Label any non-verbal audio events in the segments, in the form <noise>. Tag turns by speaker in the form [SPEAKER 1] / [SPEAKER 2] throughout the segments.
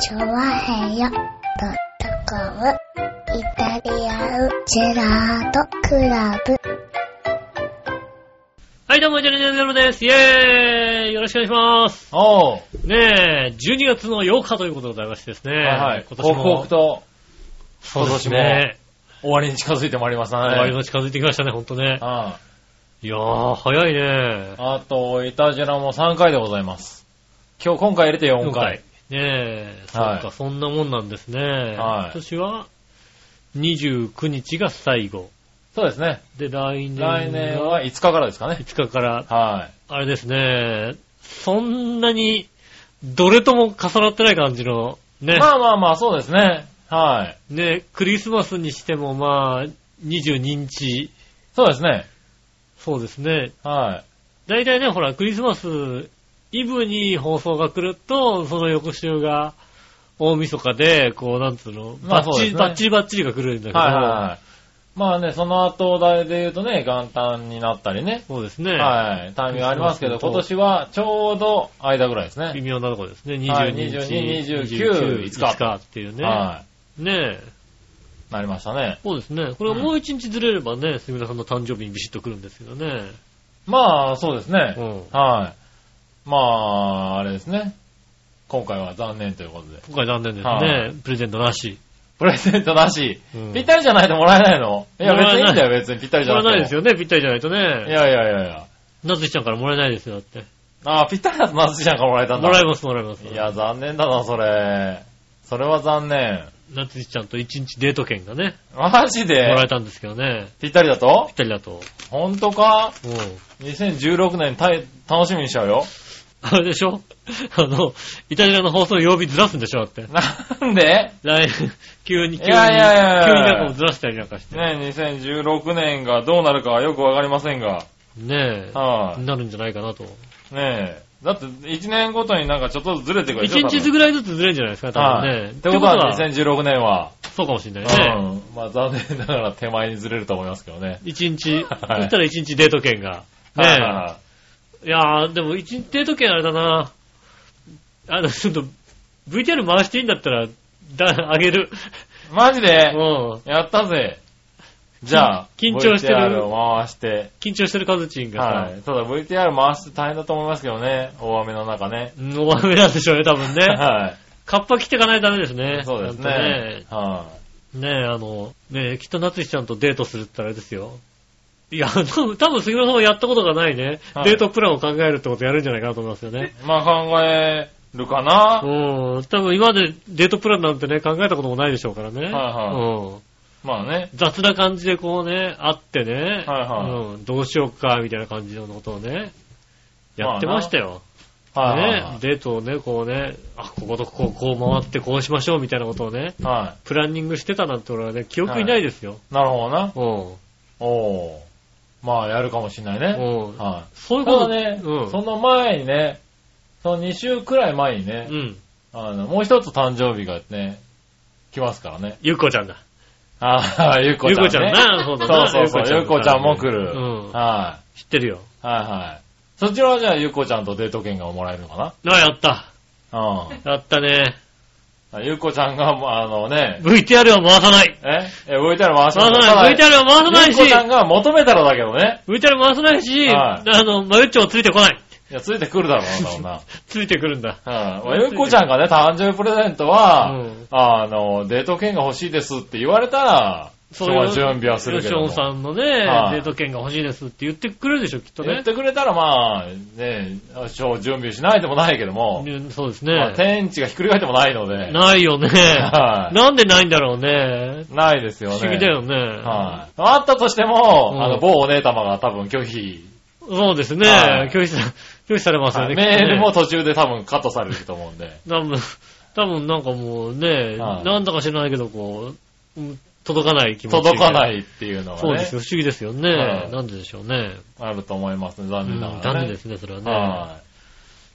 [SPEAKER 1] チョワヘヨドットコムイタリアンジェラートクラブ。
[SPEAKER 2] はい、どうも、ジェルジェルジェルです。イェーイよろしくお願いします。
[SPEAKER 3] おう。
[SPEAKER 2] ねえ、12月の8日ということでございましてですね。
[SPEAKER 3] はいはい。
[SPEAKER 2] 今年も。
[SPEAKER 3] 刻々と
[SPEAKER 2] そうです
[SPEAKER 3] 今年
[SPEAKER 2] ね。
[SPEAKER 3] 終わりに近づいてまいりましたね。
[SPEAKER 2] 終わりが近づいてきましたね、ほんとね。
[SPEAKER 3] あ
[SPEAKER 2] いやー、早いね。
[SPEAKER 3] あと、イタジェラも3回でございます。今日、今回入れて4
[SPEAKER 2] 今
[SPEAKER 3] 回
[SPEAKER 2] 回。。ねえ、そう
[SPEAKER 3] はい
[SPEAKER 2] か、そんなもんなんですね。
[SPEAKER 3] はい
[SPEAKER 2] 今年は、29日が最後。
[SPEAKER 3] そうですね。
[SPEAKER 2] で、来年。
[SPEAKER 3] 来年は5日からですかね。
[SPEAKER 2] 5日から、
[SPEAKER 3] は
[SPEAKER 2] あれですね、そんなに、どれとも重なってない感じの、ね。
[SPEAKER 3] い。まあまあまあ、そうですね。はい。
[SPEAKER 2] ね、クリスマスにしてもまあ、22日、
[SPEAKER 3] そうですね。
[SPEAKER 2] そうですね。
[SPEAKER 3] は
[SPEAKER 2] 大体ね、ほら、クリスマスイブに放送が来ると、その翌週が、大晦日で、こう、なんつうの、
[SPEAKER 3] まあ
[SPEAKER 2] バッチリ、
[SPEAKER 3] そうですね
[SPEAKER 2] バッチリバッチリが来るんだけ
[SPEAKER 3] い。
[SPEAKER 2] ど、
[SPEAKER 3] はいはい。まあね、その後代で言うとね、元旦になったりね。
[SPEAKER 2] そうですね、
[SPEAKER 3] はい。タイミングありますけど、今年はちょうど間ぐらいです
[SPEAKER 2] 微
[SPEAKER 3] ね。
[SPEAKER 2] 妙なとこですね。22日、
[SPEAKER 3] はい22 29
[SPEAKER 2] 5日っていうね。
[SPEAKER 3] は
[SPEAKER 2] ねえ。
[SPEAKER 3] い。なりましたね。
[SPEAKER 2] そうですね。これがもう1日ずれればね、杉村さんの誕生日にビシッと来るんですけどね。
[SPEAKER 3] まあ、そうですね。
[SPEAKER 2] うん。
[SPEAKER 3] はい。まあ、あれですね。今回は残念ということで。
[SPEAKER 2] 今回残念ですね。
[SPEAKER 3] は
[SPEAKER 2] プレゼントなし。
[SPEAKER 3] プレゼントなし。
[SPEAKER 2] うん
[SPEAKER 3] ぴったりじゃないともらえないのいや、
[SPEAKER 2] もら
[SPEAKER 3] 別
[SPEAKER 2] え
[SPEAKER 3] にい
[SPEAKER 2] ない
[SPEAKER 3] いんだよ、別に。ぴったりじ
[SPEAKER 2] も
[SPEAKER 3] ゃ
[SPEAKER 2] らえ
[SPEAKER 3] なくても。
[SPEAKER 2] ないですよね、ぴったりじゃないと
[SPEAKER 3] い
[SPEAKER 2] ね。
[SPEAKER 3] やいやいやいや。
[SPEAKER 2] なつしちゃんからもらえないですよ、だって。
[SPEAKER 3] ああ、ぴったりだとなずきちゃんからもらえたんだ。
[SPEAKER 2] もらえます、もらえます。
[SPEAKER 3] いや、残念だな、それ。それは残念。
[SPEAKER 2] なつしちゃんと一日デート券がね、
[SPEAKER 3] マジ
[SPEAKER 2] もらえ
[SPEAKER 3] で
[SPEAKER 2] たんですけどね。
[SPEAKER 3] ぴったりだと
[SPEAKER 2] ぴったりだと。
[SPEAKER 3] 本当か
[SPEAKER 2] うん。
[SPEAKER 3] ?2016 年たい楽しみにしちゃうよ。
[SPEAKER 2] あれでしょあの、イタリアの放送曜日ずらすんでしょだって。
[SPEAKER 3] なんで
[SPEAKER 2] 来、急に、急に、急に
[SPEAKER 3] いやいやいやいや
[SPEAKER 2] なんかもうずらしたりなんかして。ね
[SPEAKER 3] ね2016年がどうなるかはよくわかりませんが。
[SPEAKER 2] え。
[SPEAKER 3] はい、
[SPEAKER 2] なるんじゃないかなと。
[SPEAKER 3] ねえ。だって、1年ごとになんかちょっとずれてくるで
[SPEAKER 2] 一
[SPEAKER 3] しょ
[SPEAKER 2] 日ずぐらいずつずれるんじゃないですか、
[SPEAKER 3] 多分
[SPEAKER 2] 多分
[SPEAKER 3] はい。
[SPEAKER 2] ね。
[SPEAKER 3] ってことは、2016年は、
[SPEAKER 2] そうかもしれないね。
[SPEAKER 3] うん。まあ、残念ながら手前にずれると思いますけどね。
[SPEAKER 2] 一日、そ
[SPEAKER 3] <laughs> はい
[SPEAKER 2] したら一日デート券が。
[SPEAKER 3] はいはい
[SPEAKER 2] ねえ。
[SPEAKER 3] はい
[SPEAKER 2] やー、でも、一定時計あれだな。あの、ちょっと、VTR 回していいんだったら、だ、あげる。
[SPEAKER 3] いマジ
[SPEAKER 2] う
[SPEAKER 3] で
[SPEAKER 2] ん。
[SPEAKER 3] やったぜ。じゃあ、
[SPEAKER 2] 緊張してる
[SPEAKER 3] VTR を回して。
[SPEAKER 2] 緊張してるカズチンがさ、
[SPEAKER 3] はい。ただ VTR 回して大変だと思いますけどね。大雨の中ね。
[SPEAKER 2] うん、お雨なんでしょうね、多分
[SPEAKER 3] <laughs>
[SPEAKER 2] ね。
[SPEAKER 3] は
[SPEAKER 2] カッパ着てかないとダメですね。
[SPEAKER 3] い。そうです
[SPEAKER 2] ちゃんと
[SPEAKER 3] ね。は
[SPEAKER 2] ねねえ、あの、ねえ、きっと夏日ちゃんとデートするって言ったらあれですよ。いや、多分、多分杉村さんもやったことがないね、
[SPEAKER 3] はい
[SPEAKER 2] デートプランを考えるってことやるんじゃないかなと思いますよね。
[SPEAKER 3] い。まあ、考えるか
[SPEAKER 2] う
[SPEAKER 3] な。
[SPEAKER 2] ん。多分今までデートプランなんてね、考えたこともないでしょうからね。
[SPEAKER 3] いはい
[SPEAKER 2] うん。
[SPEAKER 3] まあね。
[SPEAKER 2] 雑な感じでこうね、会ってね、
[SPEAKER 3] はいは
[SPEAKER 2] うん、どうしようか、みたいな感じのことをね、やってましたよ。
[SPEAKER 3] はいはい
[SPEAKER 2] ね、デートをね、こうね、あ、こことここ、こう回って、こうしましょう、みたいなことをね、
[SPEAKER 3] はい。は
[SPEAKER 2] プランニングしてたなんて俺はね、記憶にないですよ。
[SPEAKER 3] い。なるほどな。
[SPEAKER 2] うん
[SPEAKER 3] おー。まあ、やるかもしれないね。
[SPEAKER 2] うん
[SPEAKER 3] はい。
[SPEAKER 2] そういう
[SPEAKER 3] た
[SPEAKER 2] こ
[SPEAKER 3] だ
[SPEAKER 2] と
[SPEAKER 3] ね、
[SPEAKER 2] うん。
[SPEAKER 3] その前にね、その2週くらい前にね、
[SPEAKER 2] うん。
[SPEAKER 3] あの、もう一つ誕生日がね、来ますからね。
[SPEAKER 2] ゆっこちゃんだ。
[SPEAKER 3] ああ、ゆっこ
[SPEAKER 2] ゆっ
[SPEAKER 3] ちゃん、ね。
[SPEAKER 2] こちゃんな、そうだ
[SPEAKER 3] そう
[SPEAKER 2] な。
[SPEAKER 3] そうそう、ゆっこちゃんも来る。
[SPEAKER 2] うん。
[SPEAKER 3] は
[SPEAKER 2] 知ってるよ。
[SPEAKER 3] い。はいはい。そちらはじゃあ、ゆっこちゃんとデート券がもらえるのか
[SPEAKER 2] あ、やった。
[SPEAKER 3] なうん
[SPEAKER 2] やったね。
[SPEAKER 3] あ。ゆっこちゃんが、もうあのね、
[SPEAKER 2] VTR は回さない。
[SPEAKER 3] ええ、VTR 回し
[SPEAKER 2] 回
[SPEAKER 3] ま
[SPEAKER 2] さ
[SPEAKER 3] す
[SPEAKER 2] ない。VTR は回さないし
[SPEAKER 3] ゆっこち、ゃんが求めたらだけどね。
[SPEAKER 2] VTR 回さないし、
[SPEAKER 3] は
[SPEAKER 2] あの、マユッチョもついてこない。
[SPEAKER 3] いや、ついてくるだろうな、多分な。
[SPEAKER 2] ついてくるんだ。
[SPEAKER 3] うんまあゆっこちゃんがね、誕生日プレゼントは、
[SPEAKER 2] うん
[SPEAKER 3] あの、デート券が欲しいですって言われたら、それは準備はするけども。
[SPEAKER 2] ヨションさんのね、
[SPEAKER 3] はい
[SPEAKER 2] デート券が欲しいですって言ってくるでしょ、きっと
[SPEAKER 3] 言
[SPEAKER 2] ね
[SPEAKER 3] っ。てくれたら、まあ、ね、多少準備しないでもないけども、
[SPEAKER 2] ねそうです
[SPEAKER 3] まあ
[SPEAKER 2] ね。
[SPEAKER 3] 天地がひっくり返ってもないので、
[SPEAKER 2] ないよね。
[SPEAKER 3] <laughs> はい
[SPEAKER 2] なんでないんだろうね。
[SPEAKER 3] ないですよ
[SPEAKER 2] 不
[SPEAKER 3] ね。
[SPEAKER 2] 思議だよね。
[SPEAKER 3] はい。あったとして
[SPEAKER 2] う
[SPEAKER 3] も、
[SPEAKER 2] ん
[SPEAKER 3] あの、某お姉様が多分拒否、
[SPEAKER 2] そうですね
[SPEAKER 3] はい。
[SPEAKER 2] 拒否さ、拒否されますよね。
[SPEAKER 3] メ
[SPEAKER 2] きっ
[SPEAKER 3] ー
[SPEAKER 2] とね
[SPEAKER 3] ルも。途中で多分カットされると思う
[SPEAKER 2] <laughs>
[SPEAKER 3] んで。
[SPEAKER 2] 多分、多分なんかもうね、
[SPEAKER 3] はい
[SPEAKER 2] なんだか知らないけど、こううん、届かない気持ち。。
[SPEAKER 3] 届かないいっていうの
[SPEAKER 2] そう
[SPEAKER 3] が
[SPEAKER 2] で
[SPEAKER 3] ね
[SPEAKER 2] す、よ、不思議ですよ
[SPEAKER 3] は
[SPEAKER 2] ね。
[SPEAKER 3] い
[SPEAKER 2] なんででしょうね。
[SPEAKER 3] あると思いますね。残念な
[SPEAKER 2] うん
[SPEAKER 3] が
[SPEAKER 2] 残
[SPEAKER 3] らね。
[SPEAKER 2] 念ですね、それはね。
[SPEAKER 3] はい。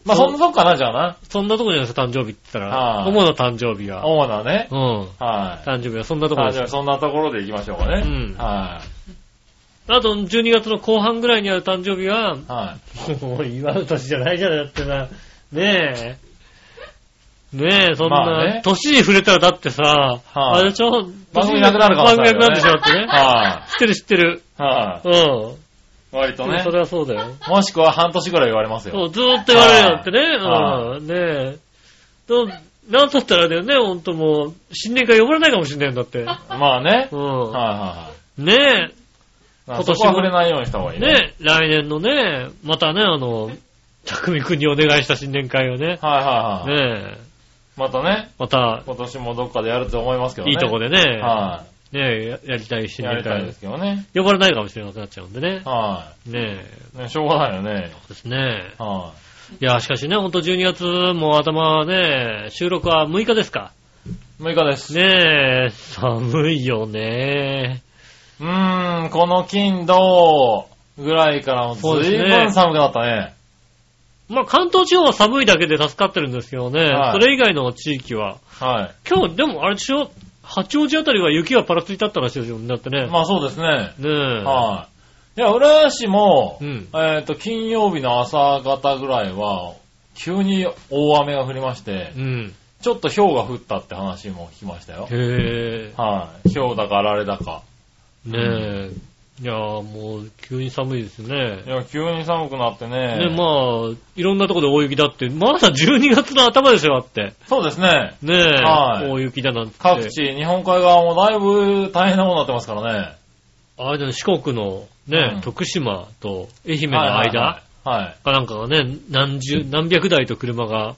[SPEAKER 3] まあ、そんなとこかな、じゃあな。
[SPEAKER 2] そんなとこじゃないですか、誕生日って言ったら。
[SPEAKER 3] はい
[SPEAKER 2] 主な誕生日は。
[SPEAKER 3] 主なね。
[SPEAKER 2] うん。
[SPEAKER 3] はい。
[SPEAKER 2] 誕生日はそんなとこ
[SPEAKER 3] あ
[SPEAKER 2] ろ
[SPEAKER 3] じ
[SPEAKER 2] で
[SPEAKER 3] ゃあ、そんなところで行きましょうかね。
[SPEAKER 2] うん
[SPEAKER 3] は
[SPEAKER 2] す。あと12月の後半ぐらいにある誕生日は、 <laughs>
[SPEAKER 3] い。はい。
[SPEAKER 2] もう祝う年じゃないじゃないだってな。ねえ。ねえ、そんな、
[SPEAKER 3] まあね
[SPEAKER 2] 年に触れたらだってさ、
[SPEAKER 3] あ
[SPEAKER 2] あれちょ、
[SPEAKER 3] 番組なくなるかもし
[SPEAKER 2] 番
[SPEAKER 3] れな
[SPEAKER 2] 組なくな
[SPEAKER 3] いよね
[SPEAKER 2] るでしょってね。
[SPEAKER 3] は
[SPEAKER 2] 知ってる知ってる。
[SPEAKER 3] い、は
[SPEAKER 2] う
[SPEAKER 3] い、
[SPEAKER 2] ん。
[SPEAKER 3] 割とね
[SPEAKER 2] そ。れはそうだよ。
[SPEAKER 3] もしくは半年ぐらい言われます
[SPEAKER 2] そ
[SPEAKER 3] よ。
[SPEAKER 2] う、ずーっと言われるよってね。
[SPEAKER 3] は
[SPEAKER 2] うん。ねえ。と、なんだったらあれだよね、ほんともう、新年会呼ばれないかもしれないんだって。
[SPEAKER 3] まあね。
[SPEAKER 2] う
[SPEAKER 3] はい、
[SPEAKER 2] ん。
[SPEAKER 3] は
[SPEAKER 2] ね
[SPEAKER 3] い、は
[SPEAKER 2] 今
[SPEAKER 3] い。
[SPEAKER 2] 年も
[SPEAKER 3] そこは触れないようにした方がい
[SPEAKER 2] え、
[SPEAKER 3] いね。
[SPEAKER 2] ねえ、来年のね、またね、あの、匠くんにお願いした新年会をね、
[SPEAKER 3] はい、はい、はい、
[SPEAKER 2] ねえ、
[SPEAKER 3] またね、
[SPEAKER 2] また、
[SPEAKER 3] 今年もどっかでやると思いますけどね。
[SPEAKER 2] いいとこ
[SPEAKER 3] で。
[SPEAKER 2] でね、
[SPEAKER 3] は
[SPEAKER 2] ねえ、ややりたい
[SPEAKER 3] い、
[SPEAKER 2] 新
[SPEAKER 3] やり
[SPEAKER 2] 年
[SPEAKER 3] たいで
[SPEAKER 2] 会
[SPEAKER 3] す。けどね。
[SPEAKER 2] 呼ばれないかもしれなくなっちゃうんでね。
[SPEAKER 3] は
[SPEAKER 2] ねえ、
[SPEAKER 3] い、ねしょうがないよね。
[SPEAKER 2] そうですね。
[SPEAKER 3] はい
[SPEAKER 2] や、しかしね、ほんと12月も頭はね、収録は6日ですか。
[SPEAKER 3] い、6日です。
[SPEAKER 2] ねえ、寒いよね。
[SPEAKER 3] うーん、この金、土ぐらいからもずい
[SPEAKER 2] そうですね
[SPEAKER 3] ぶん寒くなったね。
[SPEAKER 2] まあ、関東地方は寒いだけで助かってるんですけどね、
[SPEAKER 3] はい
[SPEAKER 2] それ以外の地域は。
[SPEAKER 3] は
[SPEAKER 2] 今日、でもあれでしょ、八王子あたりは雪がパラついたったらしいですよね、だってね。
[SPEAKER 3] い。まあそうですね。
[SPEAKER 2] ねえ。
[SPEAKER 3] はい。いや、浦安市も、
[SPEAKER 2] うん
[SPEAKER 3] えっ、と、金曜日の朝方ぐらいは、急に大雨が降りまして、
[SPEAKER 2] うん。
[SPEAKER 3] ちょっと氷が降ったって話も聞きましたよ。
[SPEAKER 2] へえ。
[SPEAKER 3] はい。氷だかあられだか。
[SPEAKER 2] ねえ。いやーもう急に寒いですね
[SPEAKER 3] い。や、急に寒くなってね。
[SPEAKER 2] ね、まあ、いろんなとこで大雪だって、まだ12月の頭でしょ、だって。
[SPEAKER 3] そうですね。
[SPEAKER 2] ねえ、
[SPEAKER 3] はい
[SPEAKER 2] 大雪だなんて。
[SPEAKER 3] 各地、日本海側もだいぶ大変なものになってますからね。
[SPEAKER 2] あれだね、四国のね、
[SPEAKER 3] うん
[SPEAKER 2] 徳島と愛媛の間、
[SPEAKER 3] はいはいはい。はい。
[SPEAKER 2] かなんかがね、何十、何百台と車が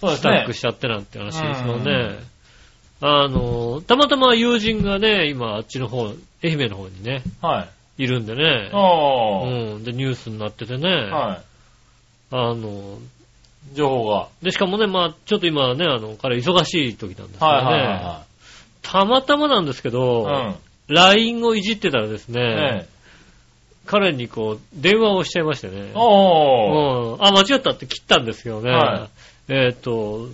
[SPEAKER 3] そうで
[SPEAKER 2] ス
[SPEAKER 3] す
[SPEAKER 2] タッ
[SPEAKER 3] ね
[SPEAKER 2] ク。しちゃってなんて話ですもん
[SPEAKER 3] う
[SPEAKER 2] ね。あの、たまたま友人がね、今あっちの方、愛媛の方にね、
[SPEAKER 3] はい。
[SPEAKER 2] いるんでね、う
[SPEAKER 3] あ
[SPEAKER 2] ん、で、ニュースになっててね、
[SPEAKER 3] あ。は
[SPEAKER 2] あの、
[SPEAKER 3] い。情報が。
[SPEAKER 2] で、しかもね、まあちょっと今はね、あの、彼忙しい時なんですけどね、
[SPEAKER 3] はいはいは
[SPEAKER 2] たまたまなんですけ
[SPEAKER 3] い
[SPEAKER 2] ど、
[SPEAKER 3] はい。うん。
[SPEAKER 2] LINE をいじってたらですね、
[SPEAKER 3] ね
[SPEAKER 2] 彼にこう、電話をしちゃいましてね
[SPEAKER 3] え。。お
[SPEAKER 2] う
[SPEAKER 3] ー。
[SPEAKER 2] ん。あ、間違ったって切ったんですけどね。
[SPEAKER 3] は
[SPEAKER 2] えーっ、と、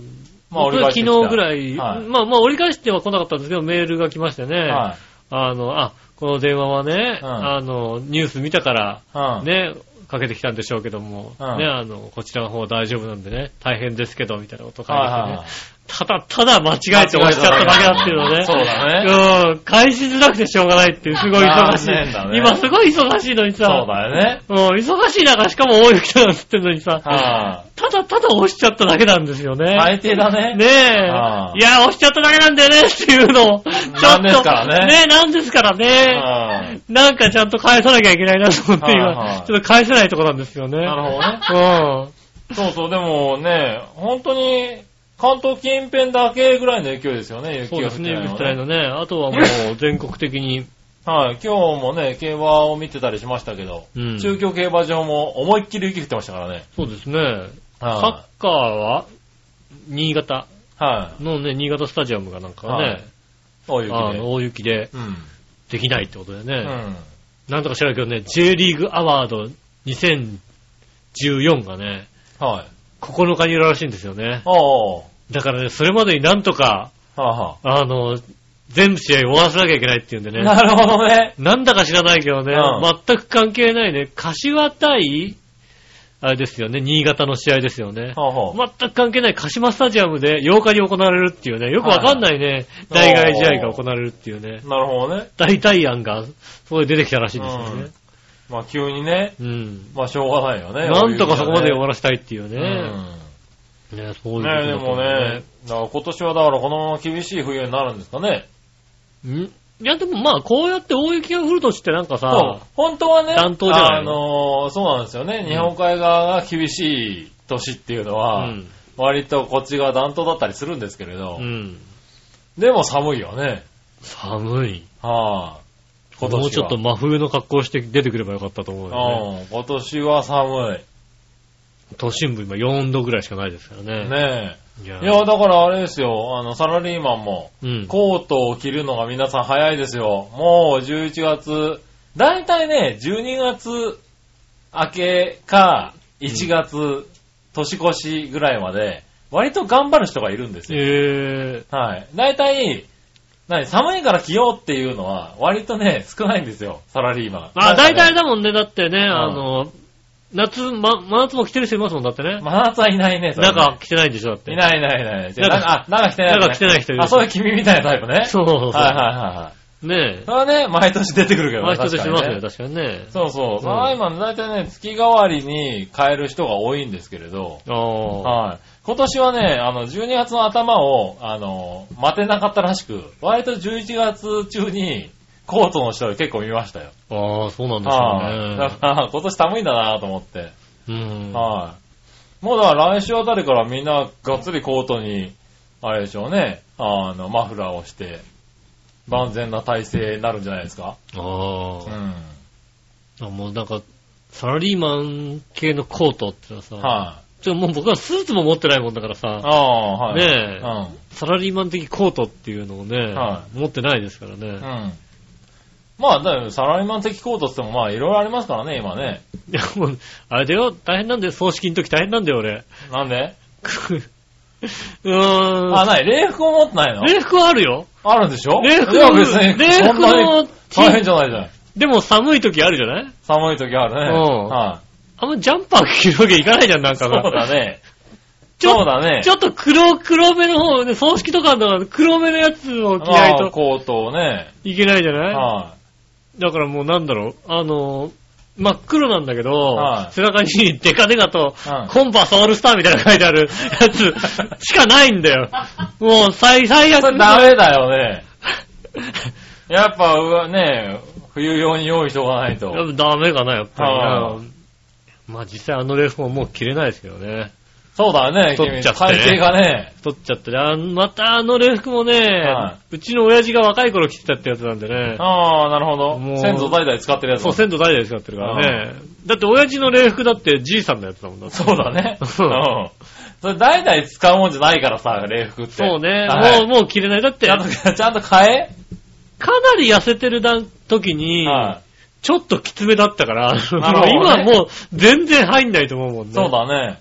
[SPEAKER 3] まあ
[SPEAKER 2] 僕
[SPEAKER 3] 折り
[SPEAKER 2] は
[SPEAKER 3] 返し
[SPEAKER 2] 昨
[SPEAKER 3] てき
[SPEAKER 2] 日
[SPEAKER 3] た
[SPEAKER 2] ぐらい、
[SPEAKER 3] はい
[SPEAKER 2] まあまあ折り返しては来なかったんですけど、メールが来ましてね。
[SPEAKER 3] は
[SPEAKER 2] あの、あ、この電話はね、
[SPEAKER 3] うん
[SPEAKER 2] あの、ニュース見たから、
[SPEAKER 3] い。うん。
[SPEAKER 2] ね、かけてきたんでしょうけども、
[SPEAKER 3] うん
[SPEAKER 2] ね、あの、こちらの方大丈夫なんでね、大変ですけど、みたいなことを書いてきてね。
[SPEAKER 3] はいはい。
[SPEAKER 2] ただただ間違えて押しちゃっただけだっていうのね。
[SPEAKER 3] そうだ
[SPEAKER 2] ね。うん。返しづらくてしょうがないっていう、すごい忙しい。
[SPEAKER 3] 残念だね
[SPEAKER 2] 今すごい忙しいのにさ。
[SPEAKER 3] そうだよね。
[SPEAKER 2] うん、忙しい中、しかも大雪だなんつってんのにさ、
[SPEAKER 3] は
[SPEAKER 2] ただただ押しちゃっただけなんですよね。
[SPEAKER 3] い。最低だね。
[SPEAKER 2] ねえ。
[SPEAKER 3] はい
[SPEAKER 2] いや、押しちゃっただけなんだよねっていうのを、ちょっと。
[SPEAKER 3] なんですからね
[SPEAKER 2] えなんですからね。
[SPEAKER 3] はい
[SPEAKER 2] なんかちゃんと返さなきゃいけないなと思って
[SPEAKER 3] はいは
[SPEAKER 2] 今、
[SPEAKER 3] い
[SPEAKER 2] ちょっと返せないとこなんですよね。
[SPEAKER 3] なるほどね。
[SPEAKER 2] ど。うん。
[SPEAKER 3] そうそう、でもね、本当に、関東近辺だけぐらいの勢いですよね、
[SPEAKER 2] そうで
[SPEAKER 3] 雪が降っ
[SPEAKER 2] す
[SPEAKER 3] て
[SPEAKER 2] ね、
[SPEAKER 3] ない
[SPEAKER 2] 雪降
[SPEAKER 3] の
[SPEAKER 2] っ
[SPEAKER 3] は
[SPEAKER 2] て
[SPEAKER 3] ね
[SPEAKER 2] ないのね。あとはもう全国的に、
[SPEAKER 3] はい、今日もね、競馬を見てたりしましたけど、
[SPEAKER 2] うん
[SPEAKER 3] 中京競馬場も思いっきり雪降ってましたからね。
[SPEAKER 2] そうですね。サ
[SPEAKER 3] は
[SPEAKER 2] ッカーは、新潟
[SPEAKER 3] い。はい。
[SPEAKER 2] のね、新潟スタジアムがなんかね、
[SPEAKER 3] はい大雪
[SPEAKER 2] あ
[SPEAKER 3] で。
[SPEAKER 2] の大雪で
[SPEAKER 3] うん。
[SPEAKER 2] できないってことでね。
[SPEAKER 3] うん。
[SPEAKER 2] なんとか知らんけどね、J リーグアワード2014がね、
[SPEAKER 3] はい。
[SPEAKER 2] 9日にやるらしいんですよね。
[SPEAKER 3] おー。
[SPEAKER 2] だからね、それまでになんとか、
[SPEAKER 3] はあ、は
[SPEAKER 2] あの、全部試合終わらせなきゃいけないっていうんで
[SPEAKER 3] あ、
[SPEAKER 2] ね。
[SPEAKER 3] なるほどね。
[SPEAKER 2] なんだか知らないけどね、
[SPEAKER 3] うん
[SPEAKER 2] 全く関係ないね、柏対、あれですよね、新潟の試合ですよね。
[SPEAKER 3] はあ、はあ。
[SPEAKER 2] 全く関係ない鹿島スタジアムで8日に行われるっていうね、よくわかんないね、
[SPEAKER 3] はい
[SPEAKER 2] 代替試合が行われるっていうね、
[SPEAKER 3] なるほどね。
[SPEAKER 2] 代替案がそこで出てきたらしいんですよね。
[SPEAKER 3] まあ急にね、
[SPEAKER 2] うん。
[SPEAKER 3] まあしょうがないよね。
[SPEAKER 2] なんとかそこまで終わ
[SPEAKER 3] ら
[SPEAKER 2] らせたいっていう
[SPEAKER 3] ね。
[SPEAKER 2] ね。
[SPEAKER 3] うん
[SPEAKER 2] ね、そういうことだと
[SPEAKER 3] ねえ、でもね、だから今年はだからこのまま厳しい冬になるんですかね。
[SPEAKER 2] んいや、でもまあ、こうやって大雪が降るとしてなんか
[SPEAKER 3] そう
[SPEAKER 2] さ、。
[SPEAKER 3] 本当はね、
[SPEAKER 2] 暖冬じゃない
[SPEAKER 3] あのーそうなんですよね。日本海側が厳しい年っていうの
[SPEAKER 2] う
[SPEAKER 3] は、
[SPEAKER 2] ん。
[SPEAKER 3] 割とこっちが暖冬だったりするんですけれど、
[SPEAKER 2] うん。
[SPEAKER 3] でも寒いよね。
[SPEAKER 2] 寒い。
[SPEAKER 3] はい、今年は。
[SPEAKER 2] もうちょっと真冬の格好して出てくればよかったと思うよね。
[SPEAKER 3] うん、今年は寒
[SPEAKER 2] 都心部今4度ぐらいしかないですからね。
[SPEAKER 3] い。ね
[SPEAKER 2] い
[SPEAKER 3] え。
[SPEAKER 2] や
[SPEAKER 3] いや、だからあれですよ、あの、サラリーマンも、
[SPEAKER 2] うん。
[SPEAKER 3] コートを着るのが皆さん早いですよ。もう11月、だいたいね、12月明けか1月、年越しぐらいまで、割と頑張る人がいるんですよ。
[SPEAKER 2] え
[SPEAKER 3] はい。だいたい、何寒いから着ようっていうのは、割とね、少ないんですよ、サラリーマン。
[SPEAKER 2] まあ、
[SPEAKER 3] な
[SPEAKER 2] 大
[SPEAKER 3] んかね
[SPEAKER 2] 体だもんね。だってね、あの、夏、ま、真夏も着てる人いますもん、だってね。
[SPEAKER 3] 真夏はいないね、それね
[SPEAKER 2] 中着てないんでしょ、だって。
[SPEAKER 3] いないいないいない。
[SPEAKER 2] なんか
[SPEAKER 3] あ、なんか来てない、
[SPEAKER 2] なんか来てない人いる
[SPEAKER 3] あ、そういう君みたいなタイプね。
[SPEAKER 2] そうそうそう。
[SPEAKER 3] はいはいはいはい。
[SPEAKER 2] ねえ。
[SPEAKER 3] それはね、毎年出てくるけどね
[SPEAKER 2] 毎年してます
[SPEAKER 3] 確か
[SPEAKER 2] よ、
[SPEAKER 3] にね
[SPEAKER 2] 確かにね。
[SPEAKER 3] そうそう。
[SPEAKER 2] ん
[SPEAKER 3] サラリーマン大体ね、月替わりに変える人が多いんですけれど、
[SPEAKER 2] ああ。
[SPEAKER 3] はい。今年はね、あの、12月の頭を、あの、待てなかったらしく、割と11月中に、コートの人を結構見ましたよ。
[SPEAKER 2] ああ、そうなんでし
[SPEAKER 3] はい。だ
[SPEAKER 2] ょ
[SPEAKER 3] から、今年寒いんだなと思って。
[SPEAKER 2] うね。うん。
[SPEAKER 3] はい。もうだから来週あたりからみんながっつりコートに、あれでしょうね、あの、マフラーをして、万全な体制になるんじゃないですか。
[SPEAKER 2] あ
[SPEAKER 3] うん。
[SPEAKER 2] あ。
[SPEAKER 3] はい、
[SPEAKER 2] もうなんか、サラリーマン系のコートってのはさ、ちょもう僕はスーツも持ってないもんだからさ、
[SPEAKER 3] ああ、はい。
[SPEAKER 2] ねえ
[SPEAKER 3] う、ん。
[SPEAKER 2] サラリーマン的コートっていうのをね、
[SPEAKER 3] は
[SPEAKER 2] 持ってないですからね。
[SPEAKER 3] うん。まあ、だからサラリーマン的コートって言ってもまあ、いろいろありますからね、今ね。
[SPEAKER 2] いや、もう、あれだよ、大変なんだよ、葬式の時大変なんだよ、
[SPEAKER 3] <laughs>
[SPEAKER 2] 俺。
[SPEAKER 3] なんで
[SPEAKER 2] くうーん。
[SPEAKER 3] あ、ない。礼服を持ってないの
[SPEAKER 2] 礼服はあるよ。
[SPEAKER 3] あるんでしょ
[SPEAKER 2] 礼服
[SPEAKER 3] いや別に、
[SPEAKER 2] 礼服
[SPEAKER 3] そんな
[SPEAKER 2] の
[SPEAKER 3] に大変じゃないじゃん。
[SPEAKER 2] でも寒い時あるじゃない
[SPEAKER 3] 寒い時あるね。
[SPEAKER 2] うん
[SPEAKER 3] はい。
[SPEAKER 2] あんまジャンパー着るわけいかないじゃん、なん
[SPEAKER 3] そ
[SPEAKER 2] か
[SPEAKER 3] う
[SPEAKER 2] さ
[SPEAKER 3] だね。
[SPEAKER 2] ちょ
[SPEAKER 3] そうだね。
[SPEAKER 2] ちょっと黒、黒目の方、ね、葬式とかの黒目のやつを着ない
[SPEAKER 3] まあ
[SPEAKER 2] と
[SPEAKER 3] コートをね。
[SPEAKER 2] いけないじゃない、
[SPEAKER 3] は
[SPEAKER 2] だからもうなんだろう、あのー、真っ黒なんだけど、
[SPEAKER 3] はい
[SPEAKER 2] 背中にデカデカと、
[SPEAKER 3] うん
[SPEAKER 2] コンパスオールスターみたいなの書いてあるやつしかないんだよ。もう最、最
[SPEAKER 3] い。そ
[SPEAKER 2] 悪
[SPEAKER 3] れダメだよね。やっぱ、うわね、冬用に用意しとかないと。
[SPEAKER 2] やっぱダメかな、やっぱりな
[SPEAKER 3] は。
[SPEAKER 2] まあ実際あのレフももう着れないですけどね。
[SPEAKER 3] そうだね、
[SPEAKER 2] 取っ
[SPEAKER 3] 君。
[SPEAKER 2] ちゃってね
[SPEAKER 3] 体型がね。
[SPEAKER 2] 太っちゃってねあんまたあの礼服もね、
[SPEAKER 3] は
[SPEAKER 2] うちの親父が若い頃着てたってやつなんでね。
[SPEAKER 3] ああ、なる
[SPEAKER 2] も
[SPEAKER 3] ほど。
[SPEAKER 2] う
[SPEAKER 3] 先祖代々使ってるやつだ
[SPEAKER 2] そう、鮮度大事で使ってるからね。だって親父の礼服だってじいさんのやつだもんだって。
[SPEAKER 3] そうだね。う
[SPEAKER 2] うん
[SPEAKER 3] ん。それ代々使うもんじゃないからさ、礼服って。
[SPEAKER 2] そうね。
[SPEAKER 3] はい
[SPEAKER 2] もう、もう着れない。
[SPEAKER 3] <laughs>
[SPEAKER 2] だって、
[SPEAKER 3] ちゃん
[SPEAKER 2] か
[SPEAKER 3] と、ちゃんと変
[SPEAKER 2] なり痩せてる段時
[SPEAKER 3] え
[SPEAKER 2] に、
[SPEAKER 3] は
[SPEAKER 2] ちょっときつめだったから、
[SPEAKER 3] なるほど
[SPEAKER 2] <laughs>
[SPEAKER 3] ね
[SPEAKER 2] 今はもう全然入んないと思うもんね。
[SPEAKER 3] い。そう。だね。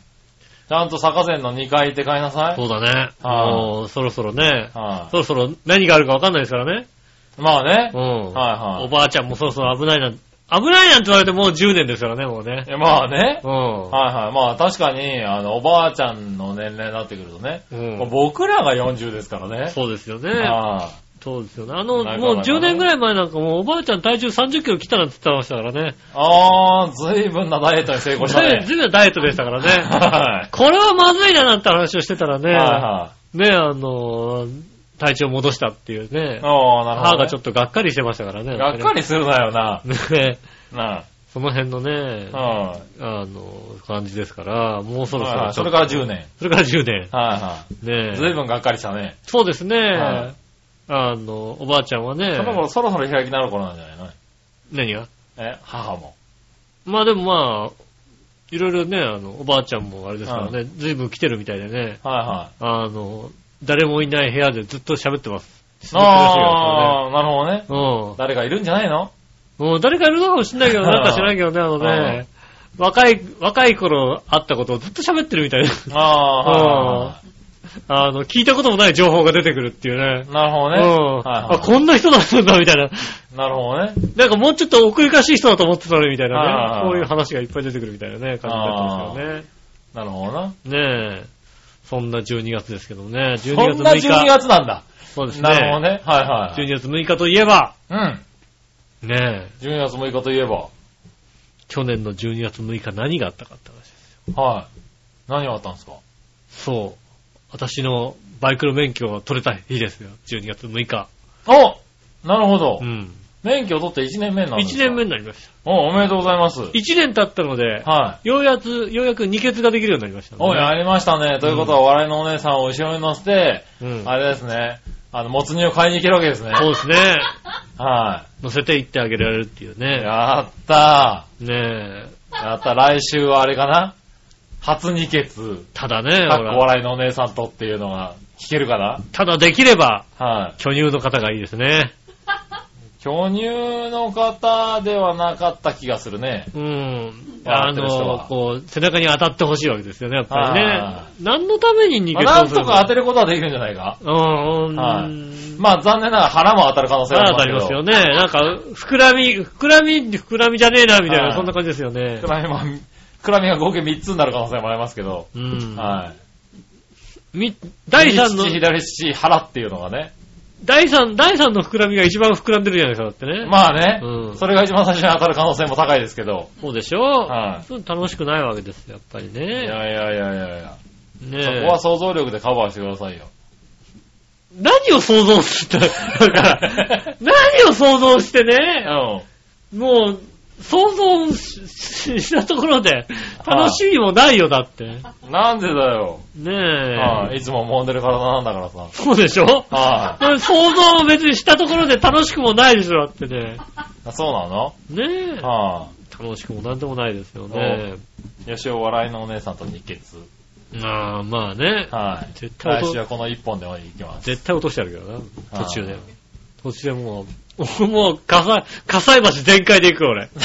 [SPEAKER 3] ちゃんと坂前の2階行って買いなさい。
[SPEAKER 2] そうだね。
[SPEAKER 3] はい
[SPEAKER 2] もうそろそろね、
[SPEAKER 3] は
[SPEAKER 2] そろそろ何があるかわかんないですからね。
[SPEAKER 3] い。まあね
[SPEAKER 2] う。ん。
[SPEAKER 3] はいはい
[SPEAKER 2] おばあちゃんもそろそろ危ないなん、危ないなんて言われてもう10年ですからね、もうね
[SPEAKER 3] い。やまあね。
[SPEAKER 2] うん。
[SPEAKER 3] はいはい。まあ確かに、あの、おばあちゃんの年齢になってくるとね。
[SPEAKER 2] うん
[SPEAKER 3] もう僕らが40ですからね。
[SPEAKER 2] そうですよね。
[SPEAKER 3] あ
[SPEAKER 2] そうですよね。あの、
[SPEAKER 3] なかなかね
[SPEAKER 2] もう10年ぐらい前なんかもうおばあちゃん体重30キロ切ったなんて言ってましたからね。
[SPEAKER 3] あ。ああ、随分なダイエットに成
[SPEAKER 2] <laughs>
[SPEAKER 3] 功したね。
[SPEAKER 2] ずいぶんダイエットでしたからね。
[SPEAKER 3] は
[SPEAKER 2] これはまずいななんて話をしてたら
[SPEAKER 3] い。はい
[SPEAKER 2] ね、ね、
[SPEAKER 3] は
[SPEAKER 2] あの、体調戻したっていうね
[SPEAKER 3] い。、ああ、なるほど、
[SPEAKER 2] 母
[SPEAKER 3] ね。
[SPEAKER 2] がちょっとがっかりしてましたからね。
[SPEAKER 3] がっかりするなよな。
[SPEAKER 2] <laughs> ね、
[SPEAKER 3] な
[SPEAKER 2] その辺のね、
[SPEAKER 3] あ。うん。
[SPEAKER 2] あの、感じですから、もうそろそ
[SPEAKER 3] はいは
[SPEAKER 2] ろ。
[SPEAKER 3] いそれから10。年。
[SPEAKER 2] それから10年。
[SPEAKER 3] はいは
[SPEAKER 2] ね
[SPEAKER 3] い。ずいぶんがっかりしたね。
[SPEAKER 2] そうです
[SPEAKER 3] は
[SPEAKER 2] ね。あの、おばあちゃんはね
[SPEAKER 3] そ、の頃そろそろ開きなる頃なんじゃないの
[SPEAKER 2] 何が
[SPEAKER 3] え、母も。
[SPEAKER 2] まあでもまあ、いろいろね、あの、おばあちゃんもあれですからね、ずいぶん来てるみたいでね、
[SPEAKER 3] はいはい。
[SPEAKER 2] あの、誰もいない部屋でずっと喋ってます。喋ってるらしい
[SPEAKER 3] ああ、なるほどね。
[SPEAKER 2] よ
[SPEAKER 3] 誰かいるんじゃないの
[SPEAKER 2] うん。もう誰かいるのかもしんないけど、なんか知らんけどね、あのね、若い、若い頃あったことをずっと喋ってるみたいな、
[SPEAKER 3] ああ、はいは
[SPEAKER 2] <laughs> あの、聞いたこともない情報が出てくるっていうね
[SPEAKER 3] い。。なる
[SPEAKER 2] う
[SPEAKER 3] ほど
[SPEAKER 2] ん
[SPEAKER 3] ね。。はい
[SPEAKER 2] あ、
[SPEAKER 3] は
[SPEAKER 2] こんな人だったんだ、みたいな。
[SPEAKER 3] い。なるほどね。
[SPEAKER 2] なんかもうちょっと奥ゆかしい人だと思ってたのに、みたいな
[SPEAKER 3] あー
[SPEAKER 2] ね。こういう話がいっぱい出てくるみたいなね、感じだったんですよね。
[SPEAKER 3] なるほどな。
[SPEAKER 2] ねえ。そんな12月ですけどもね。12月
[SPEAKER 3] そ
[SPEAKER 2] 6日。
[SPEAKER 3] んな12月なんだ。
[SPEAKER 2] そうですね。
[SPEAKER 3] なるほどね。はいはい。
[SPEAKER 2] 12月6日といえば、
[SPEAKER 3] うん。
[SPEAKER 2] ねえ、
[SPEAKER 3] 12月6日といえば。
[SPEAKER 2] 去年の12月6日何があったかって話です。
[SPEAKER 3] はい。何があったんですか
[SPEAKER 2] そう。私のバイクの免許を取れた日ですよ。12月6日。
[SPEAKER 3] おなるほど
[SPEAKER 2] う。ん。
[SPEAKER 3] 免許取って1年目に
[SPEAKER 2] 1
[SPEAKER 3] なるんですか
[SPEAKER 2] 年目。になりました。
[SPEAKER 3] お、おめでとうございます。
[SPEAKER 2] 1年経ったので、
[SPEAKER 3] はい。
[SPEAKER 2] ようやく、ようやく二血ができるようになりましたね。
[SPEAKER 3] おい、やりましたね。ということは、笑いのお姉さんを後ろに乗せて、
[SPEAKER 2] うん。
[SPEAKER 3] あれですね、あの、もつ煮を買いに行けるわけですね。
[SPEAKER 2] そうですね。
[SPEAKER 3] は
[SPEAKER 2] 乗せていってあげられるっていう
[SPEAKER 3] い。
[SPEAKER 2] ね。
[SPEAKER 3] やった
[SPEAKER 2] ねえ。
[SPEAKER 3] ー。やった。来週はあれかな初二決、
[SPEAKER 2] ただね、
[SPEAKER 3] か
[SPEAKER 2] ほ
[SPEAKER 3] っこ
[SPEAKER 2] ら
[SPEAKER 3] 笑いのお姉さんとっていうのが聞けるかな
[SPEAKER 2] ただできれば、
[SPEAKER 3] はい。
[SPEAKER 2] 巨乳の方がいいですね。
[SPEAKER 3] 巨乳の方ではなかった気がするね。
[SPEAKER 2] うん。
[SPEAKER 3] 笑
[SPEAKER 2] あ
[SPEAKER 3] ってる人
[SPEAKER 2] の、
[SPEAKER 3] は
[SPEAKER 2] こう、背中に当たってほしいわけですよね、やっぱりね
[SPEAKER 3] は。
[SPEAKER 2] 何のために逃
[SPEAKER 3] まあ
[SPEAKER 2] げ
[SPEAKER 3] なんとか当て
[SPEAKER 2] る
[SPEAKER 3] ることはできるんじゃないか
[SPEAKER 2] うん、うん。
[SPEAKER 3] は
[SPEAKER 2] ま
[SPEAKER 3] まあ残念ながら腹も当たる可能性
[SPEAKER 2] あ、
[SPEAKER 3] は
[SPEAKER 2] 当
[SPEAKER 3] あ
[SPEAKER 2] たり
[SPEAKER 3] りま
[SPEAKER 2] ますす
[SPEAKER 3] けど
[SPEAKER 2] よ。ね。なんか、膨らみ、膨らみ、膨らみじゃねえな、みたい
[SPEAKER 3] は
[SPEAKER 2] な、
[SPEAKER 3] い
[SPEAKER 2] そんな感じですよね
[SPEAKER 3] 膨。らみも、膨らみが合計3つになる可能性もありますけど、
[SPEAKER 2] うん。
[SPEAKER 3] はい。
[SPEAKER 2] み、第3の
[SPEAKER 3] 右、乳左七腹っていうのがね。
[SPEAKER 2] 第3、第3の膨らみが一番膨らんでるじゃないですか、だってね。
[SPEAKER 3] まあね、
[SPEAKER 2] うん
[SPEAKER 3] それが一番最初に当たる可能性も高いですけど。
[SPEAKER 2] そうでしょ、
[SPEAKER 3] はい
[SPEAKER 2] そう楽しくないわけですよ、やっぱり
[SPEAKER 3] いやい
[SPEAKER 2] ね。
[SPEAKER 3] やいやいやいや、
[SPEAKER 2] ね
[SPEAKER 3] そ
[SPEAKER 2] え
[SPEAKER 3] こは想像力でカバーしてくださいよ。
[SPEAKER 2] 何を想像して、 <laughs> だ
[SPEAKER 3] <laughs>
[SPEAKER 2] から、何を想像してね、
[SPEAKER 3] う
[SPEAKER 2] もう、想像ししたところで、楽しみもないよ、だって。
[SPEAKER 3] ん。なんでだよ。
[SPEAKER 2] ね
[SPEAKER 3] は
[SPEAKER 2] え。
[SPEAKER 3] いいつも揉んでる体なんだからさ。
[SPEAKER 2] そうでしょ
[SPEAKER 3] は
[SPEAKER 2] 想像を別にしたところで楽しくもないでしょ、だってね。
[SPEAKER 3] い。そうなの
[SPEAKER 2] ねえ。
[SPEAKER 3] は
[SPEAKER 2] 楽しくもなんでもないですよね。
[SPEAKER 3] い。よしお笑いのお姉さんと日血。
[SPEAKER 2] ああ、まあね。
[SPEAKER 3] はい。
[SPEAKER 2] 絶対
[SPEAKER 3] 来
[SPEAKER 2] 落
[SPEAKER 3] 週
[SPEAKER 2] と、
[SPEAKER 3] はこの一本で行きます。
[SPEAKER 2] 絶対落としてあるけどな、
[SPEAKER 3] はい
[SPEAKER 2] 途中で。途中でもう、もう、火災、火災橋全開で行くよ、俺。 <laughs>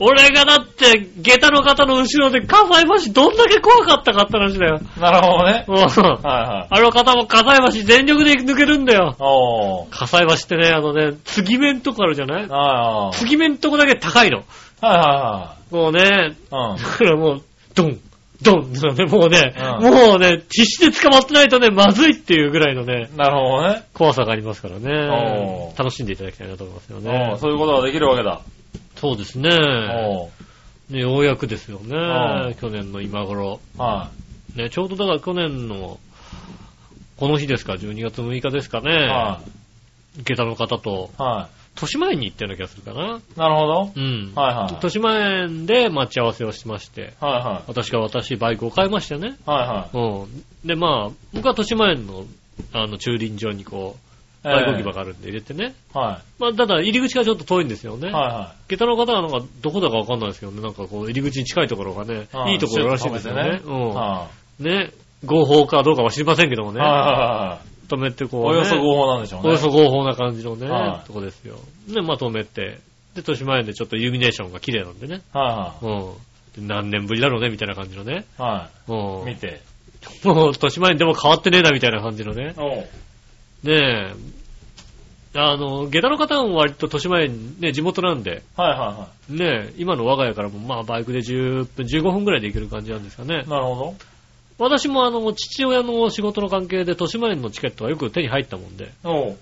[SPEAKER 2] 俺がだって、下駄の方の後ろで火災橋どんだけ怖かったかって話だよ。
[SPEAKER 3] なるほどね。
[SPEAKER 2] うん
[SPEAKER 3] はいはい。
[SPEAKER 2] あの方も火災橋全力で抜けるんだよ。
[SPEAKER 3] おー。
[SPEAKER 2] 火災橋ってね、あのね、継ぎ目んとこあるじゃない
[SPEAKER 3] あ
[SPEAKER 2] 継ぎ目んとこだけ高いの。
[SPEAKER 3] あ。は
[SPEAKER 2] もうね、
[SPEAKER 3] いはいはい。
[SPEAKER 2] だからもう、ドン、ドンってね、もうね、
[SPEAKER 3] うん
[SPEAKER 2] もうね、必死で捕まってないとね、まずいっていうぐらいのね
[SPEAKER 3] う、ん。なるほどね。
[SPEAKER 2] 怖さがありますからね
[SPEAKER 3] お、ー
[SPEAKER 2] 楽しんでいただきたいなと思いますよ
[SPEAKER 3] う
[SPEAKER 2] ね
[SPEAKER 3] ん。そういうことができるわけだ。
[SPEAKER 2] そうです
[SPEAKER 3] う
[SPEAKER 2] ね。
[SPEAKER 3] ん。
[SPEAKER 2] ねようやくですよ
[SPEAKER 3] う
[SPEAKER 2] ね、去年の今頃。
[SPEAKER 3] は
[SPEAKER 2] ね、ちょうどだから去年の、この日ですか、12月6日ですか
[SPEAKER 3] い。
[SPEAKER 2] ね、
[SPEAKER 3] は
[SPEAKER 2] 下駄の方と、
[SPEAKER 3] い。は
[SPEAKER 2] 年前に行ったような気がするかな。
[SPEAKER 3] い。なるほど。
[SPEAKER 2] うん。
[SPEAKER 3] はいはい。
[SPEAKER 2] 年前で待ち合わせをしまして、
[SPEAKER 3] はいは
[SPEAKER 2] 私が私バイクを買いましてね。
[SPEAKER 3] い。はいはい。
[SPEAKER 2] うん。で、まあ、僕は年前の、あの、駐輪場にこう、
[SPEAKER 3] え
[SPEAKER 2] バイ
[SPEAKER 3] え
[SPEAKER 2] ク置き場があるんで入れてね。
[SPEAKER 3] は
[SPEAKER 2] まあ、ただ入り口がちょっと遠いんですよ
[SPEAKER 3] い。
[SPEAKER 2] ね。
[SPEAKER 3] は
[SPEAKER 2] 下駄の方はなんか、どこだかわかんないですけどね、なんかこう、入り口に近いところがね
[SPEAKER 3] は、い
[SPEAKER 2] いいところらしいんですよね
[SPEAKER 3] ち。
[SPEAKER 2] う
[SPEAKER 3] いはい。は
[SPEAKER 2] ん。ね、合法かどうかは知りませんけども
[SPEAKER 3] い。
[SPEAKER 2] ね
[SPEAKER 3] はい。はいはい。
[SPEAKER 2] 止めてこう、ね。
[SPEAKER 3] およそ合法なんでしょうね。
[SPEAKER 2] およそ合法な感じの
[SPEAKER 3] は
[SPEAKER 2] ね
[SPEAKER 3] い、
[SPEAKER 2] とこですよ。で、まあ、止めて。で、年前でちょっとイルミネーションが綺麗なんでね。
[SPEAKER 3] は
[SPEAKER 2] うん。で何年ぶりだろうね、みたいな感じのね。
[SPEAKER 3] いは
[SPEAKER 2] うん。
[SPEAKER 3] い。はい。見て。
[SPEAKER 2] もう、年前にでも変わってねえな、みたいな感じのね。
[SPEAKER 3] おう。
[SPEAKER 2] ねえ、あの、下駄の方も割と年前にね、地元なんで、
[SPEAKER 3] はいは
[SPEAKER 2] ねえ、今の我が家からもまあバイクで10分、15分ぐらいで行ける感じなんですかね
[SPEAKER 3] いはい。。なるほ
[SPEAKER 2] 私もあの、父親の仕事の関係で年前のチケットはよく手に入ったもんで、
[SPEAKER 3] ど。おう。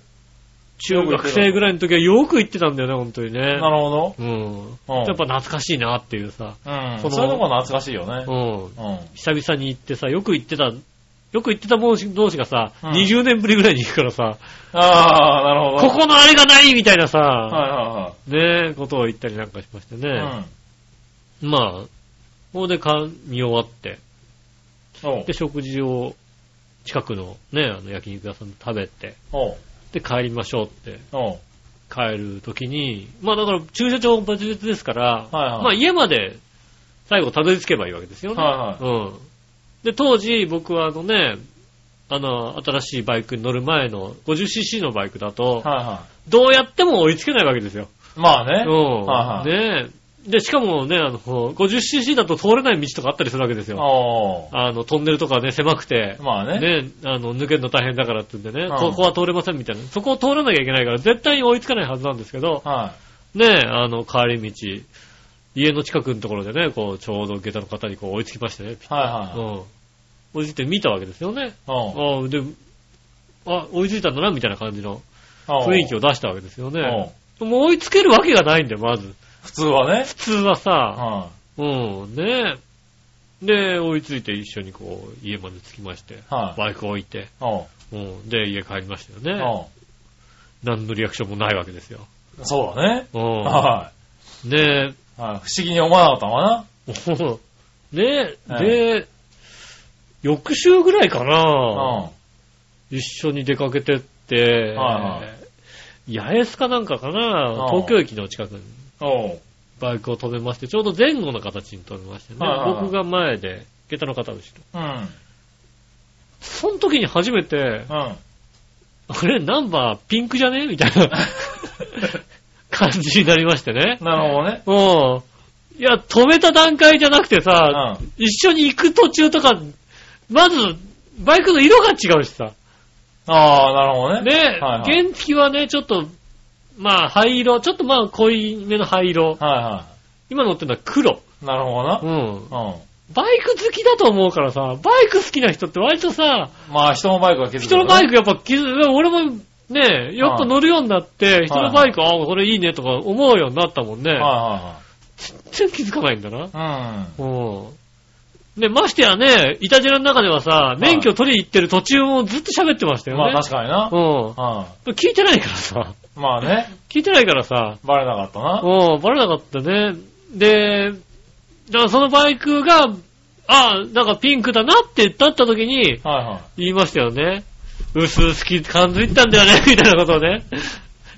[SPEAKER 2] 中学生ぐらいの時はよく行ってたんだよね、本当にね。
[SPEAKER 3] なるほど。
[SPEAKER 2] うん。
[SPEAKER 3] うん
[SPEAKER 2] やっぱ懐かしいなっていうさ、
[SPEAKER 3] うん。
[SPEAKER 2] その
[SPEAKER 3] そういうとこ懐かしいよね
[SPEAKER 2] う。ん。
[SPEAKER 3] うん。
[SPEAKER 2] 久々に行ってさ、よく行ってた、よく行ってた同士同士がさ、
[SPEAKER 3] うん
[SPEAKER 2] 20年ぶりぐらいに行くからさ、
[SPEAKER 3] ああ、なるほど。
[SPEAKER 2] ここのあれがないみたいなさ、
[SPEAKER 3] はいは
[SPEAKER 2] ねえ、ことを言ったりなんかしましてね。
[SPEAKER 3] いはい。
[SPEAKER 2] まあ、ここでか見終わって、
[SPEAKER 3] うん。おう
[SPEAKER 2] で、。食事を近くのね、あの焼肉屋さんで食べて、
[SPEAKER 3] おう。
[SPEAKER 2] で、帰りましょうって、
[SPEAKER 3] おう。
[SPEAKER 2] 帰るときに、まあだから駐車場も別々ですから、
[SPEAKER 3] はいはい
[SPEAKER 2] まあ家まで最後たどり着けばいいわけですよね。
[SPEAKER 3] はい
[SPEAKER 2] うん。で、当時僕はあのね、あの、新しいバイクに乗る前の 50cc のバイクだと、
[SPEAKER 3] はいは
[SPEAKER 2] どうやっても追いつけないわけですよ。
[SPEAKER 3] い。まあね。は
[SPEAKER 2] う
[SPEAKER 3] い
[SPEAKER 2] ん。
[SPEAKER 3] はい。
[SPEAKER 2] ねえ。で、しかもね、あの、50cc だと通れない道とかあったりするわけですよ。
[SPEAKER 3] おう。
[SPEAKER 2] あの、トンネルとかね、狭くて、
[SPEAKER 3] まあね。
[SPEAKER 2] ねえ、あの、抜けるの大変だからって言うんでね、
[SPEAKER 3] うん
[SPEAKER 2] ここは通れませんみたいな。そこを通らなきゃいけないから、絶対に追いつかないはずなんですけど、
[SPEAKER 3] は
[SPEAKER 2] ねえ、あの、帰り道、家の近くのところでね、こう、ちょうど下駄の方にこう追いつきましてね、
[SPEAKER 3] い。は
[SPEAKER 2] う
[SPEAKER 3] いはい。
[SPEAKER 2] ん。追いついて見たわけですよね。
[SPEAKER 3] おう。
[SPEAKER 2] あで、あ、追いついたんだな、みたいな感じの
[SPEAKER 3] おう
[SPEAKER 2] 雰囲気を出したわけですよ
[SPEAKER 3] おう
[SPEAKER 2] ね。もう追いつけるわけがないんだよ、まず。
[SPEAKER 3] 普通はね。
[SPEAKER 2] 普通はさ、
[SPEAKER 3] は
[SPEAKER 2] うん、ねで、追いついて一緒にこう、家まで着きまして、
[SPEAKER 3] はい
[SPEAKER 2] バイク置いて、
[SPEAKER 3] い。お
[SPEAKER 2] う
[SPEAKER 3] う。
[SPEAKER 2] ん、で、家帰りましたよね。
[SPEAKER 3] おう。
[SPEAKER 2] 何のリアクションもないわけですよ。
[SPEAKER 3] そうだね。
[SPEAKER 2] う
[SPEAKER 3] は
[SPEAKER 2] ん。で、
[SPEAKER 3] い。はい。不思議に思わなかったのかな。
[SPEAKER 2] ね
[SPEAKER 3] は
[SPEAKER 2] で、翌週ぐらいかな、
[SPEAKER 3] う
[SPEAKER 2] 一緒に出かけてって
[SPEAKER 3] は、
[SPEAKER 2] 八重洲かなんかかな、
[SPEAKER 3] うん
[SPEAKER 2] 東京駅の近くに
[SPEAKER 3] ん。おう。
[SPEAKER 2] バイクを止めまして、ちょうど前後の形に止めましてね
[SPEAKER 3] はいはい、はい
[SPEAKER 2] 僕が前で、下駄の方後ろ。
[SPEAKER 3] うん。うん。
[SPEAKER 2] その時に初めて、
[SPEAKER 3] はい
[SPEAKER 2] あれ、ナンバーピンクじゃねみたい
[SPEAKER 3] <laughs>
[SPEAKER 2] な感じになりましてね。
[SPEAKER 3] なるほどね。
[SPEAKER 2] うん。いや、止めた段階じゃなくて
[SPEAKER 3] う
[SPEAKER 2] さ、
[SPEAKER 3] ん。
[SPEAKER 2] 一緒に行く途中とか、まず、バイクの色が違うしさ。
[SPEAKER 3] ああ、なるほどね。
[SPEAKER 2] ね、
[SPEAKER 3] はいはい
[SPEAKER 2] 原付はね、ちょっと、まあ、灰色、ちょっとまあ、濃いめの灰色。
[SPEAKER 3] はいは
[SPEAKER 2] 今乗ってるのは黒。
[SPEAKER 3] なるほどな
[SPEAKER 2] う。ん。
[SPEAKER 3] う
[SPEAKER 2] バイク好きだと思うからさ、バイク好きな人って割とさ、
[SPEAKER 3] ん。まあ、人のバイクは削る
[SPEAKER 2] 人
[SPEAKER 3] から
[SPEAKER 2] の
[SPEAKER 3] ね。
[SPEAKER 2] バイクやっぱ傷、俺もね、やっぱ乗るようになって、人のバイク、ああ、これいいねとか思うようになったもんね。
[SPEAKER 3] は
[SPEAKER 2] 全然気づかないんだな。
[SPEAKER 3] いはいはい。
[SPEAKER 2] うん。ね、ましてやね、イタジェラの中ではさ、免許取りに行ってる途中もずっと喋ってました
[SPEAKER 3] う
[SPEAKER 2] よ
[SPEAKER 3] ん。
[SPEAKER 2] ね。
[SPEAKER 3] まあ、確かにな。
[SPEAKER 2] うん。聞いてないからさ。
[SPEAKER 3] うん。まあね、
[SPEAKER 2] 聞いてないからさ。
[SPEAKER 3] バレなかったな。
[SPEAKER 2] うん、バレなかったね。で、だからそのバイクが、あ、なんかピンクだなってなった時に、
[SPEAKER 3] はいはい。
[SPEAKER 2] 言いましたよね。薄々気感づいてたんだよね、み <laughs> たいなことをね。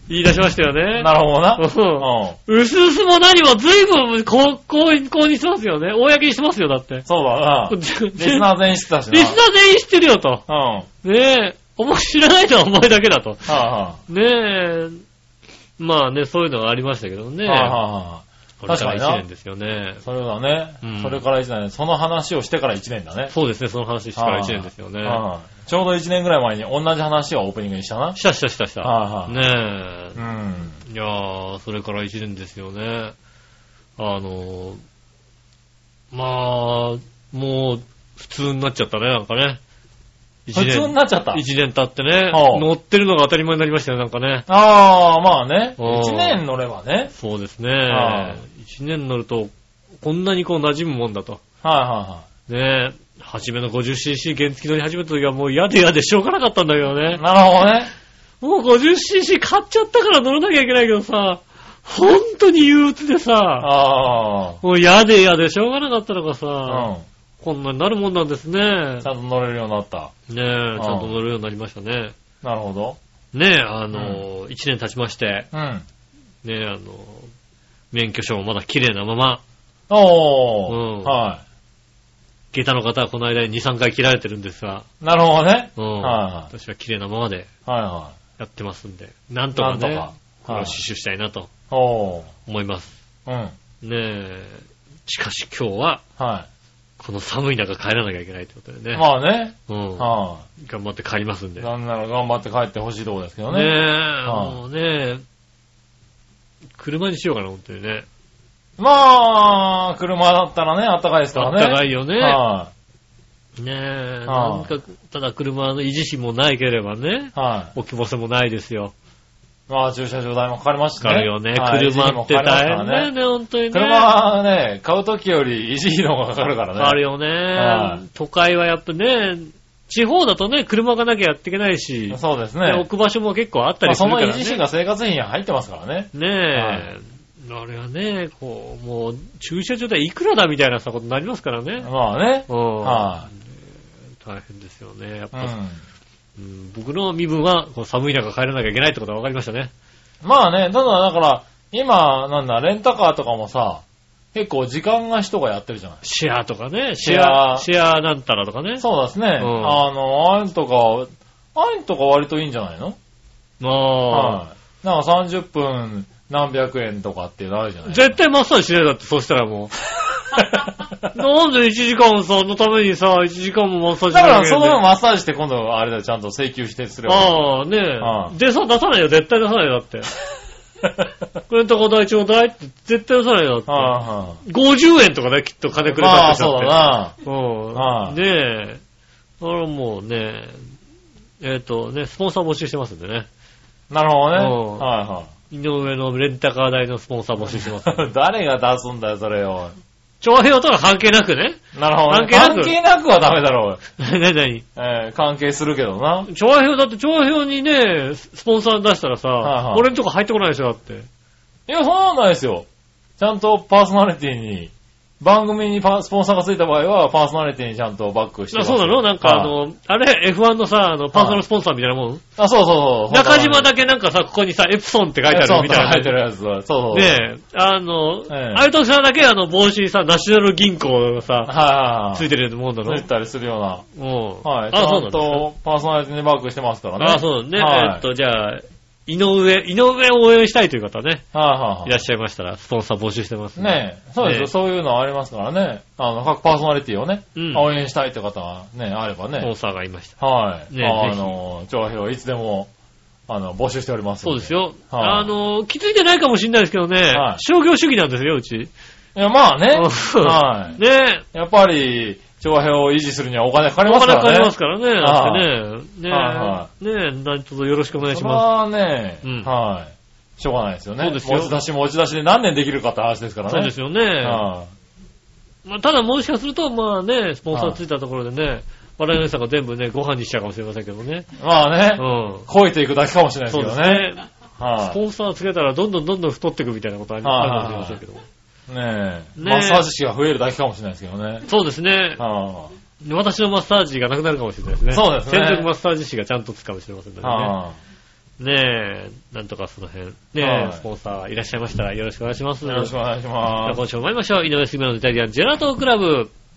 [SPEAKER 2] 言い出しましたよね。
[SPEAKER 3] なるほどな。
[SPEAKER 2] うん
[SPEAKER 3] うん。
[SPEAKER 2] 薄々も何も随分こう、こう、こうにしてますよね。公にしてますよ、だって。
[SPEAKER 3] そうだ
[SPEAKER 2] <laughs>
[SPEAKER 3] な。リ
[SPEAKER 2] 全
[SPEAKER 3] ス
[SPEAKER 2] 然
[SPEAKER 3] ナー全員知ってたしな。
[SPEAKER 2] リスナー全員知ってるよと。
[SPEAKER 3] うん。はい
[SPEAKER 2] ねえ、お前知らないのはお前だけだと。
[SPEAKER 3] は
[SPEAKER 2] ねえ、まあね、そういうのがありましたけど
[SPEAKER 3] い。
[SPEAKER 2] ね。
[SPEAKER 3] はいはいは
[SPEAKER 2] これから
[SPEAKER 3] 確かにな
[SPEAKER 2] 1年ですよね
[SPEAKER 3] い。。それだね
[SPEAKER 2] うん。
[SPEAKER 3] それから1年。その話をしてから1年だね。
[SPEAKER 2] そうですね、その話してから1年ですよね。
[SPEAKER 3] うんちょうど1年ぐらい前に同じ話をオープニングにしたな。
[SPEAKER 2] したしたしたした。
[SPEAKER 3] はいは
[SPEAKER 2] ね
[SPEAKER 3] い。うん。
[SPEAKER 2] え、いやー、それから1年ですよね。あのー、まあ、もう、普通になっちゃったね、なんかね。一
[SPEAKER 3] 普通になっちゃった。
[SPEAKER 2] 1年経ってね、
[SPEAKER 3] はあ
[SPEAKER 2] 乗ってるのが当たり前になりましたよ、なんかね。
[SPEAKER 3] ああ、まあね。
[SPEAKER 2] うん
[SPEAKER 3] 1年乗ればね。
[SPEAKER 2] そうです
[SPEAKER 3] は
[SPEAKER 2] ね
[SPEAKER 3] い。
[SPEAKER 2] 一年乗ると、こんなにこう馴染むもんだと。
[SPEAKER 3] はいは
[SPEAKER 2] ねえ、初めの 50cc 原付乗り始めた時はもう嫌で嫌でしょうがなかったんだけど
[SPEAKER 3] いは
[SPEAKER 2] ね
[SPEAKER 3] い。。なるほどね。
[SPEAKER 2] もう 50cc 買っちゃったから乗らなきゃいけないけどさ、本当に憂鬱でさ、
[SPEAKER 3] あ
[SPEAKER 2] もう嫌で嫌でしょうがなかったのがさ、
[SPEAKER 3] あ。うん。
[SPEAKER 2] こんなになるもんなんですね
[SPEAKER 3] ち。ゃんと乗れるようになった。
[SPEAKER 2] ねえ、ちゃんと乗るようになりましたね。
[SPEAKER 3] なるほど。
[SPEAKER 2] ねえ、あの、1年経ちまして、
[SPEAKER 3] うん。
[SPEAKER 2] ねえ、あの、免許証もまだ綺麗なまま、うん
[SPEAKER 3] おー。は
[SPEAKER 2] 下駄の方はこの間に2、3回切られてるんですが、
[SPEAKER 3] い。なるほどね。
[SPEAKER 2] うん
[SPEAKER 3] は
[SPEAKER 2] 私は綺麗なままで
[SPEAKER 3] いはい。は
[SPEAKER 2] やってますんで、なん
[SPEAKER 3] い
[SPEAKER 2] とか
[SPEAKER 3] はい。なんと
[SPEAKER 2] ね、
[SPEAKER 3] か。
[SPEAKER 2] これ
[SPEAKER 3] は
[SPEAKER 2] を
[SPEAKER 3] い。
[SPEAKER 2] 死守したいなと
[SPEAKER 3] おー。
[SPEAKER 2] 思います。
[SPEAKER 3] うん。
[SPEAKER 2] ねえ、しかし今日は、
[SPEAKER 3] は
[SPEAKER 2] この寒い中帰らなきゃいけないってことで
[SPEAKER 3] い。
[SPEAKER 2] ね。
[SPEAKER 3] まあね。
[SPEAKER 2] うん。
[SPEAKER 3] は
[SPEAKER 2] 頑張って帰りますん
[SPEAKER 3] い。
[SPEAKER 2] で。ね
[SPEAKER 3] なんなら頑張って帰ってほしいとこですけど
[SPEAKER 2] え、
[SPEAKER 3] ね。い
[SPEAKER 2] もうね車にしようかな、本当にね。
[SPEAKER 3] まあ、車だったらね、あったかいですか
[SPEAKER 2] あ
[SPEAKER 3] ら
[SPEAKER 2] っ
[SPEAKER 3] ね。
[SPEAKER 2] たかいよね。
[SPEAKER 3] は
[SPEAKER 2] ねえ、な
[SPEAKER 3] は
[SPEAKER 2] ん
[SPEAKER 3] い
[SPEAKER 2] か、ただ車の維持費もないければね、
[SPEAKER 3] い。はい。
[SPEAKER 2] 置きぼせもないですよ。
[SPEAKER 3] まあ、駐車場代もかかりますし
[SPEAKER 2] か
[SPEAKER 3] ね。
[SPEAKER 2] かるよね。
[SPEAKER 3] は
[SPEAKER 2] 車っ
[SPEAKER 3] い
[SPEAKER 2] て
[SPEAKER 3] 維持費もかか
[SPEAKER 2] 大
[SPEAKER 3] り
[SPEAKER 2] 変
[SPEAKER 3] ま
[SPEAKER 2] だ
[SPEAKER 3] すから
[SPEAKER 2] よね、本当にね。
[SPEAKER 3] 車はね、買うときより維持費の方がかかるからね。
[SPEAKER 2] あるよね、
[SPEAKER 3] はい
[SPEAKER 2] 都会はやっぱね、地方だとね、車がなきゃやっていけないし、
[SPEAKER 3] そうです
[SPEAKER 2] で
[SPEAKER 3] ね
[SPEAKER 2] 置。く場所も結構あった
[SPEAKER 3] まあ
[SPEAKER 2] りす
[SPEAKER 3] そ
[SPEAKER 2] るか
[SPEAKER 3] の
[SPEAKER 2] ら
[SPEAKER 3] 維
[SPEAKER 2] ね。
[SPEAKER 3] 持費が生活費に入ってますからね。
[SPEAKER 2] ねえ、あれはね、こう、もう、駐車場代いくらだみたいなさことになりますからね。
[SPEAKER 3] まあね。
[SPEAKER 2] うん
[SPEAKER 3] は
[SPEAKER 2] 大変ですよね。やっ
[SPEAKER 3] い。う
[SPEAKER 2] ぱ、
[SPEAKER 3] ん。
[SPEAKER 2] うん僕の身分はこう寒い中帰らなきゃいけないってことが分かりましたね。
[SPEAKER 3] まあね、ただだから、今、なんだ、レンタカーとかもさ、結構時間貸しとかやってるじゃない。
[SPEAKER 2] シェアとかね、シ
[SPEAKER 3] シェ
[SPEAKER 2] ェア、
[SPEAKER 3] ア
[SPEAKER 2] シェアなんたらとかね。
[SPEAKER 3] そうですね。あの、ああいうのとか、ああいうのとか割といいんじゃないの
[SPEAKER 2] まあ、
[SPEAKER 3] はい。なんか30分何百円とかっていうのあるじゃない
[SPEAKER 2] 絶対マッサージしないだって、そうしたらもう。
[SPEAKER 3] <laughs>
[SPEAKER 2] なんで1時間さ、のためにさ、1時間もマッサージ
[SPEAKER 3] だから
[SPEAKER 2] しなきゃいけないん
[SPEAKER 3] その
[SPEAKER 2] だ
[SPEAKER 3] 分
[SPEAKER 2] よ
[SPEAKER 3] マッサージして今度あれだよ、ちゃんと請求してすれば。
[SPEAKER 2] ああ、ねえ。
[SPEAKER 3] ああ
[SPEAKER 2] でさ、出さないよ、絶対出さないよ、だ
[SPEAKER 3] <laughs>
[SPEAKER 2] って。これとこ大ちょうだいって、絶対出さないよ、だって。
[SPEAKER 3] ああ
[SPEAKER 2] 50円とかね、きっと金くれたっ
[SPEAKER 3] まあ、
[SPEAKER 2] てだ
[SPEAKER 3] そ
[SPEAKER 2] っ
[SPEAKER 3] う
[SPEAKER 2] て。
[SPEAKER 3] だな。あ
[SPEAKER 2] う
[SPEAKER 3] あ
[SPEAKER 2] ん。ねえ。あれもうね、えっ、とね、スポンサー募集してますんでね。
[SPEAKER 3] なるほどね。
[SPEAKER 2] うん
[SPEAKER 3] は
[SPEAKER 2] 井上のレンタカー代のスポンサー募集して
[SPEAKER 3] <laughs>
[SPEAKER 2] ます
[SPEAKER 3] い。はい。誰が出すんだよ、それを。
[SPEAKER 2] 長編とは関係なくね。 <laughs>
[SPEAKER 3] なるほどね。
[SPEAKER 2] 関係なく
[SPEAKER 3] 関係なくはダメだろう。
[SPEAKER 2] 何何
[SPEAKER 3] えー関係するけどな。
[SPEAKER 2] 長編だって長編にね、スポンサー出したらさ、
[SPEAKER 3] はいはい
[SPEAKER 2] 俺んとこ入ってこないでしょ、だって。
[SPEAKER 3] いや、そうなんないですよ。ちゃんとパーソナリティに、番組にパスポンサーがついた場合は、パーソナリティにちゃんとバックして
[SPEAKER 2] あ
[SPEAKER 3] ます
[SPEAKER 2] そ
[SPEAKER 3] よ。
[SPEAKER 2] うなのなんかあ
[SPEAKER 3] はい、
[SPEAKER 2] の、あれ、F1 のさ、あの、パーソナルスポンサーみたいなもん
[SPEAKER 3] あ、そうそうそう。
[SPEAKER 2] 中島だけなんかさ、ここにさ、エプソンって書いてあるみたいな。
[SPEAKER 3] 書いてあるやつは。そうそう。
[SPEAKER 2] ねえ、あの、
[SPEAKER 3] ええ
[SPEAKER 2] あれとさんだけあの、帽子にさ、ナショナル銀行がさ、
[SPEAKER 3] はいはいはい。
[SPEAKER 2] ついてるもんだろ。う
[SPEAKER 3] ついてたりするような。
[SPEAKER 2] ん。
[SPEAKER 3] はい。ち
[SPEAKER 2] あ、そ
[SPEAKER 3] ゃ
[SPEAKER 2] うなん
[SPEAKER 3] ん
[SPEAKER 2] だ。
[SPEAKER 3] とパーソナリティにバックしてますからね。
[SPEAKER 2] あ、そうなんだね。
[SPEAKER 3] はい
[SPEAKER 2] えっと、じゃあ、井上、井上を応援したいという方ね、
[SPEAKER 3] はいはいはい
[SPEAKER 2] いらっしゃいましたら、スポンサー募集してますんで。
[SPEAKER 3] ねえ、そうです
[SPEAKER 2] ね
[SPEAKER 3] よ、そういうのはありますからね。あの、各パーソナリティをね、
[SPEAKER 2] うん
[SPEAKER 3] 応援したいって方がね、あれば
[SPEAKER 2] スポン
[SPEAKER 3] ね、
[SPEAKER 2] サーがいました。
[SPEAKER 3] はい。
[SPEAKER 2] ねえ
[SPEAKER 3] あの、調和表いつでも、あの、募集しております。
[SPEAKER 2] そうです。よ。
[SPEAKER 3] はい
[SPEAKER 2] あの、気づいてないかもしれないですけどね
[SPEAKER 3] は、い
[SPEAKER 2] 商業主義なんですよ、うち。
[SPEAKER 3] いや、まあね。
[SPEAKER 2] うん
[SPEAKER 3] は
[SPEAKER 2] <laughs>
[SPEAKER 3] い。
[SPEAKER 2] ね
[SPEAKER 3] やっぱり、長編を維持するにはお金かかり
[SPEAKER 2] お
[SPEAKER 3] ますか
[SPEAKER 2] 金かか
[SPEAKER 3] らね。
[SPEAKER 2] りますからね。だってね。
[SPEAKER 3] はいは
[SPEAKER 2] ねえ。ねえ、何卒よろしくお願いし
[SPEAKER 3] それ
[SPEAKER 2] ま
[SPEAKER 3] はね、
[SPEAKER 2] うん
[SPEAKER 3] はい。しょうがないですよね。
[SPEAKER 2] そうですよ
[SPEAKER 3] 持ち出しも持ち出しで何年できるかって話ですか
[SPEAKER 2] す。そ
[SPEAKER 3] らね。
[SPEAKER 2] うです
[SPEAKER 3] よ。
[SPEAKER 2] よね。まあ、ただもしかすると、まあね、スポンサーついたところでね、笑いの人が全部ね、ご飯にしちゃうかもしれませんけどね。
[SPEAKER 3] まあね
[SPEAKER 2] う、ん。
[SPEAKER 3] こいていくだけかもしれないで
[SPEAKER 2] そ
[SPEAKER 3] す
[SPEAKER 2] う
[SPEAKER 3] け
[SPEAKER 2] で
[SPEAKER 3] ど
[SPEAKER 2] す
[SPEAKER 3] ね。
[SPEAKER 2] ね。ス
[SPEAKER 3] は
[SPEAKER 2] ポンサーつけたらどんどんどんどん太っていくみたいなことは
[SPEAKER 3] はい
[SPEAKER 2] あるかもしれませんけども。
[SPEAKER 3] い。ねえ。
[SPEAKER 2] ねえ
[SPEAKER 3] マッサージ師が増えるだけかもしれないですけどね。
[SPEAKER 2] そうですね。
[SPEAKER 3] は
[SPEAKER 2] 私のマッサージがなくなるかもしれないですね。
[SPEAKER 3] そうですね
[SPEAKER 2] 専属マッサージ師がちゃんとつくかもしれませんので
[SPEAKER 3] い。
[SPEAKER 2] ね。
[SPEAKER 3] は
[SPEAKER 2] ねえ、なんとかその辺、ねえ、
[SPEAKER 3] はい
[SPEAKER 2] スポンサーいらっしゃいましたらよろしくお願いします。
[SPEAKER 3] い。よろしくお願いし
[SPEAKER 2] じゃあ
[SPEAKER 3] ます。
[SPEAKER 2] 今週も参りましょう。井上杉村のイタリアンジェラートクラブ。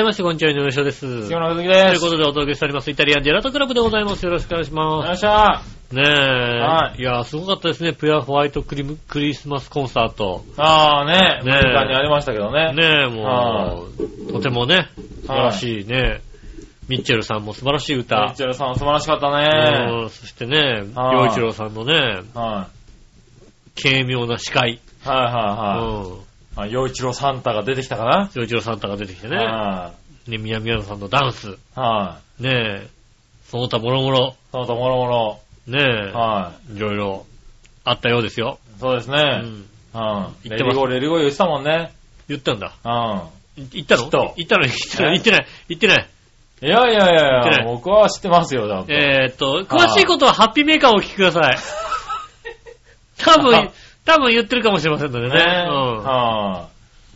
[SPEAKER 2] いました。こんにちは、井上翔です。
[SPEAKER 3] 杉
[SPEAKER 2] と
[SPEAKER 3] 村和樹で
[SPEAKER 2] いうこ
[SPEAKER 3] す。
[SPEAKER 2] とでお届けしております、イタリアンジェラートクラブでございます。よろしくお願いし
[SPEAKER 3] よ
[SPEAKER 2] ま
[SPEAKER 3] っしゃ
[SPEAKER 2] す。ねえ。。
[SPEAKER 3] はい
[SPEAKER 2] やー、すごかったですね。プヤホワイトクリムクリスマスコンサート。
[SPEAKER 3] ああね、
[SPEAKER 2] ねえ
[SPEAKER 3] 時間にありましたけどね。
[SPEAKER 2] ねえ、も
[SPEAKER 3] は
[SPEAKER 2] う、とてもね、素晴らしいね。ミッチェルさんも素晴らしい
[SPEAKER 3] ミッ
[SPEAKER 2] 歌。
[SPEAKER 3] チェルさんは素晴らしかったね。
[SPEAKER 2] うんそしてね、
[SPEAKER 3] はい
[SPEAKER 2] 洋一郎さんのね、
[SPEAKER 3] は
[SPEAKER 2] 軽妙な司会。
[SPEAKER 3] い。はい
[SPEAKER 2] うん
[SPEAKER 3] はいはい。あ、洋一郎サンタが出てきたかな
[SPEAKER 2] 洋一郎さんとか出てきてね。
[SPEAKER 3] は
[SPEAKER 2] で、宮宮野さんのダンス。
[SPEAKER 3] い。はい。
[SPEAKER 2] ねえ、その他もろもろ。
[SPEAKER 3] その他もろも
[SPEAKER 2] ね
[SPEAKER 3] ろ。は
[SPEAKER 2] え、いろいろあったようですよ。
[SPEAKER 3] い。そうです
[SPEAKER 2] う
[SPEAKER 3] ね。
[SPEAKER 2] ん。
[SPEAKER 3] うん。
[SPEAKER 2] 言
[SPEAKER 3] レ
[SPEAKER 2] って
[SPEAKER 3] リ
[SPEAKER 2] ます
[SPEAKER 3] ゴー、レリゴー言ってたもんね。
[SPEAKER 2] 言ったんだ。
[SPEAKER 3] うん。
[SPEAKER 2] い言ったの
[SPEAKER 3] きっと
[SPEAKER 2] 言ったの言ったの
[SPEAKER 3] え
[SPEAKER 2] 言ってない。言ってない。
[SPEAKER 3] いやいやい
[SPEAKER 2] 言って
[SPEAKER 3] やい
[SPEAKER 2] な
[SPEAKER 3] や、
[SPEAKER 2] い
[SPEAKER 3] 僕は知ってますよ、だって。
[SPEAKER 2] えーっと、詳しいことはハッピーメーカーをお聞きくださ
[SPEAKER 3] <laughs>
[SPEAKER 2] い。多分、多分言ってるかもしれませんのでね。
[SPEAKER 3] ねは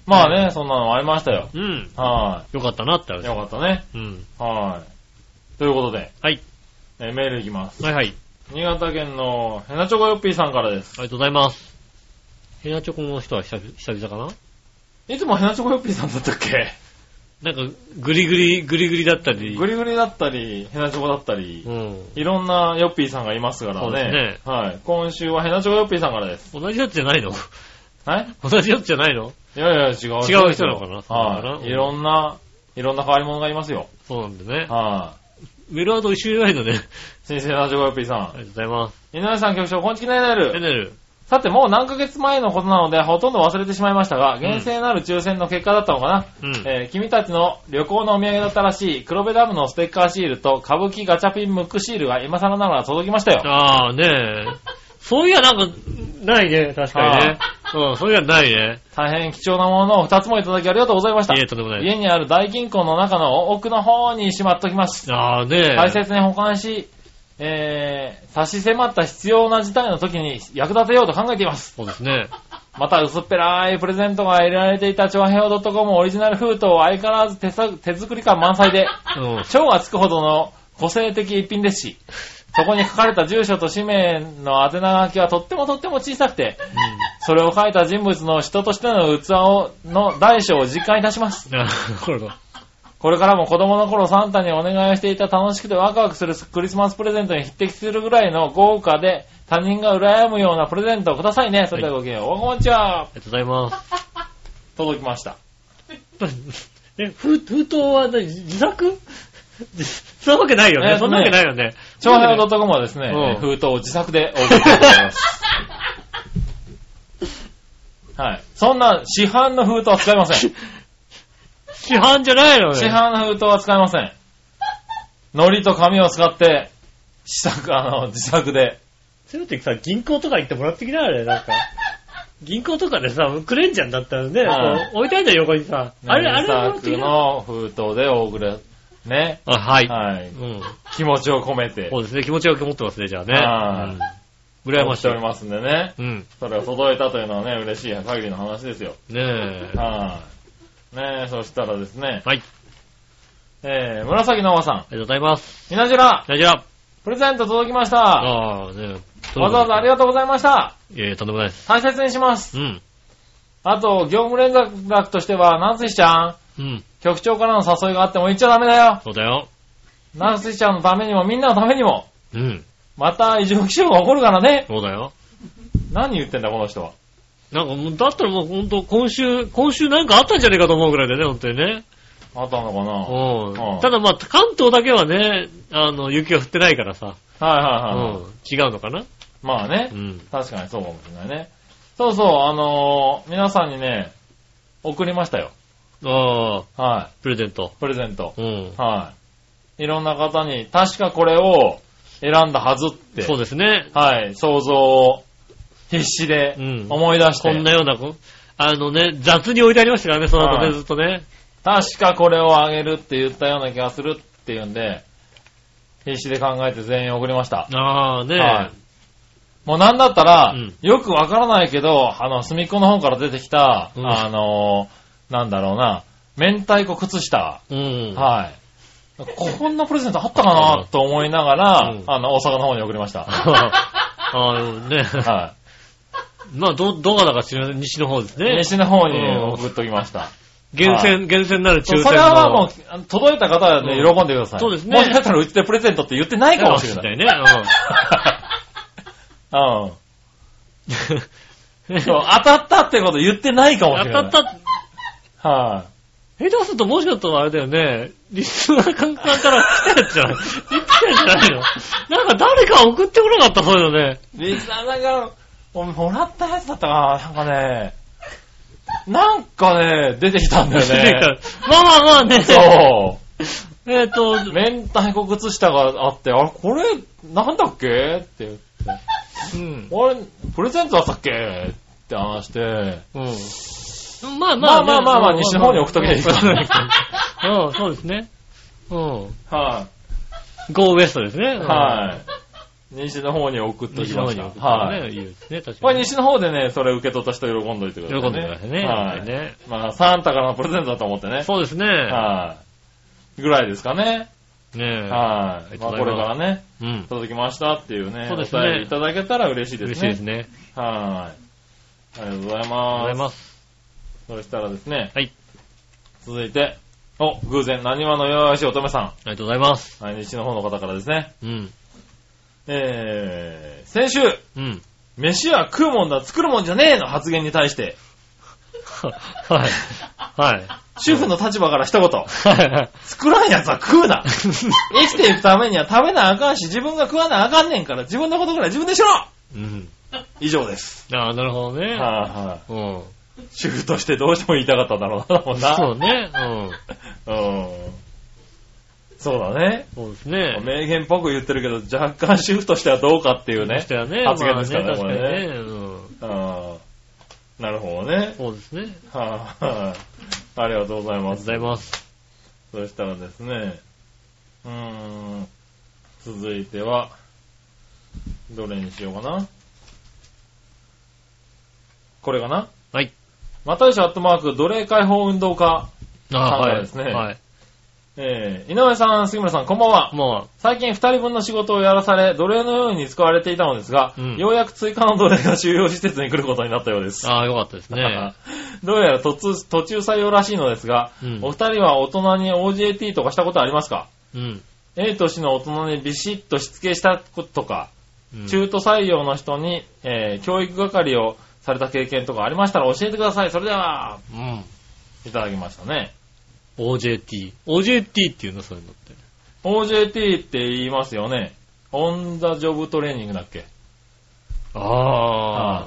[SPEAKER 3] い。まあね、そんなのありましたよ。
[SPEAKER 2] うん。うん。
[SPEAKER 3] は
[SPEAKER 2] よかったなって
[SPEAKER 3] い。
[SPEAKER 2] 話。
[SPEAKER 3] よかったね。
[SPEAKER 2] うん。
[SPEAKER 3] はい。ということで、
[SPEAKER 2] はい。
[SPEAKER 3] えメールいきます。
[SPEAKER 2] はいはい。あり
[SPEAKER 3] 新潟県のヘナチョコヨッピーさんからです。
[SPEAKER 2] がとうございます。ヘナチョコの人は久々久々か
[SPEAKER 3] いつもヘナチョコヨッピーさんだったっけ
[SPEAKER 2] ななんか、グリグリ、グリグリだったり。
[SPEAKER 3] グリグリだったり、ヘナチョコだったり
[SPEAKER 2] う、ん。
[SPEAKER 3] いろんなヨッピーさんがいますからね。
[SPEAKER 2] そうです
[SPEAKER 3] はい。今週はヘナチョコヨッピーさんからです。
[SPEAKER 2] 同じやつじゃないの <laughs>
[SPEAKER 3] はい
[SPEAKER 2] 同じやつじゃないの
[SPEAKER 3] いやいや、違う人ですよ。
[SPEAKER 2] 違う人なのかなそうなのかな
[SPEAKER 3] はい。いろんな、いろんな変わり者がいますよ。
[SPEAKER 2] そうなんでね。
[SPEAKER 3] は
[SPEAKER 2] メールアド一緒じゃないのね。
[SPEAKER 3] い。先生、ラジオヨッピーさ
[SPEAKER 2] ありが
[SPEAKER 3] ん。
[SPEAKER 2] とうございます。
[SPEAKER 3] 井上さん局長、こんちきねえな
[SPEAKER 2] エネ
[SPEAKER 3] る。
[SPEAKER 2] ル。
[SPEAKER 3] さて、もう何ヶ月前のことなので、ほとんど忘れてしまいましたが、
[SPEAKER 2] ん
[SPEAKER 3] 厳正なる抽選の結果だったのかな。
[SPEAKER 2] うん。
[SPEAKER 3] えー君たちの旅行のお土産だったらしい、黒部ダムのステッカーシールと歌舞伎ガチャピンムックシールが今更ながら届きましたよ。
[SPEAKER 2] ああ、ねえ。そういや、なんか、ないね、確かにね。うん、そういや、ないね。
[SPEAKER 3] 大変貴重なものを2つもいただきありがとうございました
[SPEAKER 2] い。え、とんでもないで
[SPEAKER 3] 家にある大銀行の中の奥の方にしまっときます。
[SPEAKER 2] す。ああ、ねえ。
[SPEAKER 3] 大切に保管し、えー、差し迫った必要な事態の時に役立てようと考えています。
[SPEAKER 2] そうです <laughs> ね。
[SPEAKER 3] また、薄っぺらいプレゼントが入れられていた長平洋 .com オリジナル封筒を相変わらず手さ手作り感満載で、
[SPEAKER 2] うん。
[SPEAKER 3] 蝶がつくほどの個性的一品ですし、そこに書かれた住所と氏名の宛名書きはとってもとっても小さくて、それを書いた人物の人としての器を、の大小を実感いたします。
[SPEAKER 2] なるほど。
[SPEAKER 3] これからも子供の頃サンタにお願いをしていた楽しくてワクワクするクリスマスプレゼントに匹敵するぐらいの豪華で他人が羨むようなプレゼントをくださいね。それではごきげんよう。おこんにちは
[SPEAKER 2] あ。りがとうございます。
[SPEAKER 3] 届きました。
[SPEAKER 2] え、封封筒は何自作自 <laughs> そんなわけないよ
[SPEAKER 3] えっと
[SPEAKER 2] ね。そ
[SPEAKER 3] ね
[SPEAKER 2] んなわけないよね。
[SPEAKER 3] 長編のとこもですね、
[SPEAKER 2] うん
[SPEAKER 3] えー封筒を自作でお送りしており
[SPEAKER 2] <laughs>
[SPEAKER 3] ます。はい。そんな市販の封筒は使いません。
[SPEAKER 2] 市販じゃないのね。
[SPEAKER 3] 市。販の封筒は使いません。糊と紙を使って、試作、あの、自作で。
[SPEAKER 2] せめてさ、銀行とか行ってもらってきなあれ、なんか。銀行とかでさ、くれんじゃんだったらね、
[SPEAKER 3] はい
[SPEAKER 2] こう置いてあるじゃん、横にさ。あれ、あれ、
[SPEAKER 3] 自作の封筒でお送り、ね。
[SPEAKER 2] あ、はい。
[SPEAKER 3] はい。
[SPEAKER 2] うん。
[SPEAKER 3] 気持ちを込めて
[SPEAKER 2] そ、うですね、気持ちよく持ってますね、じゃあね。
[SPEAKER 3] は
[SPEAKER 2] うん。羨
[SPEAKER 3] や
[SPEAKER 2] ま
[SPEAKER 3] ま
[SPEAKER 2] し
[SPEAKER 3] し
[SPEAKER 2] い
[SPEAKER 3] てお。りますんでね。
[SPEAKER 2] うん。
[SPEAKER 3] それが届いたというのはね、嬉しい限りの話ですよ。
[SPEAKER 2] ねえ。
[SPEAKER 3] はい。ねえ、そしたらですね、
[SPEAKER 2] はい。
[SPEAKER 3] えー、紫のおばさん、
[SPEAKER 2] ありがとうございます。
[SPEAKER 3] みなじら、
[SPEAKER 2] 大丈夫。
[SPEAKER 3] プレゼント届きました。
[SPEAKER 2] ああ、ねえ。
[SPEAKER 3] わざわざありがとうございました。
[SPEAKER 2] いえいえ、とんでもないです。
[SPEAKER 3] 大切にします。
[SPEAKER 2] うん。
[SPEAKER 3] あと、業務連絡としては、なつしちゃん、
[SPEAKER 2] うん。
[SPEAKER 3] 局長からの誘いがあっても言っちゃダメだよ。
[SPEAKER 2] そうだよ。
[SPEAKER 3] なつしちゃんのためにも、みんなのためにも、
[SPEAKER 2] うん。
[SPEAKER 3] また異常気象が起こるからね。
[SPEAKER 2] そうだよ。
[SPEAKER 3] 何言ってんだ、この人は。
[SPEAKER 2] なんかもう、だったらもう本当今週、今週なんかあったんじゃねえかと思うぐらいだよね、本当にね。
[SPEAKER 3] あったのかなはい
[SPEAKER 2] うん
[SPEAKER 3] うん
[SPEAKER 2] ただまあ、関東だけはね、あの、雪が降ってないからさ、う
[SPEAKER 3] はいはい。
[SPEAKER 2] ん、違うのかな
[SPEAKER 3] まあね
[SPEAKER 2] う、ん。
[SPEAKER 3] 確かにそうかもしれないね。そうそう、あのー皆さんにね、送りましたよ。
[SPEAKER 2] ああ、
[SPEAKER 3] は
[SPEAKER 2] プレゼント。
[SPEAKER 3] い。プレゼント。
[SPEAKER 2] うん。
[SPEAKER 3] はい。いろんな方に、確かこれを選んだはずって、
[SPEAKER 2] そうですね。
[SPEAKER 3] はい、想像を必死で
[SPEAKER 2] うん
[SPEAKER 3] 思い出して、
[SPEAKER 2] こんなようなこ、あのね、雑に置いてありましたからね、その後
[SPEAKER 3] は
[SPEAKER 2] ね、
[SPEAKER 3] い
[SPEAKER 2] ずっとね。
[SPEAKER 3] 確かこれをあげるって言ったような気がするっていうんで、必死で考えて全員送りました。
[SPEAKER 2] ああ、ね、
[SPEAKER 3] はいもうなんだったら、
[SPEAKER 2] うん
[SPEAKER 3] よくわからないけど、あの、隅っこの方から出てきた、
[SPEAKER 2] うん
[SPEAKER 3] あのーなんだろうな、明太子靴下。
[SPEAKER 2] うん。
[SPEAKER 3] はい。こんなプレゼントあったかなと思いながら、
[SPEAKER 2] うん
[SPEAKER 3] あの、大阪の方に送りました。は
[SPEAKER 2] <laughs> あのね、
[SPEAKER 3] い。
[SPEAKER 2] まあ、ど、どうかだか知りません。西の方ですね。
[SPEAKER 3] 西の方に
[SPEAKER 2] うん
[SPEAKER 3] 送っときました。
[SPEAKER 2] 厳選、厳選なる抽選
[SPEAKER 3] そう
[SPEAKER 2] の。
[SPEAKER 3] それはまあもうあの、届いた方はね、
[SPEAKER 2] うん
[SPEAKER 3] 喜んでください。
[SPEAKER 2] そうですね
[SPEAKER 3] もしかしたらうちでプレゼントって言ってないかもしれない。
[SPEAKER 2] いね。
[SPEAKER 3] うん。
[SPEAKER 2] うん <laughs>
[SPEAKER 3] そう当たったってこと言ってないかも
[SPEAKER 2] 当
[SPEAKER 3] しれな
[SPEAKER 2] た
[SPEAKER 3] い。
[SPEAKER 2] ったっ、
[SPEAKER 3] た。はい。
[SPEAKER 2] 下手するともしかしたらあれだよね、リスナーカンカンから来たやつじゃない言ってたやつじゃないのなんか誰か送ってこなかった、そういうのね。
[SPEAKER 3] リスナーさんから、おもらったやつだったかな、なんかね、なんかね、出てきたんだよね。
[SPEAKER 2] まあまあまあね。
[SPEAKER 3] そ
[SPEAKER 2] えっと、
[SPEAKER 3] う。明太子靴下があって、あれ、これ、なんだっけって言って、
[SPEAKER 2] うん。
[SPEAKER 3] あれ、プレゼントだったっけって話して、
[SPEAKER 2] うん。まあま
[SPEAKER 3] ま
[SPEAKER 2] あ
[SPEAKER 3] あまあまあまあ、西の方に置くときはいいか
[SPEAKER 2] う
[SPEAKER 3] ら
[SPEAKER 2] ん <laughs> うん、そうですね。うん。
[SPEAKER 3] は
[SPEAKER 2] ゴーウエストですね。
[SPEAKER 3] い。
[SPEAKER 2] うん
[SPEAKER 3] はい。西の方に送っとき
[SPEAKER 2] 西の
[SPEAKER 3] ま
[SPEAKER 2] 方
[SPEAKER 3] し
[SPEAKER 2] に
[SPEAKER 3] た。
[SPEAKER 2] 置くと
[SPEAKER 3] は
[SPEAKER 2] ね、
[SPEAKER 3] い。
[SPEAKER 2] いいですね、確
[SPEAKER 3] こ
[SPEAKER 2] か
[SPEAKER 3] れ
[SPEAKER 2] に。
[SPEAKER 3] 西の方でね、それ受け取った人喜んどいてください。
[SPEAKER 2] 喜んでくださいね。
[SPEAKER 3] はい。
[SPEAKER 2] ね
[SPEAKER 3] まあ、サンタからのプレゼントだと思ってね。
[SPEAKER 2] そうですね。
[SPEAKER 3] はい。ぐらいですかね。
[SPEAKER 2] ねえ。
[SPEAKER 3] はい。まあ、これからね、
[SPEAKER 2] うん。
[SPEAKER 3] 届きましたっていうね、
[SPEAKER 2] そう
[SPEAKER 3] お
[SPEAKER 2] ですね
[SPEAKER 3] 便りいただけたら嬉しいで
[SPEAKER 2] 嬉
[SPEAKER 3] すね。
[SPEAKER 2] しいですね。
[SPEAKER 3] はい。ありがとうござい
[SPEAKER 2] ありがとうご
[SPEAKER 3] ま
[SPEAKER 2] ざ
[SPEAKER 3] す
[SPEAKER 2] い。ます。
[SPEAKER 3] そしたらですね、
[SPEAKER 2] はい。
[SPEAKER 3] 続いて、お、偶然、何話の弱々しい乙女さ
[SPEAKER 2] ありがとうございます。
[SPEAKER 3] ん。はい、西の方の方からですね。
[SPEAKER 2] うん。
[SPEAKER 3] えー、先週、
[SPEAKER 2] うん。
[SPEAKER 3] 飯は食うもんだ、作るもんじゃねえの発言に対して、
[SPEAKER 2] はい。はい。
[SPEAKER 3] 主婦の立場から一言。
[SPEAKER 2] はい。
[SPEAKER 3] 作らんやつは食うな生きていくためには食べなあかんし、自分が食わなあかんねんから、自分のことぐらい自分でしろ
[SPEAKER 2] <laughs> うん。
[SPEAKER 3] 以上です。
[SPEAKER 2] ああ、なるほどね。
[SPEAKER 3] はいは
[SPEAKER 2] うん。
[SPEAKER 3] い。主婦としてどうしても言いたかったんだろうな、もんな。
[SPEAKER 2] そうね。うん。
[SPEAKER 3] うん。そうだね。
[SPEAKER 2] そうですね。
[SPEAKER 3] <laughs> 名言っぽく言ってるけど、若干主婦としてはどうかっていう
[SPEAKER 2] そ
[SPEAKER 3] ね
[SPEAKER 2] し。たらね、
[SPEAKER 3] 発言ですからね
[SPEAKER 2] まあ
[SPEAKER 3] こ
[SPEAKER 2] 確か
[SPEAKER 3] れ
[SPEAKER 2] にね。うん。
[SPEAKER 3] うん。なるほどね。
[SPEAKER 2] そうですね。あり
[SPEAKER 3] はいはい。ありがとうござい
[SPEAKER 2] がとう
[SPEAKER 3] ま
[SPEAKER 2] ご
[SPEAKER 3] す。
[SPEAKER 2] ざいます。
[SPEAKER 3] そしたらですね、うーん、続いては、どれにしようかな。これかな
[SPEAKER 2] はい。
[SPEAKER 3] またよしアットマーク、奴隷解放運動家。
[SPEAKER 2] あ
[SPEAKER 3] そ
[SPEAKER 2] ー
[SPEAKER 3] う
[SPEAKER 2] はい。
[SPEAKER 3] ですね
[SPEAKER 2] はい。
[SPEAKER 3] えー、井上さん、杉村さん、こんばんは。
[SPEAKER 2] ま
[SPEAKER 3] 最近二人分の仕事をやらされ、奴隷のように使われていたのですが、
[SPEAKER 2] うん
[SPEAKER 3] ようやく追加の奴隷が収容施設に来ることになったようです
[SPEAKER 2] あ、。ああ、よかったですね。
[SPEAKER 3] <laughs> どうやら途中途中採用らしいのですが、
[SPEAKER 2] うん
[SPEAKER 3] お二人は大人に OJT とかしたことありますか
[SPEAKER 2] うん。
[SPEAKER 3] A 年の大人にビシッとしつけしたこととか、
[SPEAKER 2] うん
[SPEAKER 3] 中途採用の人に、えー教育係をされた経験とかありましたら教えてください。それでは、
[SPEAKER 2] うん。
[SPEAKER 3] いただきましたね。
[SPEAKER 2] OJT。OJT っていうの、そういうのって。
[SPEAKER 3] OJT って言いますよね。オンザジョブトレーニングだっけ
[SPEAKER 2] ああ。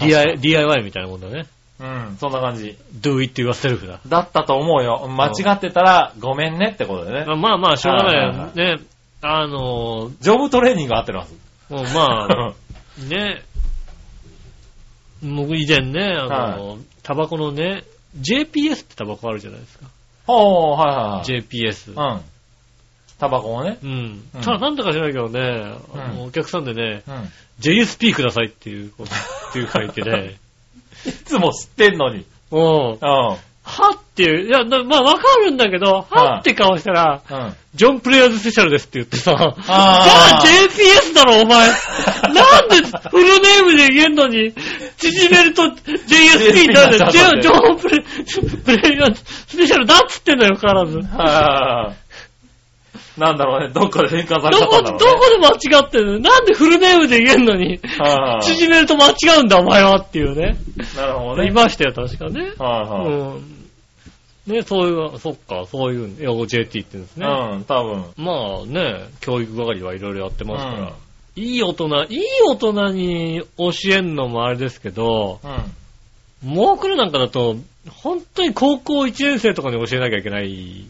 [SPEAKER 3] 確か
[SPEAKER 2] DI DIY みたいなもんだね。
[SPEAKER 3] うん、そんな感じ。
[SPEAKER 2] do it yourself だ。
[SPEAKER 3] だったと思うよ。間違ってたら、ごめんねってことでね。
[SPEAKER 2] まあまあ、しょうがな
[SPEAKER 3] はい
[SPEAKER 2] よね。あのー、
[SPEAKER 3] ジョブトレーニング合ってます。
[SPEAKER 2] もう <laughs> まあ、ね、僕以前ね、あの、タバコのね、JPS ってタバコあるじゃないですか。
[SPEAKER 3] <laughs> ほう、はいはいはい。
[SPEAKER 2] JPS。
[SPEAKER 3] うん。タバコをね。
[SPEAKER 2] うん。
[SPEAKER 3] うん
[SPEAKER 2] ただなんだか知らないけどね、あの
[SPEAKER 3] うん
[SPEAKER 2] お客さんでね、
[SPEAKER 3] うん。い
[SPEAKER 2] JSP くださいっていう、 <laughs> こうっていう書いて <laughs> ね、
[SPEAKER 3] つも知ってんのに。
[SPEAKER 2] もう、
[SPEAKER 3] うん。 <laughs> う
[SPEAKER 2] はっていう、いや、なまあわかるんだけど、
[SPEAKER 3] はい
[SPEAKER 2] はって顔したら、
[SPEAKER 3] ん。
[SPEAKER 2] ジョン・プレイヤーズ・スペシャルですって言ってさ、じゃあ
[SPEAKER 3] あー
[SPEAKER 2] JPS だろお
[SPEAKER 3] <laughs>
[SPEAKER 2] 前なんでフルネームで言えんのに、縮めると JSP になるんだよ。ジョン・ジョンプレプレイヤーズ・スペシャルだっつってんだよ、必ず。
[SPEAKER 3] はいはいはいはい。なんだろうね、どっかで変換されちゃ
[SPEAKER 2] ど
[SPEAKER 3] った
[SPEAKER 2] こ、
[SPEAKER 3] んだろう
[SPEAKER 2] ど
[SPEAKER 3] ね。
[SPEAKER 2] こで間違ってんのなんでフルネームで言えんのに、
[SPEAKER 3] はいはい
[SPEAKER 2] 縮めると間違うんだお前はっていうね。
[SPEAKER 3] なるほど
[SPEAKER 2] い
[SPEAKER 3] ね。
[SPEAKER 2] ましたよ、確かね。
[SPEAKER 3] はいはい。
[SPEAKER 2] うん。ね、そういう、そっか、そういう、英語 JT って言うんですね。
[SPEAKER 3] うん、多分。
[SPEAKER 2] まあね、教育係はいろいろやってますから、
[SPEAKER 3] うん
[SPEAKER 2] いい大人、いい大人に教えんのもあれですけど、
[SPEAKER 3] うん。
[SPEAKER 2] もう来るなんかだと、本当に高校1年生とかに教えなきゃいけない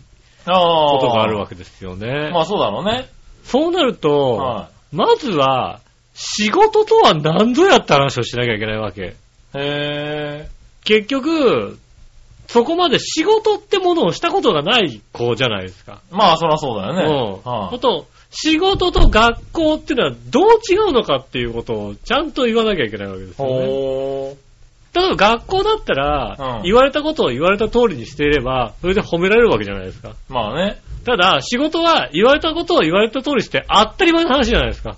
[SPEAKER 3] あ
[SPEAKER 2] ことがあるわ
[SPEAKER 3] け。
[SPEAKER 2] けですよね。
[SPEAKER 3] まあそうだろうね。
[SPEAKER 2] そうなると、
[SPEAKER 3] は
[SPEAKER 2] まずは、仕事とは何ぞやって話をしなきゃいけないわけ。
[SPEAKER 3] い。へ
[SPEAKER 2] 結局、そこまで仕事ってものをしたことがない子じゃないですか。
[SPEAKER 3] ぇー。まあそりゃそうだよね。
[SPEAKER 2] うん。
[SPEAKER 3] は
[SPEAKER 2] あ
[SPEAKER 3] い
[SPEAKER 2] と、仕事と学校ってのはどう違うのかっていうことをちゃんと言わなきゃいけないわけですよね。
[SPEAKER 3] ほ
[SPEAKER 2] 例えば学校だったら
[SPEAKER 3] う、ん
[SPEAKER 2] 言われたことを言われた通りにしていれば、それで褒められるわけじゃないですか。
[SPEAKER 3] ー。まあね。
[SPEAKER 2] ただ、仕事は言われたことを言われた通りして当たり前の話じゃないですか。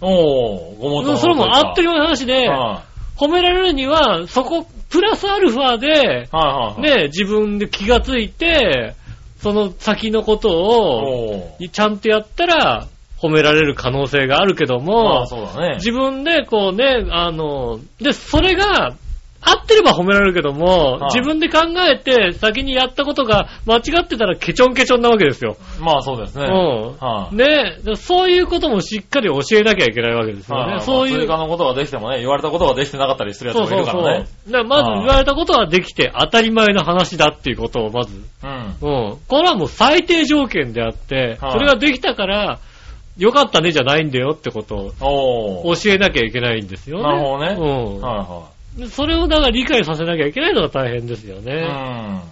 [SPEAKER 3] おー、ごもっと
[SPEAKER 2] それも当たり
[SPEAKER 3] よ
[SPEAKER 2] 前の話で、
[SPEAKER 3] は
[SPEAKER 2] 褒められるには、そこ、プラスアルファで、
[SPEAKER 3] いはいはい。、
[SPEAKER 2] ね、自分で気がついて、その先のことを、
[SPEAKER 3] おー。
[SPEAKER 2] ちゃんとやったら、褒められる可能性があるけど
[SPEAKER 3] まあ
[SPEAKER 2] も、
[SPEAKER 3] そうだね。
[SPEAKER 2] 自分でこうね、あの、で、それが、合ってれば褒められるけども、
[SPEAKER 3] はい
[SPEAKER 2] 自分で考えて先にやったことが間違ってたらケチョンケチョンなわけですよ。
[SPEAKER 3] まあそうですね。
[SPEAKER 2] うん
[SPEAKER 3] はい。
[SPEAKER 2] ねえ、そういうこともしっかり教えなきゃいけないわけですよ
[SPEAKER 3] は
[SPEAKER 2] ね。
[SPEAKER 3] い
[SPEAKER 2] そうい
[SPEAKER 3] 追
[SPEAKER 2] う
[SPEAKER 3] 加。のことができてもね、言われたことができてなかったりするやつ
[SPEAKER 2] そう
[SPEAKER 3] もい
[SPEAKER 2] そ
[SPEAKER 3] る
[SPEAKER 2] う
[SPEAKER 3] か
[SPEAKER 2] そう。
[SPEAKER 3] らね。
[SPEAKER 2] だからまず言われたことはできて当たり前の話だっていうことをまず、
[SPEAKER 3] うん。
[SPEAKER 2] うん。これはもう最低条件であって、
[SPEAKER 3] はい
[SPEAKER 2] それができたから、よかったねじゃないんだよってこと
[SPEAKER 3] お
[SPEAKER 2] を
[SPEAKER 3] ー。
[SPEAKER 2] 教えなきゃいけないんですよね。
[SPEAKER 3] なるほどね
[SPEAKER 2] うん。
[SPEAKER 3] はいは
[SPEAKER 2] でそれをだから理解させなきゃいけないのが大変ですよ
[SPEAKER 3] い。
[SPEAKER 2] ね。ね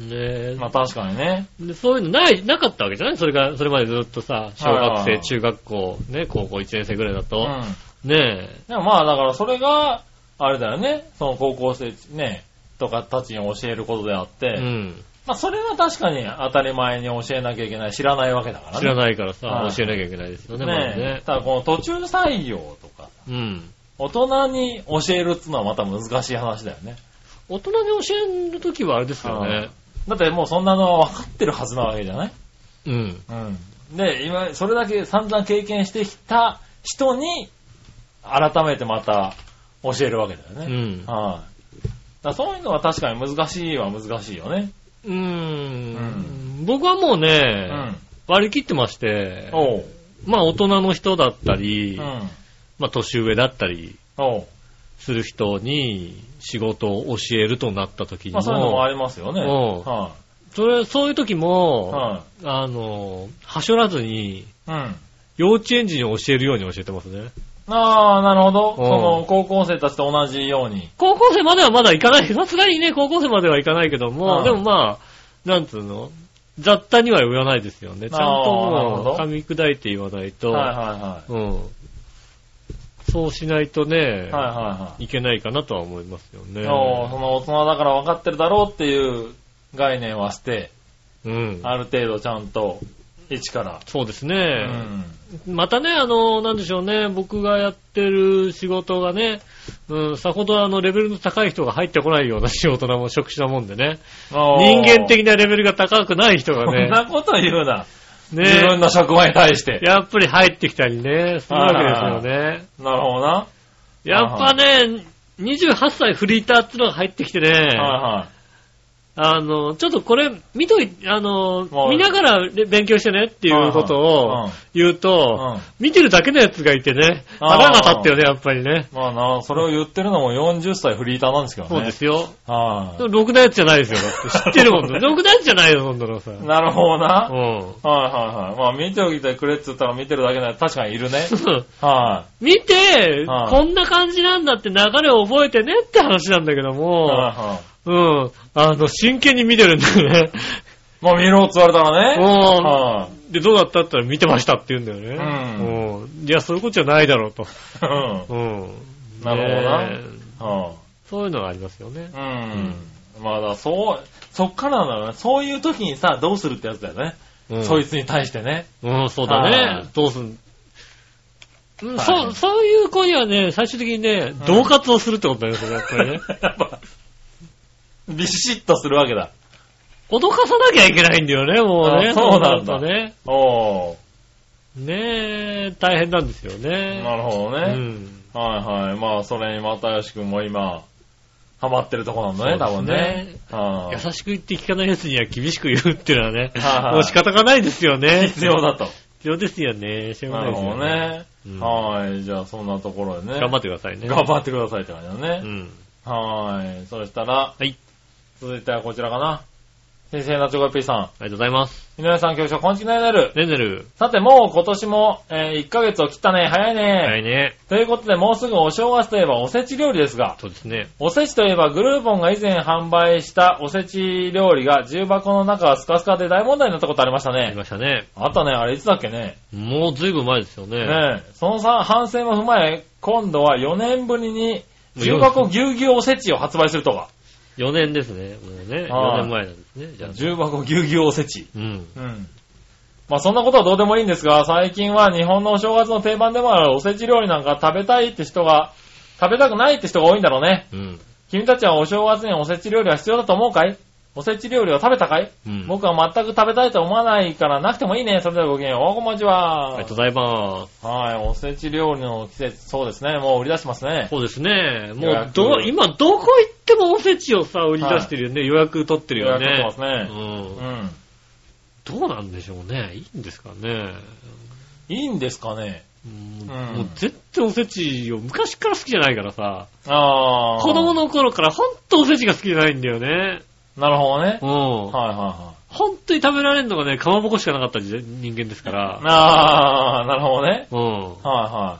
[SPEAKER 3] う
[SPEAKER 2] え
[SPEAKER 3] ん。まあ確かにね。
[SPEAKER 2] でそういうのない、なかったわけじゃないそれが、それまでずっとさ、小学
[SPEAKER 3] はいは
[SPEAKER 2] 生、
[SPEAKER 3] い
[SPEAKER 2] 中学校、ね、高校1年生ぐらいだ
[SPEAKER 3] う
[SPEAKER 2] と、
[SPEAKER 3] ん。
[SPEAKER 2] ね
[SPEAKER 3] でもまあだからそれが、あれだよね、その高校生ね、とかたちに教えることであって、
[SPEAKER 2] え、うん。
[SPEAKER 3] まあそれは確かに当たり前に教えなきゃいけない、知らないわけだからね。
[SPEAKER 2] 知らないからさ
[SPEAKER 3] は、い
[SPEAKER 2] 教えなきゃいけないですよね、ま
[SPEAKER 3] ね
[SPEAKER 2] ずね。
[SPEAKER 3] ただこの途中採用とか、
[SPEAKER 2] うん。
[SPEAKER 3] 大人に教えるってのはまた難しい話だよね。
[SPEAKER 2] 大人に教えるときはあれですよね。
[SPEAKER 3] だってもうそんなのは分かってるはずなわけじゃない
[SPEAKER 2] うん。
[SPEAKER 3] うん。で、今、それだけ散々経験してきた人に、改めてまた教えるわけだよ
[SPEAKER 2] う
[SPEAKER 3] ね。
[SPEAKER 2] ん。
[SPEAKER 3] はい、だからそういうのは確かに難しいは難しいよね。
[SPEAKER 2] うー。
[SPEAKER 3] うん
[SPEAKER 2] 僕はもう
[SPEAKER 3] う
[SPEAKER 2] ね
[SPEAKER 3] ん、。
[SPEAKER 2] 割り切ってまして、
[SPEAKER 3] おう。
[SPEAKER 2] まあ大人の人だったり、
[SPEAKER 3] うん。
[SPEAKER 2] まあ年上だったり、
[SPEAKER 3] おう。
[SPEAKER 2] する人に仕事を教えるとなった時にも、
[SPEAKER 3] まあそういうのもありますよね。
[SPEAKER 2] おう
[SPEAKER 3] は
[SPEAKER 2] それそういう時
[SPEAKER 3] い、
[SPEAKER 2] も、
[SPEAKER 3] はい、
[SPEAKER 2] あの、はしょらずに、
[SPEAKER 3] うん。
[SPEAKER 2] 幼稚園児に教えるように教えてますね。
[SPEAKER 3] ああ、なるほど。
[SPEAKER 2] ん
[SPEAKER 3] その、高校生たちと同じように。
[SPEAKER 2] 高校生まではまだ行かない。さすがにね、高校生までは行かないけども、
[SPEAKER 3] うん
[SPEAKER 2] でもまあ、なんつうの雑多には言わないですよね。ちゃんと
[SPEAKER 3] あーなるほ
[SPEAKER 2] も
[SPEAKER 3] ど
[SPEAKER 2] う噛み砕いて言わないと、
[SPEAKER 3] はいはいは
[SPEAKER 2] うん。そうしないとね、
[SPEAKER 3] い。はいはい
[SPEAKER 2] い、けないかなとは思いますよね
[SPEAKER 3] はい。。おうその大人だから分かってるだろうっていう概念はして、
[SPEAKER 2] うん。
[SPEAKER 3] ある程度ちゃんと、一から。
[SPEAKER 2] そうです
[SPEAKER 3] う
[SPEAKER 2] ね。
[SPEAKER 3] ん。
[SPEAKER 2] またね、あの、なんでしょうね、僕がやってる仕事がね、うん、さほどあの、レベルの高い人が入ってこないような仕事なもん、職種なもんでね、
[SPEAKER 3] おう
[SPEAKER 2] 人間的なレベルが高くない人
[SPEAKER 3] <laughs>
[SPEAKER 2] が
[SPEAKER 3] そん
[SPEAKER 2] ね、
[SPEAKER 3] なこと言うな。自分
[SPEAKER 2] ね、
[SPEAKER 3] の職場に対して。
[SPEAKER 2] やっぱり入ってきたりね、するわけですよね。
[SPEAKER 3] なるほどな。は
[SPEAKER 2] やっぱね、28歳フリーターってのが入ってきて
[SPEAKER 3] い
[SPEAKER 2] ね、
[SPEAKER 3] は
[SPEAKER 2] あの、ちょっとこれ、見といあの
[SPEAKER 3] も、う
[SPEAKER 2] 見ながら勉強してねっていうこと
[SPEAKER 3] はいはい
[SPEAKER 2] を
[SPEAKER 3] うん
[SPEAKER 2] 言う
[SPEAKER 3] い。う
[SPEAKER 2] と、
[SPEAKER 3] ん。
[SPEAKER 2] 見てるだけのやつがいてね、
[SPEAKER 3] あー
[SPEAKER 2] 腹が立ったよね、やっぱりね。
[SPEAKER 3] まあな、それを言ってるのも40歳フリーターなんですけどね。
[SPEAKER 2] そうですよ。
[SPEAKER 3] はい、
[SPEAKER 2] ろくなやつじゃないですよ。だって知ってるもん
[SPEAKER 3] <laughs>
[SPEAKER 2] ね。ろくなやつじゃないよ、そんなのさ。
[SPEAKER 3] なるほどな。
[SPEAKER 2] う
[SPEAKER 3] はい
[SPEAKER 2] ん。 <laughs>
[SPEAKER 3] はいはい。まあ見ておいてくれって言ったら見てるだけなら確かにいるね。は
[SPEAKER 2] 見て、
[SPEAKER 3] はい
[SPEAKER 2] こんな感じなんだって流れを覚えてねって話なんだけど
[SPEAKER 3] い。はい
[SPEAKER 2] も、
[SPEAKER 3] は
[SPEAKER 2] うん。あの、真剣に見てるんだよね。
[SPEAKER 3] い。まあ見ろって言われたらね。
[SPEAKER 2] う
[SPEAKER 3] はい、
[SPEAKER 2] ん。で、どうだったって言ったら見てましたって言うんだよね。
[SPEAKER 3] うん
[SPEAKER 2] うん。いや、そういうことじゃないだろうと。
[SPEAKER 3] う
[SPEAKER 2] うん。
[SPEAKER 3] なるほどな
[SPEAKER 2] ねえ
[SPEAKER 3] ん。は
[SPEAKER 2] そういうのがありますよね
[SPEAKER 3] い、。うん。まあだからそう、そっからなんだろうね。そういう時にさ、どうするってやつだよね。
[SPEAKER 2] うん
[SPEAKER 3] そいつに対してね。
[SPEAKER 2] うん、そうだ
[SPEAKER 3] は
[SPEAKER 2] ね
[SPEAKER 3] い。
[SPEAKER 2] どうすん。うん、
[SPEAKER 3] はい
[SPEAKER 2] そう、そういう子にはね、最終的にね、
[SPEAKER 3] ん
[SPEAKER 2] 同活
[SPEAKER 3] <laughs>
[SPEAKER 2] をするってことだよね、それやっぱりね。
[SPEAKER 3] やっぱ、ビシッとするわけだ。
[SPEAKER 2] 脅かさなきゃいけないんだよね、もうね。
[SPEAKER 3] あそうなんだ
[SPEAKER 2] るとね。
[SPEAKER 3] おー。
[SPEAKER 2] ねえ、大変なんですよね。
[SPEAKER 3] なるほどね。
[SPEAKER 2] うん。
[SPEAKER 3] はいはい。まあ、それに又吉くんも今、ハマってるとこなんだね、多
[SPEAKER 2] そう
[SPEAKER 3] 分
[SPEAKER 2] です
[SPEAKER 3] ね。あ
[SPEAKER 2] 優しく言って聞かない奴には厳しく言うっていうのはね、
[SPEAKER 3] はいはい
[SPEAKER 2] もう仕方がないですよね。
[SPEAKER 3] 必要だと。
[SPEAKER 2] 必要ですよね。しょうが
[SPEAKER 3] な
[SPEAKER 2] ない
[SPEAKER 3] る
[SPEAKER 2] です
[SPEAKER 3] ほ
[SPEAKER 2] よ
[SPEAKER 3] ど
[SPEAKER 2] ね。
[SPEAKER 3] ね。
[SPEAKER 2] うん
[SPEAKER 3] はい。じゃあ、そんなところでね。
[SPEAKER 2] 頑張ってくださいね。
[SPEAKER 3] 頑張ってくださいって感じだね。
[SPEAKER 2] うん。
[SPEAKER 3] はい。そしたら、
[SPEAKER 2] はい。
[SPEAKER 3] 続いてはこちらかな。先生、ナチョコピーさ
[SPEAKER 2] ありがとうございます。
[SPEAKER 3] ん。井上さん、教授、こんにちはなる。
[SPEAKER 2] ねんねる。
[SPEAKER 3] さて、もう今年も、え1ヶ月を切ったね。早いね。
[SPEAKER 2] はいね。
[SPEAKER 3] ということで、もうすぐお正月といえばおせち料理ですが、
[SPEAKER 2] そうですね。
[SPEAKER 3] おせちといえばグルーポンが以前販売したおせち料理が重箱の中がスカスカで大問題になったことありました
[SPEAKER 2] あり
[SPEAKER 3] ね。
[SPEAKER 2] ましたね。
[SPEAKER 3] あったね、あれいつだっけね。
[SPEAKER 2] もうずいぶん前ですよね。
[SPEAKER 3] ねえ、そのさ反省も踏まえ、今度は4年ぶりに重箱ぎゅうぎゅうおせちを発売するとか。
[SPEAKER 2] 4年ですね。もうね。
[SPEAKER 3] はい
[SPEAKER 2] 4年前なんですね。じゃあ。
[SPEAKER 3] 重箱ぎゅうぎゅうおせち。
[SPEAKER 2] うん。
[SPEAKER 3] うん。まあそんなことはどうでもいいんですが、最近は日本のお正月の定番でもあるおせち料理なんか食べたいって人が、食べたくないって人が多いんだろうね。
[SPEAKER 2] うん。
[SPEAKER 3] 君たちはお正月におせち料理は必要だと思うかいおせち料理を食べたかい、
[SPEAKER 2] うん。
[SPEAKER 3] 僕は全く食べたいと思わないからなくてもいいね。それではごきげんよう。おこんにち
[SPEAKER 2] あ
[SPEAKER 3] は。
[SPEAKER 2] りがとうございます。
[SPEAKER 3] はい、おせち料理の季節、そうですね。もう売り出してますね。
[SPEAKER 2] そうですね。も
[SPEAKER 3] 予
[SPEAKER 2] う
[SPEAKER 3] 約
[SPEAKER 2] ど、今どこ行ってもおせちをさ、売り出してるよね。予約取ってるよね。
[SPEAKER 3] 予約取ってますう
[SPEAKER 2] うん。
[SPEAKER 3] ん。
[SPEAKER 2] どうなんでしょうね。いいんですかね。
[SPEAKER 3] いいんですかね
[SPEAKER 2] うん
[SPEAKER 3] うん
[SPEAKER 2] もう絶対おせちを昔から好きじゃないからさ、
[SPEAKER 3] ああ。
[SPEAKER 2] 子供。の頃からほんとおせちが好きじゃないんだよね。
[SPEAKER 3] なるほどね
[SPEAKER 2] う。ん。
[SPEAKER 3] はいはいはい。
[SPEAKER 2] ほんとに食べられるのがね、かまぼこしかなかった時人間ですから。
[SPEAKER 3] ああ、なるほどね。
[SPEAKER 2] うん。
[SPEAKER 3] はいはい。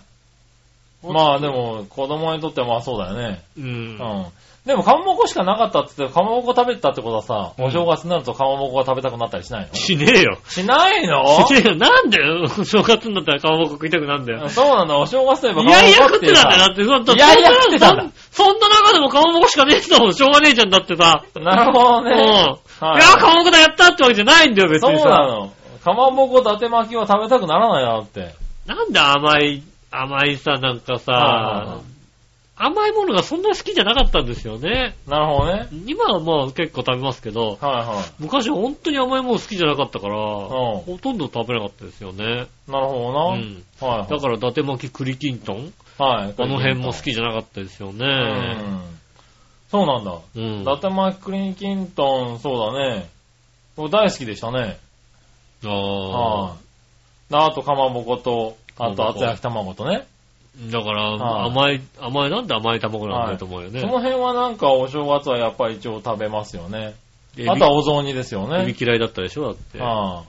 [SPEAKER 3] まあでも、子供にとってはまあそうだよね。
[SPEAKER 2] う。
[SPEAKER 3] うんん。でも、かまぼこしかなかったって言って、かまぼこ食べてたってことはさ、
[SPEAKER 2] うん
[SPEAKER 3] お正月になるとかまぼこが食べたくなったりしないの
[SPEAKER 2] しねえよ。
[SPEAKER 3] しないの
[SPEAKER 2] しねえよ。なんでよ <laughs> 正月になったらかまぼこ食いたくなんだよ。
[SPEAKER 3] <laughs> そうなんだ、お正月といえば
[SPEAKER 2] いやいや
[SPEAKER 3] かまぼこ
[SPEAKER 2] 食ってたんだよ。だって、そんない
[SPEAKER 3] やいや食ってたんだ
[SPEAKER 2] そんそんな中でもかまぼこしかねえんだもん。しょうがねえじゃんだってさ。
[SPEAKER 3] なるほど
[SPEAKER 2] うん。
[SPEAKER 3] ね。
[SPEAKER 2] い
[SPEAKER 3] はい
[SPEAKER 2] や、かまぼこだやったってわけじゃないんだよ、別
[SPEAKER 3] そう
[SPEAKER 2] にさ。
[SPEAKER 3] なの。かまぼこ、伊達巻きは食べたくならないなって。
[SPEAKER 2] なんで甘い、甘いさ、なんか
[SPEAKER 3] はいはい
[SPEAKER 2] さ、
[SPEAKER 3] は
[SPEAKER 2] 甘いものがそんな好きじゃなかったんですよね。
[SPEAKER 3] いなるほどね。
[SPEAKER 2] 今はまあ結構食べますけど、
[SPEAKER 3] はいはい。
[SPEAKER 2] 昔は本当に甘いもの好きじゃなかったから、
[SPEAKER 3] ん
[SPEAKER 2] ほとんど食べなかったですよね。
[SPEAKER 3] なる
[SPEAKER 2] う
[SPEAKER 3] ほどな。
[SPEAKER 2] ん。
[SPEAKER 3] はいはい。
[SPEAKER 2] だから、伊達巻き栗きんとん
[SPEAKER 3] はい。
[SPEAKER 2] あの辺も好きじゃなかったですよ
[SPEAKER 3] う
[SPEAKER 2] ね。
[SPEAKER 3] ん。そうなんだ。
[SPEAKER 2] うん。
[SPEAKER 3] 伊達巻きクリンキントン、そうだね。僕大好きでしたね。
[SPEAKER 2] ああ
[SPEAKER 3] は。い。あと、かまぼこと、
[SPEAKER 2] か
[SPEAKER 3] あ
[SPEAKER 2] ま
[SPEAKER 3] と、
[SPEAKER 2] ぼこ
[SPEAKER 3] 厚焼き卵とね。
[SPEAKER 2] だから、
[SPEAKER 3] はい
[SPEAKER 2] 甘い、甘い、なんで甘い卵なんだよと思うよね。
[SPEAKER 3] その辺はなんか、お正月はやっぱり一応食べますよね。
[SPEAKER 2] エビ
[SPEAKER 3] あとはお雑煮ですよ
[SPEAKER 2] エ
[SPEAKER 3] ね
[SPEAKER 2] ビ。嫌いだったでしょだって。
[SPEAKER 3] あ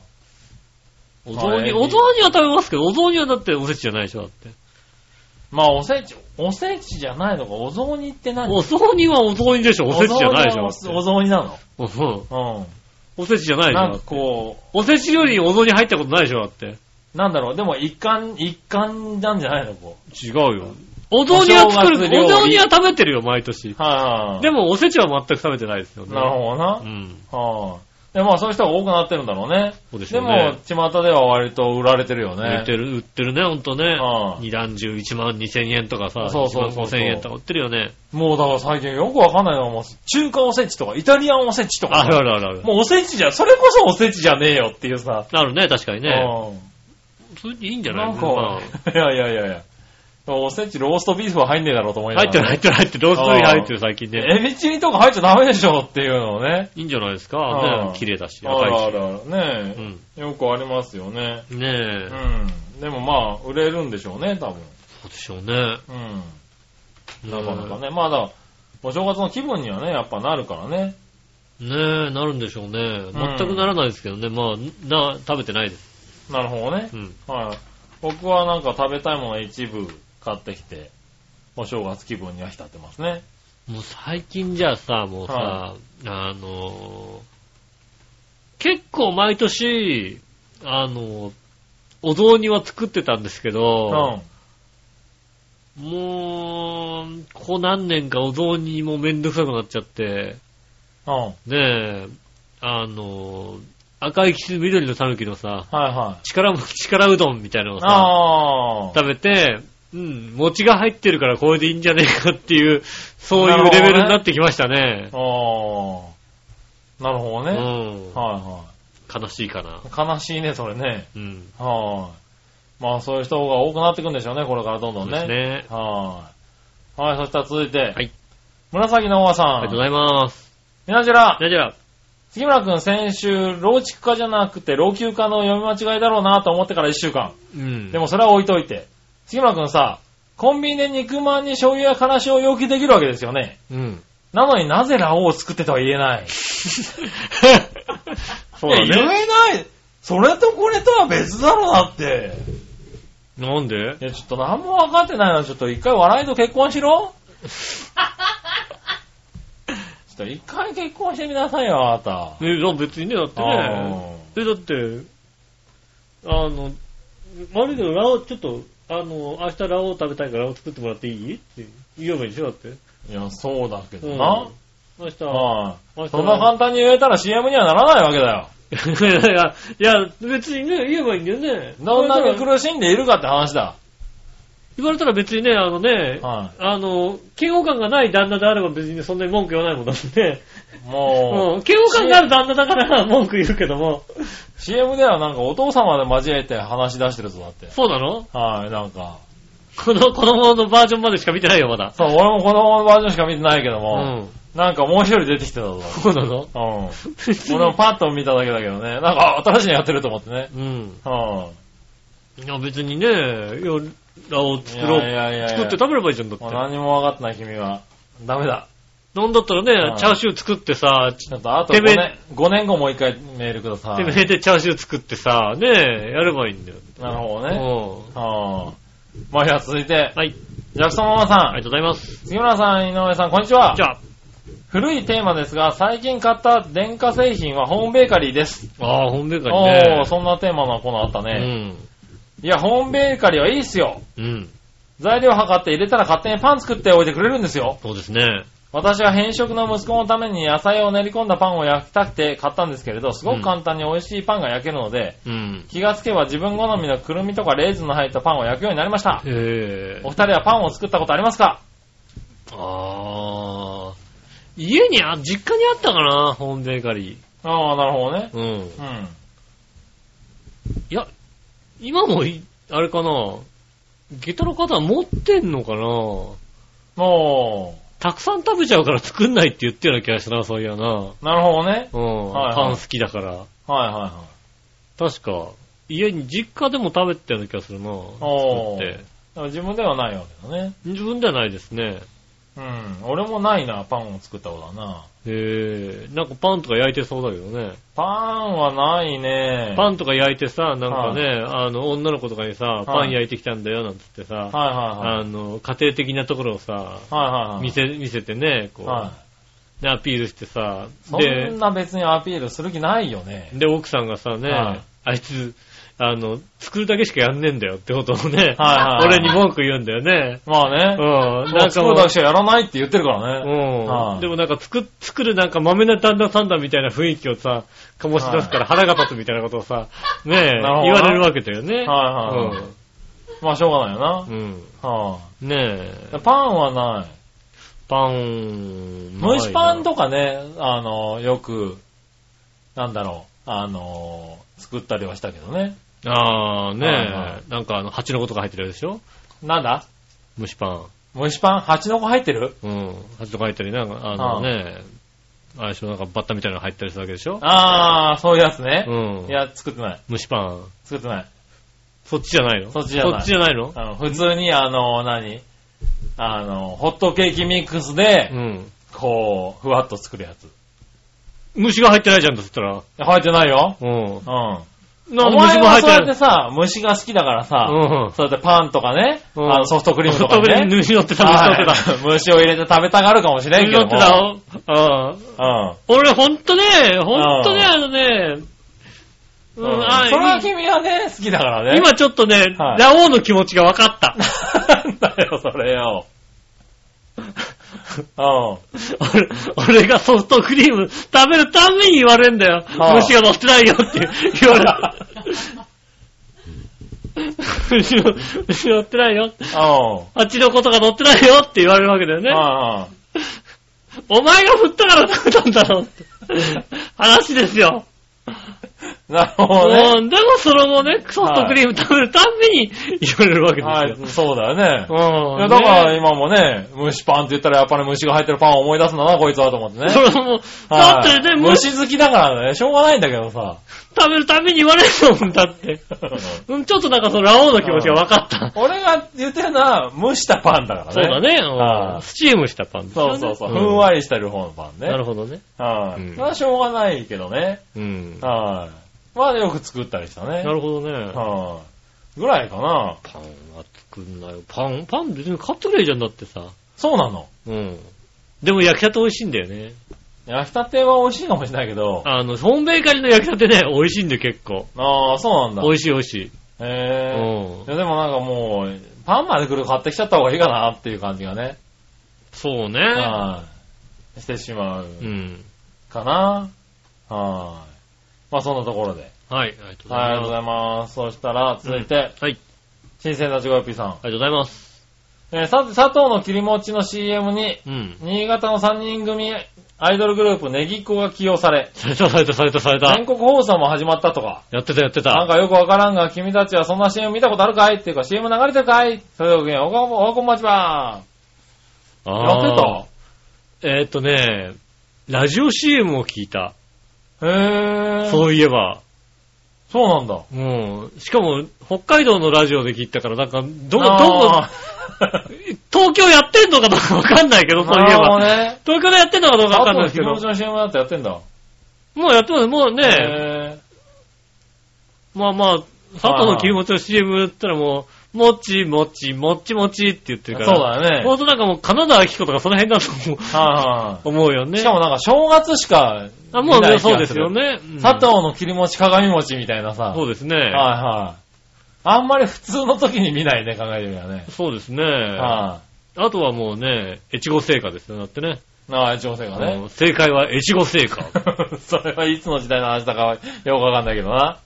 [SPEAKER 2] お雑
[SPEAKER 3] あ
[SPEAKER 2] 煮、
[SPEAKER 3] エビ
[SPEAKER 2] お雑煮は食べますけど、お雑煮はだっておせちじゃないでしょだって。
[SPEAKER 3] まあ、おせち、おせちじゃないのか、お雑煮って何
[SPEAKER 2] お雑煮はお雑煮でしょおせちじゃないでしょ
[SPEAKER 3] お雑煮はお雑煮な
[SPEAKER 2] うん
[SPEAKER 3] の。
[SPEAKER 2] おせちじゃな
[SPEAKER 3] う
[SPEAKER 2] いで
[SPEAKER 3] ん。
[SPEAKER 2] しょだ
[SPEAKER 3] なん
[SPEAKER 2] っ
[SPEAKER 3] か
[SPEAKER 2] て
[SPEAKER 3] こ
[SPEAKER 2] おせちよりお雑煮入ったことないでしょだって。
[SPEAKER 3] う、なんだろう、でも一貫、一貫なんじゃないのこ
[SPEAKER 2] 違うよ。お雑煮は作る、
[SPEAKER 3] お正月料
[SPEAKER 2] お
[SPEAKER 3] 理
[SPEAKER 2] 雑煮は食べてるよ、毎年。
[SPEAKER 3] う。はい、
[SPEAKER 2] でもおせちは全く食べてないですよね。
[SPEAKER 3] なるほどな。
[SPEAKER 2] うん。
[SPEAKER 3] はあ、でまあそういう人が多くなってるんだろうね。
[SPEAKER 2] そうでし
[SPEAKER 3] で
[SPEAKER 2] ょうね
[SPEAKER 3] も、巷では割と売られてるよ
[SPEAKER 2] 売
[SPEAKER 3] ね
[SPEAKER 2] っ。てる、売ってるね、ほんとね
[SPEAKER 3] あ。あ
[SPEAKER 2] 二段重1万2千円とかさ、
[SPEAKER 3] そうそうそ
[SPEAKER 2] 1万
[SPEAKER 3] う
[SPEAKER 2] 5千円とか売ってるよね。
[SPEAKER 3] もうだから最近よくわかんないのがもう、中華おせちとか、イタリアンおせちと
[SPEAKER 2] あ
[SPEAKER 3] か
[SPEAKER 2] る。あるあるある。
[SPEAKER 3] もうおせちじゃ、それこそおせちじゃねえよっていうさ。
[SPEAKER 2] あるね、確かにね。
[SPEAKER 3] う
[SPEAKER 2] それでいいんじゃ
[SPEAKER 3] ん。
[SPEAKER 2] ない
[SPEAKER 3] なん
[SPEAKER 2] まあ
[SPEAKER 3] か、いやいやいやいや。おせちローストビーフは入んねえだろうと思いな
[SPEAKER 2] 入
[SPEAKER 3] が
[SPEAKER 2] ってる
[SPEAKER 3] ら、
[SPEAKER 2] 入ってる入ってる、ローストビーフ入ってる最近ね。
[SPEAKER 3] エビチリとか入っちゃダメでしょっていうのをね。
[SPEAKER 2] いいんじゃないですか
[SPEAKER 3] ああ
[SPEAKER 2] ね綺麗だし、
[SPEAKER 3] ある
[SPEAKER 2] 赤
[SPEAKER 3] あ
[SPEAKER 2] いし。
[SPEAKER 3] るある。ね
[SPEAKER 2] うん。
[SPEAKER 3] え、よくありますよね。
[SPEAKER 2] ね
[SPEAKER 3] う
[SPEAKER 2] え。
[SPEAKER 3] ん。でもまあ、売れるんでしょうね、多分。
[SPEAKER 2] そうでしょうね。
[SPEAKER 3] うん。
[SPEAKER 2] うん
[SPEAKER 3] なかなかね。まあだから、お正月の気分にはね、やっぱなるからね。
[SPEAKER 2] ねえ、なるんでしょうね。全くならないですけどね。まあ、な、食べてないです。
[SPEAKER 3] なるほどね
[SPEAKER 2] う。ん。
[SPEAKER 3] はい。僕はなんか食べたいもの一部買ってきて、お正月気分には浸ってますね。
[SPEAKER 2] もう最近じゃあさ、もうさ、
[SPEAKER 3] は
[SPEAKER 2] あのー結構毎年、あのーお雑煮は作ってたんですけ
[SPEAKER 3] うん。
[SPEAKER 2] ど、
[SPEAKER 3] はい
[SPEAKER 2] もう、ここ何年かお雑煮もめんどくさくなっちゃって、
[SPEAKER 3] うん。
[SPEAKER 2] ねえ、あのー赤いキス緑の狸のさ、
[SPEAKER 3] はいはい。
[SPEAKER 2] 力も、力うどんみたいなのをさ、
[SPEAKER 3] ああ。
[SPEAKER 2] 食べて、うん、餅が入ってるからこれでいいんじゃねえかっていう、そういうレベルになってきましたね。
[SPEAKER 3] ああ。なるほど
[SPEAKER 2] う
[SPEAKER 3] ね。
[SPEAKER 2] ん。
[SPEAKER 3] は
[SPEAKER 2] 悲しいかな。
[SPEAKER 3] いはい。悲しいね、それね。
[SPEAKER 2] うん。
[SPEAKER 3] はい。まあそういう人が多くなっていくんでしょうね、これからどんど
[SPEAKER 2] そ
[SPEAKER 3] ん
[SPEAKER 2] うです
[SPEAKER 3] ね。
[SPEAKER 2] ね。
[SPEAKER 3] はい。はい、そしたら続いて。
[SPEAKER 2] はい。
[SPEAKER 3] 紫のおばさん。
[SPEAKER 2] ありがとうございます。
[SPEAKER 3] みなじら
[SPEAKER 2] じ、ゃあじゃあ、
[SPEAKER 3] 杉村くん先週、老畜化じゃなくて老朽化の読み間違いだろうなと思ってから一週間。
[SPEAKER 2] うん。
[SPEAKER 3] でもそれは置いといて。杉村くんさ、コンビニで肉まんに醤油やからしを要求できるわけですよね。
[SPEAKER 2] うん。
[SPEAKER 3] なのになぜラオウを作ってとは言え <laughs> ない。
[SPEAKER 2] そうだ
[SPEAKER 3] いや言
[SPEAKER 2] ね。
[SPEAKER 3] えないそれとこれとは別だろ、だって。
[SPEAKER 2] <laughs> なんで
[SPEAKER 3] いや、ちょっと何も分かってないな。ちょっと一回笑いと結婚しろ <laughs> ちょっと一回結婚してみなさいよ、あなた。
[SPEAKER 2] え、じゃあ別にね、だってね。え、だって、あの、悪いけど、ラオ、ちょっと、あの、明日ラオ食べたいからラオ作ってもらっていいって言えばいいでしょ、だって。
[SPEAKER 3] うんいや、そうだけど
[SPEAKER 2] うん
[SPEAKER 3] な。
[SPEAKER 2] 明日、
[SPEAKER 3] はい
[SPEAKER 2] 明日
[SPEAKER 3] そんな簡単に言えたら CM にはならないわけだよ。
[SPEAKER 2] <laughs> いやいや、いや、別にね、言えばいいんだよね。
[SPEAKER 3] どんなに
[SPEAKER 2] 言われたら
[SPEAKER 3] 苦しんでいるかって話だ。
[SPEAKER 2] 言われたら別にね、あのね、
[SPEAKER 3] は
[SPEAKER 2] あの、嫌悪感がない旦那であれば別にそんなに文句言わないもんだって。
[SPEAKER 3] い。も
[SPEAKER 2] うん、嫌悪感がある旦那だから文句言うけども。
[SPEAKER 3] う、CM ではなんかお父様で交えて話し出してるぞ、だって。
[SPEAKER 2] そうなの
[SPEAKER 3] はい、なんか。
[SPEAKER 2] この子供のバージョンまでしか見てないよ、まだ。
[SPEAKER 3] そう、俺も子供のバージョンしか見てないけど
[SPEAKER 2] う
[SPEAKER 3] も、
[SPEAKER 2] ん。
[SPEAKER 3] なんかもう一人出てきてたぞ。
[SPEAKER 2] そうなの
[SPEAKER 3] うん。
[SPEAKER 2] 別
[SPEAKER 3] 俺もパッと見ただけだけどね。なんか、あ新しいのやってると思ってね。
[SPEAKER 2] うん。
[SPEAKER 3] はい
[SPEAKER 2] や、別にね、いや、ラオ
[SPEAKER 3] い。
[SPEAKER 2] 作ろう。
[SPEAKER 3] いやいやいや
[SPEAKER 2] 作って食べればいいじゃん、だって。
[SPEAKER 3] もう何も分かってない君は。ダメだ。
[SPEAKER 2] なんだったら
[SPEAKER 3] う
[SPEAKER 2] ね
[SPEAKER 3] ん、
[SPEAKER 2] チャーシュー作ってさ、
[SPEAKER 3] ちょっとあと
[SPEAKER 2] て
[SPEAKER 3] 5
[SPEAKER 2] めえ
[SPEAKER 3] 年、5年後もう一回メールくださ
[SPEAKER 2] て
[SPEAKER 3] い。
[SPEAKER 2] めえでチャーシュー作ってさ、ねえ、やればいいんだよ。
[SPEAKER 3] なるほど
[SPEAKER 2] う
[SPEAKER 3] ね。
[SPEAKER 2] ん。
[SPEAKER 3] はあ。まあ、じゃあ続いて、
[SPEAKER 2] はい、
[SPEAKER 3] ジャクソンママさ
[SPEAKER 2] あ
[SPEAKER 3] ん、
[SPEAKER 2] りがとうございます。
[SPEAKER 3] 杉村さん、井上さん、こんにちは
[SPEAKER 2] じ。ゃあ、
[SPEAKER 3] 古いテーマですが、最近買った電化製品はホームベーカリーです。
[SPEAKER 2] ああ、本命会
[SPEAKER 3] お
[SPEAKER 2] ね
[SPEAKER 3] ー、。そんなテーマのコーナーあった
[SPEAKER 2] う
[SPEAKER 3] ね。
[SPEAKER 2] ん。
[SPEAKER 3] いや、ホームベーカリーはいいっすよ。
[SPEAKER 2] うん。
[SPEAKER 3] 材料測って入れたら勝手にパン作っておいてくれるんですよ。
[SPEAKER 2] そうですね。
[SPEAKER 3] 私は変色の息子のために野菜を練り込んだパンを焼きたくて買ったんですけれど、すごく簡単に美味しいパンが焼けるので、
[SPEAKER 2] うん。
[SPEAKER 3] 気がつけば自分好みのくるみとかレーズンの入ったパンを焼くようになりました。
[SPEAKER 2] ええ
[SPEAKER 3] お二人はパンを作ったことありますか
[SPEAKER 2] ああ。家にあ、実家にあったかな、ホームベーカリ
[SPEAKER 3] ああ、なるほどね
[SPEAKER 2] ー。。うん。
[SPEAKER 3] うん。
[SPEAKER 2] いや、今もい、あれかな、下駄の方は持ってんのかな
[SPEAKER 3] も
[SPEAKER 2] たくさん食べちゃうから作んないって言ってるような気がしたな、そういやな。
[SPEAKER 3] う、なるほどね。
[SPEAKER 2] うん、
[SPEAKER 3] はいはい
[SPEAKER 2] パン好きだから。
[SPEAKER 3] はいはいはい。
[SPEAKER 2] 確か、家に、実家でも食べてたような気がするな。
[SPEAKER 3] おー
[SPEAKER 2] 作って。
[SPEAKER 3] だから自分ではないわけだね。
[SPEAKER 2] 自分ではないですね。
[SPEAKER 3] うん。俺もないな、パンを作ったことはな。
[SPEAKER 2] へーなんかパンとか焼いてそうだけどね。
[SPEAKER 3] パンはないね。
[SPEAKER 2] パンとか焼いてさ、なんかね、あの、女の子とかにさ、パン焼いてきたんだよ、なんつってさ、
[SPEAKER 3] はいはいはい。
[SPEAKER 2] あの、家庭的なところをさ、
[SPEAKER 3] はいはいはい。
[SPEAKER 2] 見せ、見せてね、こう、
[SPEAKER 3] は
[SPEAKER 2] でアピールしてさ、
[SPEAKER 3] い。そ
[SPEAKER 2] で
[SPEAKER 3] ん、な別にアピールする気ないよね。
[SPEAKER 2] で、奥さんがさね、
[SPEAKER 3] はい
[SPEAKER 2] あいつ、あの、作るだけしかやんねえんだよってことをね、
[SPEAKER 3] はいはい
[SPEAKER 2] 俺に文句言うんだよね。
[SPEAKER 3] まあね。
[SPEAKER 2] うん。なん
[SPEAKER 3] な
[SPEAKER 2] ん
[SPEAKER 3] か
[SPEAKER 2] か
[SPEAKER 3] も
[SPEAKER 2] も
[SPEAKER 3] う
[SPEAKER 2] う、
[SPEAKER 3] だけしかやらないって言ってるからね。
[SPEAKER 2] うん、
[SPEAKER 3] はい
[SPEAKER 2] でもなんか作、作るなんか豆な旦那さんだみたいな雰囲気をさ、醸し出すから腹が立つみたいなことをさ、ねえ、言
[SPEAKER 3] なるほどな
[SPEAKER 2] われるわけだよね。
[SPEAKER 3] はいはいはいまあしょうがないよな
[SPEAKER 2] う。ん。
[SPEAKER 3] は
[SPEAKER 2] うん。ね
[SPEAKER 3] い
[SPEAKER 2] え、
[SPEAKER 3] パンはない。
[SPEAKER 2] パン、
[SPEAKER 3] 蒸しパンとかね、あの、よく、なんだろう、あの、作ったりはしたけどね。
[SPEAKER 2] ああ、ねえ、
[SPEAKER 3] はいは
[SPEAKER 2] なんかあの、蜂の子とか入ってるでしょ
[SPEAKER 3] なんだ
[SPEAKER 2] 蒸しパン。
[SPEAKER 3] 蒸しパン蜂の子入ってる
[SPEAKER 2] うん。蜂とか入ったり、なんか、あのね、あれでしょ、なんかバッタみたいなの入ったりするわけでしょ
[SPEAKER 3] あー、そういうやつね
[SPEAKER 2] う。ん
[SPEAKER 3] い。や、作ってない。
[SPEAKER 2] 蒸しパン。
[SPEAKER 3] 作ってない。
[SPEAKER 2] そっちじゃないの
[SPEAKER 3] そっちじゃない
[SPEAKER 2] そっちじゃないの
[SPEAKER 3] あの、普通に、あの、何あの、ホットケーキミックスで
[SPEAKER 2] う、ん。
[SPEAKER 3] こう、ふわっと作るやつ。
[SPEAKER 2] 虫が入ってないじゃんとったら。
[SPEAKER 3] 入ってないよ。
[SPEAKER 2] うん。
[SPEAKER 3] うん。
[SPEAKER 2] な
[SPEAKER 3] お
[SPEAKER 2] んで
[SPEAKER 3] 前
[SPEAKER 2] 虫も
[SPEAKER 3] は
[SPEAKER 2] 入っ
[SPEAKER 3] そうや
[SPEAKER 2] て
[SPEAKER 3] って
[SPEAKER 2] ない。
[SPEAKER 3] さ、虫が好きだからさ、
[SPEAKER 2] うん。
[SPEAKER 3] そうやってパンとかね、
[SPEAKER 2] うん
[SPEAKER 3] あのソフトクリームとか
[SPEAKER 2] 特
[SPEAKER 3] ね
[SPEAKER 2] に。虫乗ってた、虫乗ってた。
[SPEAKER 3] はい虫を入れて食べたがるかもしれん
[SPEAKER 2] 虫
[SPEAKER 3] け
[SPEAKER 2] 乗
[SPEAKER 3] ど
[SPEAKER 2] っ
[SPEAKER 3] も。
[SPEAKER 2] てたよ。うん。
[SPEAKER 3] うん。
[SPEAKER 2] 俺ほんとね、ほんとね、
[SPEAKER 3] うん
[SPEAKER 2] あのね、うん、
[SPEAKER 3] うん
[SPEAKER 2] あ
[SPEAKER 3] それは君はね、好きだからね。
[SPEAKER 2] 今ちょっとね、
[SPEAKER 3] はい
[SPEAKER 2] ラオウの気持ちが分かった。
[SPEAKER 3] <laughs> なんだよ、それよ。う
[SPEAKER 2] 俺、俺がソフトクリーム食べるために言われんだよ。
[SPEAKER 3] はあ
[SPEAKER 2] 虫が乗ってないよって言われた。
[SPEAKER 3] <laughs>
[SPEAKER 2] 虫の、虫乗ってないよ。
[SPEAKER 3] ん。うん。
[SPEAKER 2] あっちのことが乗ってないよって言われるわけだよね。
[SPEAKER 3] ああ
[SPEAKER 2] お前が振ったから食べたんだろうって。話ですよ。
[SPEAKER 3] なるほどね。
[SPEAKER 2] うん、でもそれもね、ソフトクリーム食べるたんびに言われるわけ
[SPEAKER 3] は
[SPEAKER 2] です
[SPEAKER 3] い、そうだよね。
[SPEAKER 2] よ。うん。
[SPEAKER 3] いや、だから
[SPEAKER 2] ね、
[SPEAKER 3] 今もね、蒸しパンって言ったらやっぱり虫が入ってるパンを思い出すんだな、こいつはと思ってね。
[SPEAKER 2] それも、だ
[SPEAKER 3] は
[SPEAKER 2] っ
[SPEAKER 3] い
[SPEAKER 2] てね、虫
[SPEAKER 3] 虫好きだからね、しょうがないんだけどさ。
[SPEAKER 2] 食べるたびに言われるもんだって。うん、ちょっとなんかそのラオウの気持ちが分かった。
[SPEAKER 3] 俺が言ってるのは蒸したパンだからね。
[SPEAKER 2] そうだ。ね、う
[SPEAKER 3] は
[SPEAKER 2] ん
[SPEAKER 3] い
[SPEAKER 2] スチームしたパンですよ
[SPEAKER 3] そ
[SPEAKER 2] ね
[SPEAKER 3] うそうそう。
[SPEAKER 2] ん
[SPEAKER 3] ふんわりしてる方のパンね。
[SPEAKER 2] なるほどね。
[SPEAKER 3] は
[SPEAKER 2] うん
[SPEAKER 3] い。それはしょうがないけどね。
[SPEAKER 2] うん。
[SPEAKER 3] はい。まあよく作ったりしたね
[SPEAKER 2] な。るほどね。
[SPEAKER 3] はい。ぐらいかな。
[SPEAKER 2] パンは作んなよ。パン、パン別に買ってくれじゃんだってさ。
[SPEAKER 3] そうなの。
[SPEAKER 2] うん。でも焼きたて美味しいんだよね。
[SPEAKER 3] 焼きたては美味しいかもしれないけど。
[SPEAKER 2] あの、ホームベーカリーの焼きたてね、美味しいんだよ結構。
[SPEAKER 3] ああ、そうなんだ。
[SPEAKER 2] 美味しい美味しい。う
[SPEAKER 3] へえ。
[SPEAKER 2] ん
[SPEAKER 3] い。やでもなんかもう、パンまで来る買ってきちゃった方がいいかなっていう感じがね、
[SPEAKER 2] そうね。
[SPEAKER 3] はい、してしまう
[SPEAKER 2] うん。
[SPEAKER 3] かな。はい。まあそんなところで。
[SPEAKER 2] はい、ありがとうご
[SPEAKER 3] はい、あ
[SPEAKER 2] ざい
[SPEAKER 3] りがとうご
[SPEAKER 2] ま
[SPEAKER 3] ざいます。そしたら、
[SPEAKER 2] す。
[SPEAKER 3] 続いて、
[SPEAKER 2] うんはい、
[SPEAKER 3] 新鮮なチョコヨッピーさん。
[SPEAKER 2] ありがとうございます。
[SPEAKER 3] えーさて、佐藤の切り餅の CM に、
[SPEAKER 2] うん。
[SPEAKER 3] 新潟の3人組アイドルグループネギっ子が起用され、
[SPEAKER 2] された、された、された、さ <laughs> れた。
[SPEAKER 3] 全国放送も始まったとか、
[SPEAKER 2] やってた、やって
[SPEAKER 3] なん
[SPEAKER 2] た。
[SPEAKER 3] かよくわからんが、君たちはそんな CM 見たことあるかいっていうか CM 流れてるかいそれをおこ、おこんばちばーやってた
[SPEAKER 2] てたえーっとね、ラジオ CM を聞いた。
[SPEAKER 3] へー。
[SPEAKER 2] そういえば。
[SPEAKER 3] そうなんだ。
[SPEAKER 2] うん。しかも、北海道のラジオで聞いたから、なんか、どこ、どこ
[SPEAKER 3] あ、
[SPEAKER 2] 東京やってんのかどうかわかんないけど、
[SPEAKER 3] ー
[SPEAKER 2] そういえ
[SPEAKER 3] なるほど
[SPEAKER 2] ば。
[SPEAKER 3] ね。
[SPEAKER 2] 東京でやってんのかどうかわかんないですけど
[SPEAKER 3] あと。の気持ちの CM だってやってんだ。
[SPEAKER 2] もうやってます。もうね、
[SPEAKER 3] へ
[SPEAKER 2] まあまあ、佐藤の切り餅の CM だったらもう、もちもち、もちもちって言って
[SPEAKER 3] ー
[SPEAKER 2] る
[SPEAKER 3] そ
[SPEAKER 2] か
[SPEAKER 3] う
[SPEAKER 2] ら。
[SPEAKER 3] だよね。
[SPEAKER 2] ほんとなんかもう、金沢明子とかその辺だと思う
[SPEAKER 3] は
[SPEAKER 2] 思うよ
[SPEAKER 3] い。
[SPEAKER 2] ね。
[SPEAKER 3] しかもなんか正月しか
[SPEAKER 2] あ、もう
[SPEAKER 3] 見ない気が
[SPEAKER 2] そうですよ
[SPEAKER 3] る。
[SPEAKER 2] ね。うん
[SPEAKER 3] 佐藤の切り餅、鏡餅みたいなさ。
[SPEAKER 2] そうですね。
[SPEAKER 3] はいはい。あんまり普通の時に見ないね、考えてみたらね。
[SPEAKER 2] そうですね。
[SPEAKER 3] は
[SPEAKER 2] あとはもうね、越後製菓ですよ、だってね。
[SPEAKER 3] い。なあ、女性が
[SPEAKER 2] う
[SPEAKER 3] ね。
[SPEAKER 2] ん正解は越後製
[SPEAKER 3] <laughs>
[SPEAKER 2] 菓。
[SPEAKER 3] それはいつの時代の話だかはよくわかんないけどな。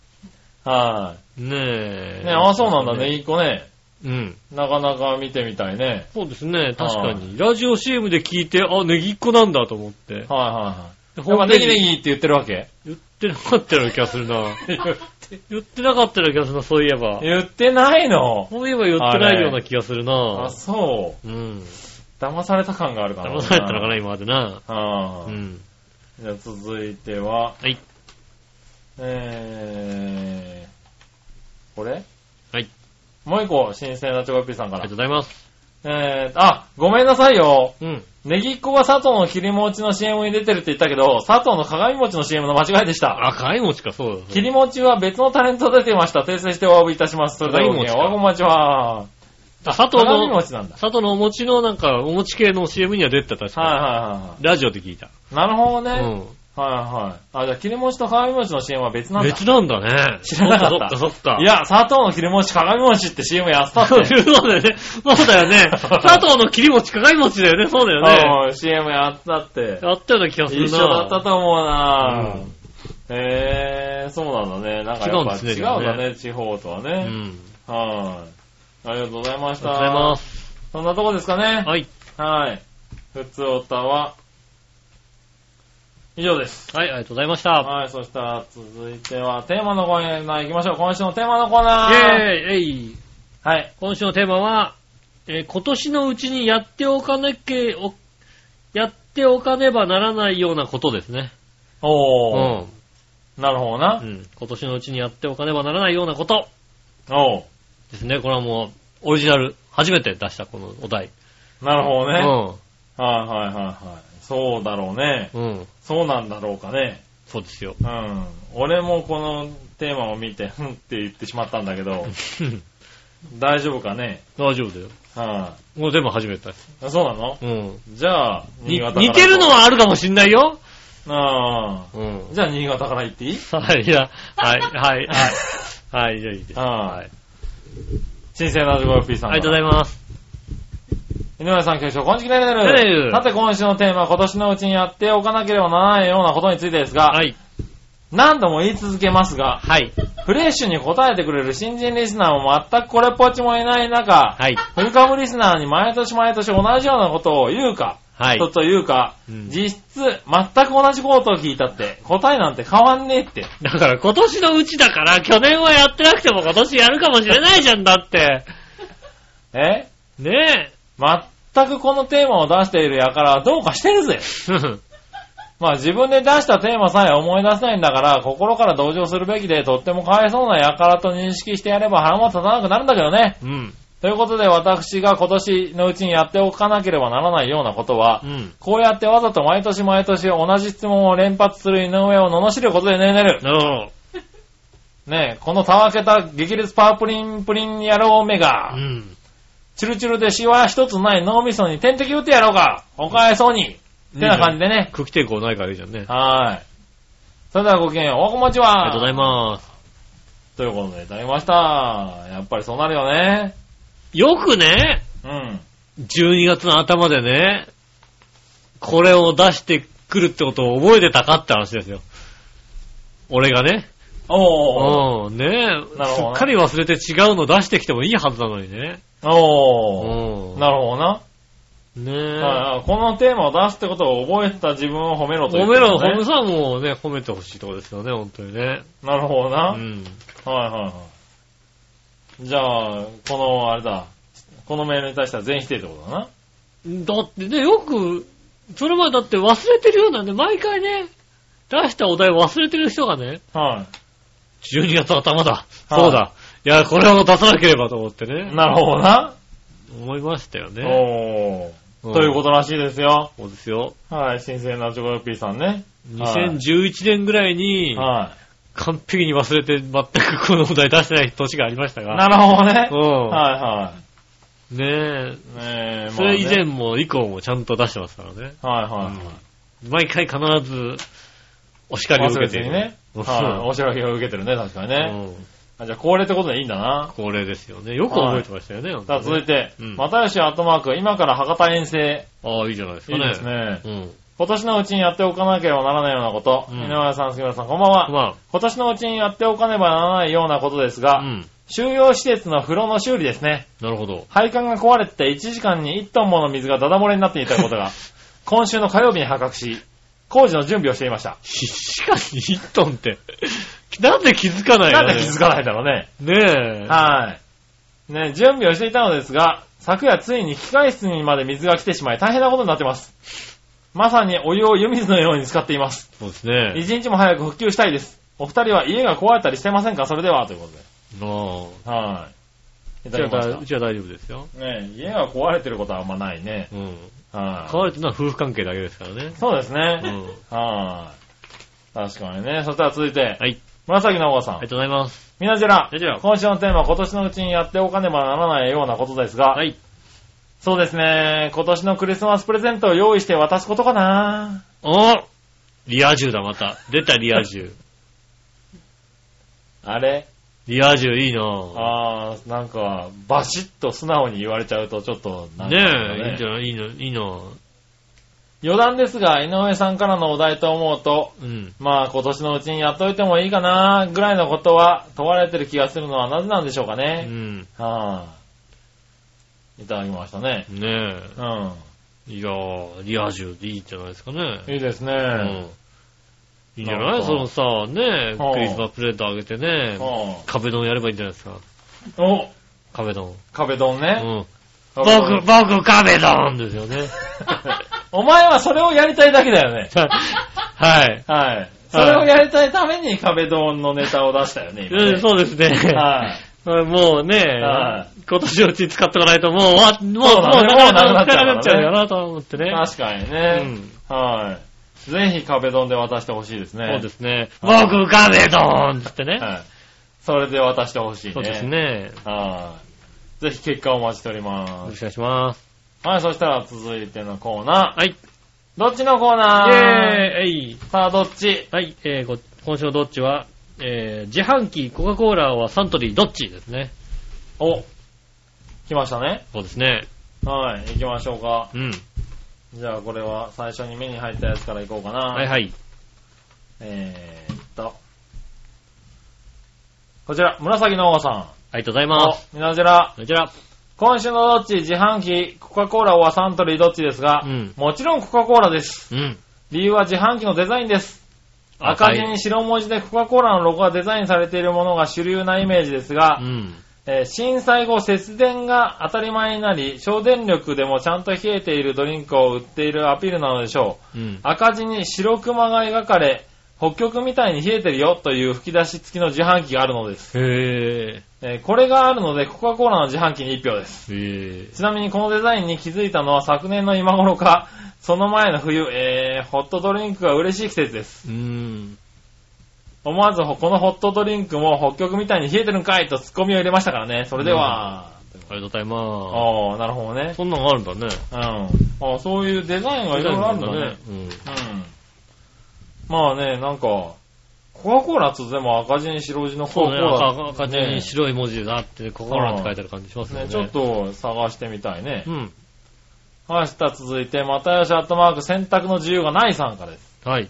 [SPEAKER 3] は
[SPEAKER 2] ねえ。
[SPEAKER 3] い。ねあ、そうなんだね、。一個ね。
[SPEAKER 2] うん。
[SPEAKER 3] なかなか見てみたいね。
[SPEAKER 2] そうですね、確かに。ラジオ CM で聞いて、あ、ネギっ子なんだと思って。
[SPEAKER 3] はいはいはい。
[SPEAKER 2] ほ
[SPEAKER 3] や
[SPEAKER 2] ん
[SPEAKER 3] っぱ
[SPEAKER 2] で
[SPEAKER 3] ネギネギって言ってるわけ
[SPEAKER 2] 言ってなかったような気がする
[SPEAKER 3] <laughs>
[SPEAKER 2] な。言ってなかったような気がするな、そういえば。
[SPEAKER 3] 言ってないの。
[SPEAKER 2] そういえば言ってないような気がする
[SPEAKER 3] あ、
[SPEAKER 2] な。
[SPEAKER 3] そ
[SPEAKER 2] うん。
[SPEAKER 3] う。騙された感があるかな。
[SPEAKER 2] 騙されたのかな、今までな。
[SPEAKER 3] ああ
[SPEAKER 2] う。ん。
[SPEAKER 3] じゃあ続いては、
[SPEAKER 2] はい。
[SPEAKER 3] えー、これ
[SPEAKER 2] はい。
[SPEAKER 3] もう一個、新鮮なチョコヨッピーさんか
[SPEAKER 2] ありがと
[SPEAKER 3] ら
[SPEAKER 2] う。ございます。
[SPEAKER 3] えー、あ、ごめんなさいよ。
[SPEAKER 2] うん。
[SPEAKER 3] ネギっ子が佐藤の切り餅の CM に出てるって言ったけど、佐藤の鏡餅の CM の間違いでした。
[SPEAKER 2] 赤い餅か、そうだ。
[SPEAKER 3] 切り餅は別のタレント出てました。訂正してお詫びいたします。それではごきげんよう、お
[SPEAKER 2] 鏡
[SPEAKER 3] はこんばんちは。
[SPEAKER 2] あ佐藤
[SPEAKER 3] 鏡
[SPEAKER 2] の、
[SPEAKER 3] 餅なんだ。
[SPEAKER 2] 佐藤のお餅のなんか、お餅系の CM には出てた、確か
[SPEAKER 3] はい
[SPEAKER 2] に。
[SPEAKER 3] はいはいは
[SPEAKER 2] ラジオで聞いた。
[SPEAKER 3] い。なるほどね。
[SPEAKER 2] う。
[SPEAKER 3] はいはい。あ、じゃあ、切り餅と鏡餅の CM は別なんんだ。
[SPEAKER 2] 別なんだね。
[SPEAKER 3] 知らなかった
[SPEAKER 2] そっかそっか。
[SPEAKER 3] い、や、佐藤の切り餅、鏡餅って CM やった
[SPEAKER 2] <laughs>
[SPEAKER 3] っ
[SPEAKER 2] そう
[SPEAKER 3] て。
[SPEAKER 2] だよね。そうだよ
[SPEAKER 3] <laughs>
[SPEAKER 2] ね。佐藤の切り餅、鏡餅だよね。そうだよね。
[SPEAKER 3] うん CM やったって。
[SPEAKER 2] やったような気がするな。
[SPEAKER 3] 一緒だったと思うな
[SPEAKER 2] うん
[SPEAKER 3] へえー、そうなんだね。なんかやっぱ
[SPEAKER 2] 違うんですね
[SPEAKER 3] 違うんだね、地方とは
[SPEAKER 2] う
[SPEAKER 3] ね。
[SPEAKER 2] ん。
[SPEAKER 3] はい。ありがとうございまし
[SPEAKER 2] ありがと
[SPEAKER 3] た。
[SPEAKER 2] うございます。
[SPEAKER 3] そんなとこですかね。
[SPEAKER 2] はい。
[SPEAKER 3] はい。ふつおたは、以上です。
[SPEAKER 2] はい、ありがとうございました。
[SPEAKER 3] はい、そしたら続いては、テーマのコーナー行きましょう。今週のテーマのコー
[SPEAKER 2] イ
[SPEAKER 3] ナー。
[SPEAKER 2] ェーイえい
[SPEAKER 3] はい。
[SPEAKER 2] 今週のテーマは、えー今年のうちにやっておかなけ、おやっておかねばならないようなことですね。う
[SPEAKER 3] おー。
[SPEAKER 2] ん。
[SPEAKER 3] なるほど
[SPEAKER 2] う
[SPEAKER 3] な。
[SPEAKER 2] ん。今年のうちにやっておかねばならないようなこと
[SPEAKER 3] おー。
[SPEAKER 2] ですね。これはもう、オリジナル、初めて出したこのお題。
[SPEAKER 3] なるほどね。はい
[SPEAKER 2] うん。
[SPEAKER 3] はいはいはい。そうだろうね。
[SPEAKER 2] うん。
[SPEAKER 3] そうなんだろうかね。
[SPEAKER 2] そうですよ。 <laughs>
[SPEAKER 3] うん。俺もこのテーマを見て、 <laughs> ふんって言ってしまったんだけど、大丈夫かね。
[SPEAKER 2] 大丈夫だよ。
[SPEAKER 3] は
[SPEAKER 2] もう全部初めてです。
[SPEAKER 3] い、あ。そうなの
[SPEAKER 2] うん。
[SPEAKER 3] じゃあ、
[SPEAKER 2] に
[SPEAKER 3] 新潟から
[SPEAKER 2] 似てるのはあるかもしんないよ。
[SPEAKER 3] あ
[SPEAKER 2] うん
[SPEAKER 3] あ。じゃあ、新潟から行っていい
[SPEAKER 2] はい、いや、はい、はい、はい。はい、じゃあいいです。
[SPEAKER 3] はい。新鮮なジョコヨッピーさん。
[SPEAKER 2] ありがとうござい
[SPEAKER 3] ま
[SPEAKER 2] ます。
[SPEAKER 3] す。井上さん、局長、こんちきねる
[SPEAKER 2] ね
[SPEAKER 3] ね
[SPEAKER 2] るねる
[SPEAKER 3] る。さて、今週のテーマは、今年のうちにやっておかなければならないようなことについてですが、
[SPEAKER 2] はい、
[SPEAKER 3] 何度も言い続けますが、
[SPEAKER 2] はい、
[SPEAKER 3] フレッシュに答えてくれる新人リスナーも全くこれっぽっちもいない中、
[SPEAKER 2] はい。
[SPEAKER 3] フルカムリスナーに毎年毎年同じようなことを言うか、
[SPEAKER 2] はい
[SPEAKER 3] と。というか、
[SPEAKER 2] うん
[SPEAKER 3] 実質、全く同じことを聞いたって、答えなんて変わんねえって。
[SPEAKER 2] だから今年のうちだから、去年はやってなくても今年やるかもしれないじゃんだって。
[SPEAKER 3] え
[SPEAKER 2] ね
[SPEAKER 3] 全くこのテーマを出しているやからはどうかしてるぜ。
[SPEAKER 2] え。
[SPEAKER 3] まあ自分で出したテーマさえ思い出せないんだから、心から同情するべきで、とってもかわいそうなやからと認識してやれば腹も立たなくなるんだけどね。
[SPEAKER 2] うん。
[SPEAKER 3] と <laughs> いうことで私が今年のうちにやっておかなければならないようなことは、
[SPEAKER 2] うん。
[SPEAKER 3] こうやってわざと毎年毎年同じ質問を連発する井上を罵ることでねえねる。
[SPEAKER 2] なるほど。
[SPEAKER 3] ねえ、このたわけた激烈パープリンプリン野郎めが、
[SPEAKER 2] うん。
[SPEAKER 3] チュルチュルでシワ一つない脳みそに点滴打ってやろうか。おかえそうに。ってな感じでね。
[SPEAKER 2] 空気抵抗ないからいいじゃんね。
[SPEAKER 3] はーい。それではごきげんよう。おこもち
[SPEAKER 2] あ
[SPEAKER 3] は。
[SPEAKER 2] りがとうございます。
[SPEAKER 3] ということでいただきました。やっぱりそうなるよね。
[SPEAKER 2] よくね、
[SPEAKER 3] うん。
[SPEAKER 2] 12月の頭でね、これを出してくるってことを覚えてたかって話ですよ。俺がね。
[SPEAKER 3] おー。
[SPEAKER 2] うん、ねえ、
[SPEAKER 3] なるほ
[SPEAKER 2] す
[SPEAKER 3] ど
[SPEAKER 2] っ
[SPEAKER 3] ね
[SPEAKER 2] かり忘れて違うの出してきてもいいはずなのにね。
[SPEAKER 3] おー。
[SPEAKER 2] うん。
[SPEAKER 3] なるほどな。
[SPEAKER 2] ね
[SPEAKER 3] だ
[SPEAKER 2] え
[SPEAKER 3] か。らこのテーマを出すってことを覚えてた自分を褒めろという
[SPEAKER 2] 褒
[SPEAKER 3] こ
[SPEAKER 2] め
[SPEAKER 3] とだね、
[SPEAKER 2] ろ、褒めさんもね、褒めてほしいとこですよね、本当にね。
[SPEAKER 3] なるほど
[SPEAKER 2] う
[SPEAKER 3] な。
[SPEAKER 2] ん。
[SPEAKER 3] はいはいはい。じゃあ、この、あれだ。このメールに対しては全否定ってことだな。
[SPEAKER 2] だってね、よく、それまでだって忘れてるようなんで、毎回ね、出したお題忘れてる人がね、
[SPEAKER 3] は
[SPEAKER 2] 12月頭だ、
[SPEAKER 3] はい
[SPEAKER 2] そうだ、いや、これはもう出さなければと思って
[SPEAKER 3] い。
[SPEAKER 2] ね、
[SPEAKER 3] なるほどな。
[SPEAKER 2] 思いましたよね。
[SPEAKER 3] おー。
[SPEAKER 2] ん
[SPEAKER 3] ということらしいですよ。
[SPEAKER 2] そうですよ。
[SPEAKER 3] はい、新鮮なチョコヨッピーさんね。はい
[SPEAKER 2] 2011年ぐらいに、
[SPEAKER 3] は
[SPEAKER 2] 完璧に忘れて全くこのお題出してない年がありました
[SPEAKER 3] い。
[SPEAKER 2] が。
[SPEAKER 3] なるほどね。
[SPEAKER 2] う
[SPEAKER 3] は
[SPEAKER 2] ん。ね
[SPEAKER 3] いはい。ねえ、
[SPEAKER 2] え。それ以前
[SPEAKER 3] ま
[SPEAKER 2] も以降もちゃんと出してますからね。
[SPEAKER 3] あね。はいはい。
[SPEAKER 2] 毎回必ず、お叱りを
[SPEAKER 3] 忘
[SPEAKER 2] 受
[SPEAKER 3] れ
[SPEAKER 2] け
[SPEAKER 3] ず
[SPEAKER 2] てい
[SPEAKER 3] に
[SPEAKER 2] る。
[SPEAKER 3] ね。
[SPEAKER 2] うん
[SPEAKER 3] はい。おしらけを受けてるね、確かにね。
[SPEAKER 2] うん
[SPEAKER 3] あじゃあ、恒例ってことでいいんだな。
[SPEAKER 2] 恒例ですよね。よく覚えてましたよね。
[SPEAKER 3] さあ、続い
[SPEAKER 2] て。
[SPEAKER 3] て
[SPEAKER 2] うん、
[SPEAKER 3] 又吉アットマーク、今から博多遠征。
[SPEAKER 2] ああ、いいじゃないですか
[SPEAKER 3] いい
[SPEAKER 2] ね。
[SPEAKER 3] ですね。
[SPEAKER 2] うん。
[SPEAKER 3] 今年のうちにやっておかなければならないようなこと。
[SPEAKER 2] うん
[SPEAKER 3] 井上さん、杉村さん、こんばんは。
[SPEAKER 2] ま
[SPEAKER 3] 今年のうちにやっておかねばならないようなことですが、
[SPEAKER 2] あ、うん。
[SPEAKER 3] 収容施設の風呂の修理ですね。
[SPEAKER 2] なるほど。
[SPEAKER 3] 配管が壊れて1時間に1トンもの水がダダ漏れになっていた <laughs> ことが、今週の火曜日に発覚し、工事の準備をしていました。
[SPEAKER 2] しかし、1トンって、 <laughs> なんで気づかないの
[SPEAKER 3] なんで気づかないんだろうね。
[SPEAKER 2] ねえ。
[SPEAKER 3] はい。ね、準備をしていたのですが、昨夜ついに機械室にまで水が来てしまい大変なことになってます。まさにお湯を湯水のように使っています。
[SPEAKER 2] そうです <laughs> ね。
[SPEAKER 3] 一日も早く復旧したいです。お二人は家が壊れたりしてませんかそれでは、ということ
[SPEAKER 2] な
[SPEAKER 3] で。
[SPEAKER 2] あ。
[SPEAKER 3] はい。いうた
[SPEAKER 2] ち
[SPEAKER 3] だ
[SPEAKER 2] は
[SPEAKER 3] きま
[SPEAKER 2] だ
[SPEAKER 3] した
[SPEAKER 2] う。ちは大丈夫ですよ。
[SPEAKER 3] ねえ家が壊れてることはあんまないね。
[SPEAKER 2] うん。
[SPEAKER 3] は
[SPEAKER 2] 変
[SPEAKER 3] い。
[SPEAKER 2] わるってのは夫婦関係だけですからね。
[SPEAKER 3] そうです
[SPEAKER 2] うん。
[SPEAKER 3] ね。はい。確かにね。そしたら続いて、
[SPEAKER 2] はい。
[SPEAKER 3] 紫のおばさ
[SPEAKER 2] ありが
[SPEAKER 3] ん。
[SPEAKER 2] とうございます。
[SPEAKER 3] みなじら
[SPEAKER 2] みなじら、
[SPEAKER 3] 今週のテーマは今年のうちにやっておかねばならないようなことですが
[SPEAKER 2] は、い。
[SPEAKER 3] そうですね。今年のクリスマスプレゼントを用意して渡すことかな。
[SPEAKER 2] おリア充だ、また。出た、リア充。
[SPEAKER 3] あれ
[SPEAKER 2] リア充いいな
[SPEAKER 3] あー、なんか、バシッと素直に言われちゃうとちょっとなんか
[SPEAKER 2] ね
[SPEAKER 3] ね、
[SPEAKER 2] え、いいんじゃないいいの、いいの。
[SPEAKER 3] 余談ですが、井上さんからのお題と思うと、
[SPEAKER 2] うん。
[SPEAKER 3] まあ今年のうちにやっといてもいいかなぐらいのことは問われてる気がするのはなぜなんでしょうか
[SPEAKER 2] う
[SPEAKER 3] ね。
[SPEAKER 2] ん。
[SPEAKER 3] はぁ、いただきましたね。
[SPEAKER 2] ねえ。
[SPEAKER 3] うん。
[SPEAKER 2] いやー、リア充でいいんじゃないですかね。
[SPEAKER 3] いいですね。
[SPEAKER 2] うん。いいんじゃ
[SPEAKER 3] な
[SPEAKER 2] なんい
[SPEAKER 3] か
[SPEAKER 2] そのさ、ねえ、
[SPEAKER 3] はあ
[SPEAKER 2] クリスマスプレートあげてね、
[SPEAKER 3] はぁ
[SPEAKER 2] 壁ドンやればいいんじゃないですか。
[SPEAKER 3] お
[SPEAKER 2] 壁ドン。
[SPEAKER 3] 壁ドン
[SPEAKER 2] う
[SPEAKER 3] ね。
[SPEAKER 2] ん。
[SPEAKER 3] 壁ド
[SPEAKER 2] 僕、 <laughs>
[SPEAKER 3] ン
[SPEAKER 2] 僕、壁ドンですよ
[SPEAKER 3] <laughs>
[SPEAKER 2] ね。
[SPEAKER 3] お前はそれをやりたいだけだよね。
[SPEAKER 2] はい。
[SPEAKER 3] はい。それをやりたいために壁ドンのネタを出したよね、今ね
[SPEAKER 2] うんそうですね。
[SPEAKER 3] はい。
[SPEAKER 2] <laughs> もうね、
[SPEAKER 3] は
[SPEAKER 2] 今年のうちに使っとかないと、もう終わ、もう、もう
[SPEAKER 3] そうだね
[SPEAKER 2] なかな
[SPEAKER 3] も
[SPEAKER 2] か
[SPEAKER 3] うなくなっちゃうか
[SPEAKER 2] なくな
[SPEAKER 3] らね
[SPEAKER 2] っちゃうよなと思ってね。
[SPEAKER 3] 確かにね。はい。ぜひ壁ドンで渡してほしいですね。。
[SPEAKER 2] そうですすね。
[SPEAKER 3] はい
[SPEAKER 2] 僕、壁ドンっつってね。
[SPEAKER 3] はい。それで渡してほしいね。
[SPEAKER 2] そうです。ね。
[SPEAKER 3] はい。ぜひ結果をお待ちしており
[SPEAKER 2] よ
[SPEAKER 3] ま
[SPEAKER 2] ろしく
[SPEAKER 3] す。
[SPEAKER 2] お願いします。
[SPEAKER 3] はい、そしたら続いてのコーナー。
[SPEAKER 2] はい。イ
[SPEAKER 3] どっちのコー
[SPEAKER 2] ェー
[SPEAKER 3] ナー
[SPEAKER 2] イえい
[SPEAKER 3] さあ、どっち
[SPEAKER 2] はい、えーこ、今週のどっちは、えー、自販機、コカ・コーラはサントリー、どっちですね。
[SPEAKER 3] お、来ましたね。
[SPEAKER 2] そうですね。
[SPEAKER 3] はい、行きましょうか。
[SPEAKER 2] うん。
[SPEAKER 3] じゃあ、これは最初に目に入ったやつから行こうかな。
[SPEAKER 2] はいはい。
[SPEAKER 3] えーっと。こちら、紫の王さん。
[SPEAKER 2] ありがとうございます。
[SPEAKER 3] みなじら、
[SPEAKER 2] こちら。
[SPEAKER 3] 今週のどっち自販機、コカ・コーラはサントリーどっちですが、
[SPEAKER 2] うん
[SPEAKER 3] もちろんコカ・コーラです。
[SPEAKER 2] うん。
[SPEAKER 3] 理由は自販機のデザインです。
[SPEAKER 2] 赤
[SPEAKER 3] 赤
[SPEAKER 2] い
[SPEAKER 3] 字に白文字でコカ・コーラのロゴがデザインされているものが主流なイメージですが、
[SPEAKER 2] うん。
[SPEAKER 3] えー震災後節電が当たり前になり、省電力でもちゃんと冷えているドリンクを売っているアピールなのでしょう。
[SPEAKER 2] うん。
[SPEAKER 3] 赤字に白熊が描かれ、北極みたいに冷えてるよという吹き出し付きの自販機があるのです。
[SPEAKER 2] へ
[SPEAKER 3] えーこれがあるので、コカ・コーラの自販機に1票です。
[SPEAKER 2] ぇー。へ
[SPEAKER 3] ちなみにこのデザインに気づいたのは昨年の今頃か、その前の冬、えー、ホットドリンクが嬉しい季節です。
[SPEAKER 2] ー。うん。
[SPEAKER 3] 思わずほこのホットドリンクも北極みたいに冷えてるんかいとツッコミを入れましたからね。それでは、
[SPEAKER 2] ありがとうございま
[SPEAKER 3] ああ、なるほどね
[SPEAKER 2] す。。そんなのがあるんだね。
[SPEAKER 3] うん。ああ、そういうデザインがいろいろあるんだね。
[SPEAKER 2] うん。
[SPEAKER 3] うん。まあね、なんか、コカ・コーラっつっても赤字に白字のコ
[SPEAKER 2] そう
[SPEAKER 3] カ・
[SPEAKER 2] ね、
[SPEAKER 3] コーラ、
[SPEAKER 2] 赤赤字に白い文字でなって、コカ・コーラって書いてある感じしますよ
[SPEAKER 3] ね
[SPEAKER 2] ね。
[SPEAKER 3] ちょっ。と探してみたいね
[SPEAKER 2] う。ん。
[SPEAKER 3] 明日続いて、またよしアットマーク選択の自由がないさんからです。
[SPEAKER 2] はい。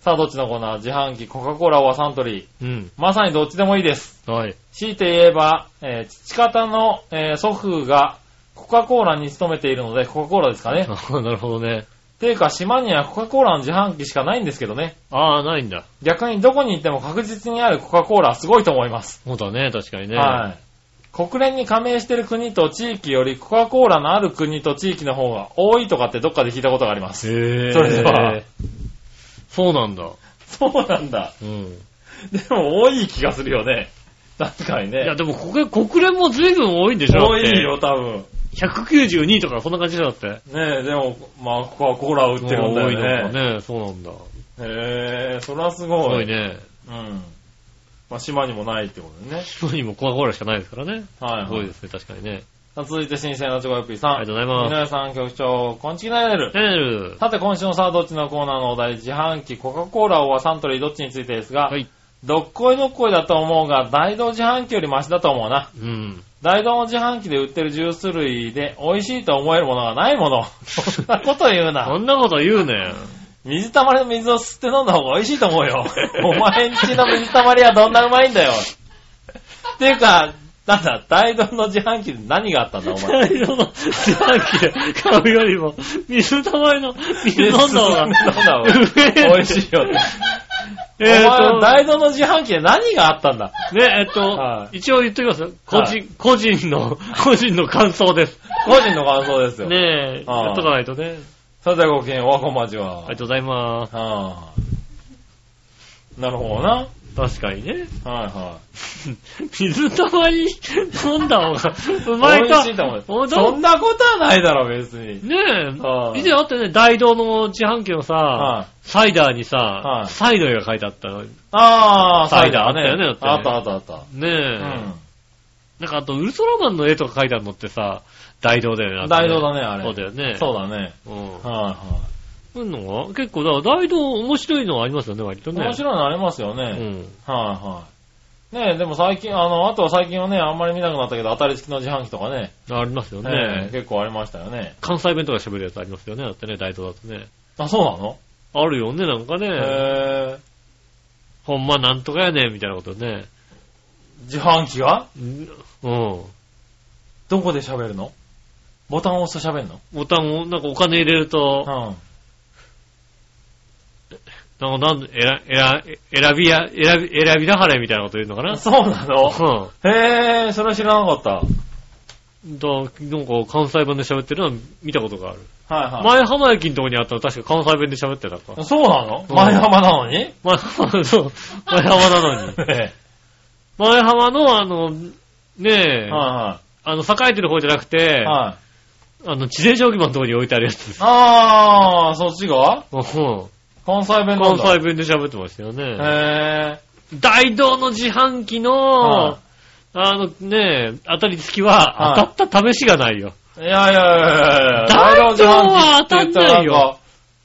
[SPEAKER 3] さあ、どっちのコーナー自販機、コカ・コーラはサントリー。
[SPEAKER 2] うん。
[SPEAKER 3] まさにどっちでもいいです。
[SPEAKER 2] はい。
[SPEAKER 3] 強いて言えば、えー父方の、えー祖父がコカ・コーラに勤めているので、コカ・コーラですかね。
[SPEAKER 2] ああ、なるほどね。
[SPEAKER 3] ていうか、島にはコカ・コーラの自販機しかないんですけどね。
[SPEAKER 2] ああ、ないんだ。
[SPEAKER 3] 逆にどこに行っても確実にあるコカ・コーラはすごいと思います。
[SPEAKER 2] そうだね、確かにね。
[SPEAKER 3] はい。国連に加盟している国と地域より、コカ・コーラのある国と地域の方が多いとかってどっかで聞いたことがあります。
[SPEAKER 2] へぇー。
[SPEAKER 3] それでは
[SPEAKER 2] そうなんだ。
[SPEAKER 3] そうなんだ。
[SPEAKER 2] うん。
[SPEAKER 3] でも多い気がするよね。確かに
[SPEAKER 2] いや、
[SPEAKER 3] ね。
[SPEAKER 2] でも国国連も随分多いんでしょ
[SPEAKER 3] 多いよ、。多分。
[SPEAKER 2] だって192とかそんな感じだって。
[SPEAKER 3] ねえ、でも、まあ、コカ・コーラを売ってるんだ
[SPEAKER 2] 多いの
[SPEAKER 3] よ
[SPEAKER 2] か
[SPEAKER 3] ね。
[SPEAKER 2] ね。そうなんだ。
[SPEAKER 3] へえ、それはす
[SPEAKER 2] す
[SPEAKER 3] ごい。
[SPEAKER 2] ごいね。
[SPEAKER 3] うん。まあ、島にもないってことでね。
[SPEAKER 2] 人にもコアコーラしかないですからね。
[SPEAKER 3] はい、
[SPEAKER 2] すごいですね、確かにね。
[SPEAKER 3] さあ続いて、新鮮なチョコヨッピーさん。
[SPEAKER 2] ありがとうござい
[SPEAKER 3] 皆
[SPEAKER 2] ま
[SPEAKER 3] さん、局長、こんちきなやる
[SPEAKER 2] す。。エネル。
[SPEAKER 3] さて、今週のさあ、どっちのコーナーのお題、自販機、コカ・コーラはサントリー、どっちについてですが、
[SPEAKER 2] はい。
[SPEAKER 3] どっこいどっこいだと思うが、大道自販機よりマシだと思うな。
[SPEAKER 2] うん。
[SPEAKER 3] 大道の自販機で売ってるジュース類で美味しいと思えるものがないもの。 <laughs> そんなこと言うな。
[SPEAKER 2] そんなこと言うね。
[SPEAKER 3] 水溜まりの水を吸って飲んだ方が美味しいと思うよ。 <laughs> お前んちの水溜まりはどんなうまいんだよ。っていうか、なんだ、大道の自販機で何があったんだ、お前。
[SPEAKER 2] 大量の自販機で買うよりも、水たまりの水 <laughs> 飲んだ方が、
[SPEAKER 3] 水 <laughs> 飲んだ方が美味しいよ。お
[SPEAKER 2] <laughs> え
[SPEAKER 3] 前
[SPEAKER 2] っと、
[SPEAKER 3] は大道の自販機で何があったんだ。
[SPEAKER 2] ね、えっと、
[SPEAKER 3] はい
[SPEAKER 2] 一応言っときますよ。個
[SPEAKER 3] は
[SPEAKER 2] 人、個人の、個人の感想です。
[SPEAKER 3] 個人の感想ですよ。
[SPEAKER 2] ねえ、
[SPEAKER 3] はい
[SPEAKER 2] やっとかないとね。
[SPEAKER 3] さてごきげん、わこまじ
[SPEAKER 2] あ
[SPEAKER 3] は。
[SPEAKER 2] りがとうございます。
[SPEAKER 3] はあなるほどな。はい
[SPEAKER 2] 確かにね。 <laughs>
[SPEAKER 3] は
[SPEAKER 2] 水たまり飲んだ方がう
[SPEAKER 3] い。
[SPEAKER 2] まい
[SPEAKER 3] 美
[SPEAKER 2] か。
[SPEAKER 3] 味しいと思う。
[SPEAKER 2] お
[SPEAKER 3] そ
[SPEAKER 2] ど
[SPEAKER 3] んなことはないだろ、別に。
[SPEAKER 2] ね
[SPEAKER 3] は
[SPEAKER 2] え、
[SPEAKER 3] い
[SPEAKER 2] 以前あったよね、大道の自販機のさ、
[SPEAKER 3] はい
[SPEAKER 2] サイダーにさ、
[SPEAKER 3] はい
[SPEAKER 2] サイドが書いてあったの。ね
[SPEAKER 3] ああ、
[SPEAKER 2] サイダーあったよねだって
[SPEAKER 3] あったあったあった。
[SPEAKER 2] え、
[SPEAKER 3] うん。
[SPEAKER 2] なんかあとウルトラマンの絵とか書いてあるのってさ、大道だよね。
[SPEAKER 3] 大道だね、あ
[SPEAKER 2] あ
[SPEAKER 3] れ。
[SPEAKER 2] れそうだよね。
[SPEAKER 3] そうだね。
[SPEAKER 2] う。うん。
[SPEAKER 3] は
[SPEAKER 2] そういうのが結構、だから大道面白いのはありますよね、割と
[SPEAKER 3] いはい。
[SPEAKER 2] ね。
[SPEAKER 3] 面白いのありますよね。はい
[SPEAKER 2] うん。
[SPEAKER 3] はい。ねえ、でも最近、あの、あとは最近はね、あんまり見なくなったけど、当たり付きの自販機とかね、
[SPEAKER 2] ありますよ
[SPEAKER 3] ねえ
[SPEAKER 2] ね。
[SPEAKER 3] 結構ありましたよね。
[SPEAKER 2] 関西弁とか喋るやつありますよね、だってね、大東だとね。
[SPEAKER 3] あ、そうなの
[SPEAKER 2] あるよね、なんかね。
[SPEAKER 3] へえ。
[SPEAKER 2] ほんまなんとかやねみたいなことね。
[SPEAKER 3] 自販機が
[SPEAKER 2] んうん。
[SPEAKER 3] どこで喋るのボタンを押すと喋るの
[SPEAKER 2] ボタンを、なんかお金入れると、
[SPEAKER 3] うん。
[SPEAKER 2] なんかなん、えら、えら、え選びや、選び、選びなはれみたいなこと言うのかな。
[SPEAKER 3] あそうな
[SPEAKER 2] <laughs>
[SPEAKER 3] の
[SPEAKER 2] う
[SPEAKER 3] へえ、それは知らなかっ
[SPEAKER 2] ん。だなんか関西弁で喋ってるのは見たことがある。
[SPEAKER 3] た。はいはい。
[SPEAKER 2] 前浜駅のとこにあったの確か関西弁で喋ってたか。
[SPEAKER 3] <laughs> そうなの
[SPEAKER 2] うん
[SPEAKER 3] 前浜なのにね
[SPEAKER 2] 前浜、そう。前浜なのに。
[SPEAKER 3] <laughs> え。
[SPEAKER 2] 前浜のあの、ねえ、
[SPEAKER 3] は
[SPEAKER 2] あの、栄えてる方じゃなく
[SPEAKER 3] いはい。
[SPEAKER 2] て、
[SPEAKER 3] はい。
[SPEAKER 2] あの、地税定規場のとこに置いてあるやつです。
[SPEAKER 3] あー、そっちが
[SPEAKER 2] うん
[SPEAKER 3] 関西弁なん
[SPEAKER 2] 関
[SPEAKER 3] だ。
[SPEAKER 2] 西弁で喋ってましたよね。
[SPEAKER 3] へ
[SPEAKER 2] 大道の自販機の、
[SPEAKER 3] は
[SPEAKER 2] あのね、当たり付きは
[SPEAKER 3] はい
[SPEAKER 2] 当たった試しがないよ。
[SPEAKER 3] ぇー。いやいやいやいやいや
[SPEAKER 2] 大道は当たんないよ。
[SPEAKER 3] 大道自販機って言ったらなんか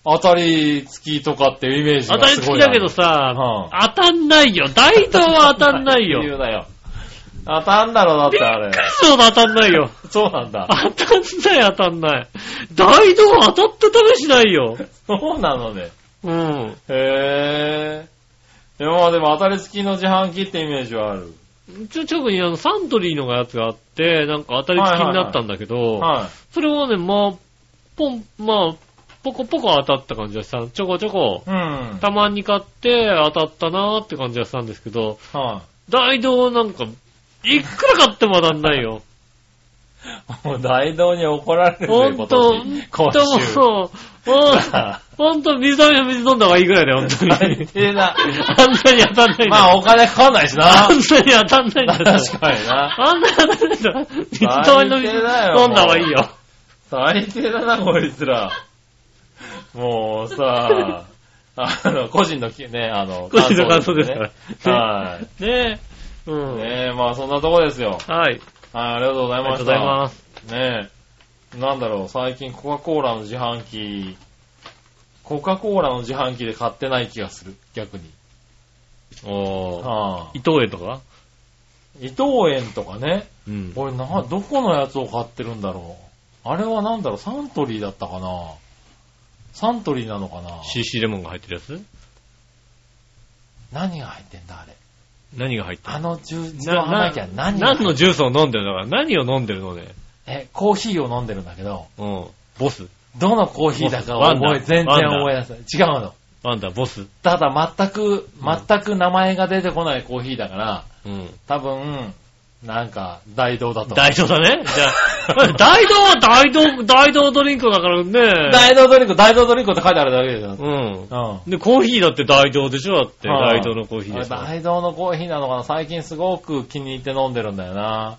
[SPEAKER 3] 当たり付きとかっていうイメージ
[SPEAKER 2] 当
[SPEAKER 3] が
[SPEAKER 2] たり
[SPEAKER 3] す
[SPEAKER 2] 付
[SPEAKER 3] ご
[SPEAKER 2] き
[SPEAKER 3] い
[SPEAKER 2] だけど
[SPEAKER 3] 当
[SPEAKER 2] さ、
[SPEAKER 3] は
[SPEAKER 2] 当たんないよ。大道は当たんない
[SPEAKER 3] 言う
[SPEAKER 2] よ。
[SPEAKER 3] なよ。当たんだろ、だってあれ。
[SPEAKER 2] そうだ、当たんないよ。
[SPEAKER 3] そうなんだ
[SPEAKER 2] 当。たんない、当たんない。大道は当たった試しないよ。
[SPEAKER 3] そうなのね。
[SPEAKER 2] うん。
[SPEAKER 3] へぇー。でもまあでも当たり付きの自販機ってイメージはある。
[SPEAKER 2] うちの近くにあの、サントリーのやつがあって、なんか当たり付きになったんだけど、
[SPEAKER 3] は
[SPEAKER 2] それはね、まあ、ポン、まあ、ポコポコ当たった感じがした。ちょこちょこ、
[SPEAKER 3] い。うん。
[SPEAKER 2] たまに買って当たったなーって感じがしたんですけど、
[SPEAKER 3] は
[SPEAKER 2] 大道なんか、いくら買っても当たんない
[SPEAKER 3] <laughs>
[SPEAKER 2] よ。
[SPEAKER 3] い。もう大道に怒られる
[SPEAKER 2] ほ
[SPEAKER 3] ね、
[SPEAKER 2] ん
[SPEAKER 3] 今
[SPEAKER 2] と、
[SPEAKER 3] 年。
[SPEAKER 2] ほん
[SPEAKER 3] 今
[SPEAKER 2] と
[SPEAKER 3] 週。 <laughs>
[SPEAKER 2] もう、もう
[SPEAKER 3] さ
[SPEAKER 2] ほんと水飲み水飲んだ方がいいぐらいだよ、ほんとに。
[SPEAKER 3] 低な。
[SPEAKER 2] <laughs> あんなに当たんないんだよ
[SPEAKER 3] まあお金かかんないし
[SPEAKER 2] あ
[SPEAKER 3] な。
[SPEAKER 2] んなに当たんないんだよ。
[SPEAKER 3] 確かにな。
[SPEAKER 2] あんなに当たんないんだよ。水
[SPEAKER 3] 最
[SPEAKER 2] 溜りの水
[SPEAKER 3] 低
[SPEAKER 2] 飲ん
[SPEAKER 3] だよ
[SPEAKER 2] だ方がいいよ。
[SPEAKER 3] 最低だな、こいつら。もうさ、あの、個人のきね、あの、
[SPEAKER 2] 個人の感想ですから
[SPEAKER 3] ねはい。
[SPEAKER 2] ねえ。うん。
[SPEAKER 3] ねえ、まあそんなとこですよ。
[SPEAKER 2] はい。
[SPEAKER 3] はい、ありがとうござ
[SPEAKER 2] あ
[SPEAKER 3] い
[SPEAKER 2] りが
[SPEAKER 3] ま
[SPEAKER 2] とうご
[SPEAKER 3] し
[SPEAKER 2] ざい
[SPEAKER 3] た。
[SPEAKER 2] ます。
[SPEAKER 3] ねえ、なんだろう、最近コカ・コーラの自販機、コカ・コーラの自販機で買ってない気がする、逆に。
[SPEAKER 2] おー。
[SPEAKER 3] はあ、
[SPEAKER 2] 伊藤園とか
[SPEAKER 3] 伊藤園とかね、
[SPEAKER 2] うん。
[SPEAKER 3] 俺な、どこのやつを買ってるんだろう。あれはなんだろう、サントリーだったかなサントリーなのかな
[SPEAKER 2] CC レモンが入ってるやつ
[SPEAKER 3] 何が入ってんだ、あれ。
[SPEAKER 2] 何が入ってる
[SPEAKER 3] あのジュ自動
[SPEAKER 2] な
[SPEAKER 3] 販売機は
[SPEAKER 2] な
[SPEAKER 3] 何が
[SPEAKER 2] 何のジュースを飲んでるのか何を飲んでるのね。
[SPEAKER 3] え、コーヒーを飲んでるんだけど、
[SPEAKER 2] うん。ボス
[SPEAKER 3] どのコーヒーだか
[SPEAKER 2] ワンダ
[SPEAKER 3] 覚え、全然
[SPEAKER 2] ワンダ
[SPEAKER 3] 思い出せない。違うの。
[SPEAKER 2] あんた、ボス
[SPEAKER 3] ただ全く、全く名前が出てこないコーヒーだから、
[SPEAKER 2] うん。
[SPEAKER 3] 多分、なんか、大道だと。
[SPEAKER 2] 大道だねじゃあ、大道は大道、大道ドリンクだからね。
[SPEAKER 3] 大道ドリンク、大道ドリンクって書いてあるだけでしょ。うん。
[SPEAKER 2] うん。
[SPEAKER 3] あ
[SPEAKER 2] で、コーヒーだって大道でしょだって、
[SPEAKER 3] は
[SPEAKER 2] 大
[SPEAKER 3] い
[SPEAKER 2] 道のコーヒーで
[SPEAKER 3] れ
[SPEAKER 2] しょ。
[SPEAKER 3] 大道のコーヒーなのかな最近すごく気に入って飲んでるんだよな。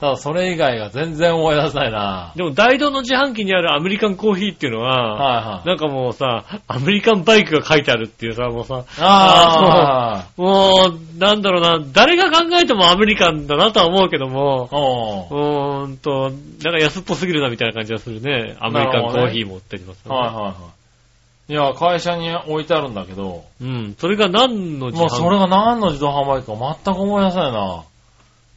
[SPEAKER 3] ただそれ以外が全然思い出せないな。
[SPEAKER 2] でも大道の自販機にあるアメリカンコーヒーっていうのは、
[SPEAKER 3] はい
[SPEAKER 2] <laughs>
[SPEAKER 3] はい。
[SPEAKER 2] なんかもうさ、アメリカンバイクが書いてあるっていうさ、もうさ、
[SPEAKER 3] あ
[SPEAKER 2] もう、なんだろうな、誰が考えてもアメリカンだなとは思うけども
[SPEAKER 3] あ。、お
[SPEAKER 2] う
[SPEAKER 3] ー
[SPEAKER 2] ーんと、なんか安っぽすぎるなみたいな感じがするね。アメリカンコーヒー持ってきます、ね
[SPEAKER 3] はいはいはい。いや、会社に置いてあるんだけど、
[SPEAKER 2] うん。それが何の自
[SPEAKER 3] もうそ
[SPEAKER 2] 販
[SPEAKER 3] れが何の自動販売機か全く思い出せないな。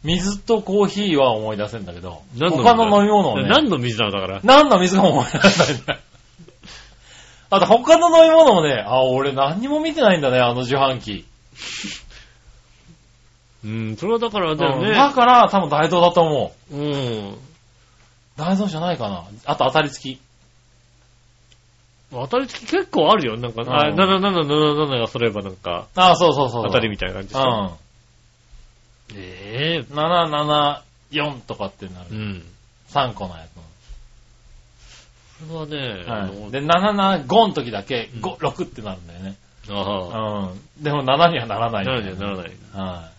[SPEAKER 3] 水とコーヒーは思い出せんだけど、
[SPEAKER 2] 何の水
[SPEAKER 3] 他の飲み物をね。
[SPEAKER 2] 何の水なのだから。
[SPEAKER 3] 何の水かも思い出せないん <laughs> だ。あと他の飲み物もね、あ、俺何にも見てないんだね、あの自販機。
[SPEAKER 2] うん、それはだからだ
[SPEAKER 3] うんだ
[SPEAKER 2] よね。
[SPEAKER 3] から多分大道だと思う。
[SPEAKER 2] うん。
[SPEAKER 3] 大道じゃないかな。あと当たり付き。
[SPEAKER 2] 当たり付き結構あるよ。なんか、あ、
[SPEAKER 3] うん
[SPEAKER 2] 7777がそればなんか、
[SPEAKER 3] あ、そうそうそうそう。
[SPEAKER 2] 当たりみたいな感じでしょ。え
[SPEAKER 3] うん。774とかってな
[SPEAKER 2] えう
[SPEAKER 3] る。
[SPEAKER 2] ん。
[SPEAKER 3] 3個のや
[SPEAKER 2] それはね、
[SPEAKER 3] つ。
[SPEAKER 2] あ
[SPEAKER 3] はい
[SPEAKER 2] の
[SPEAKER 3] で、775の時だけ、
[SPEAKER 2] うん
[SPEAKER 3] 5、6ってなるんだよね。う
[SPEAKER 2] ああ、
[SPEAKER 3] ん。でも7にはならない。
[SPEAKER 2] ならないならない。
[SPEAKER 3] は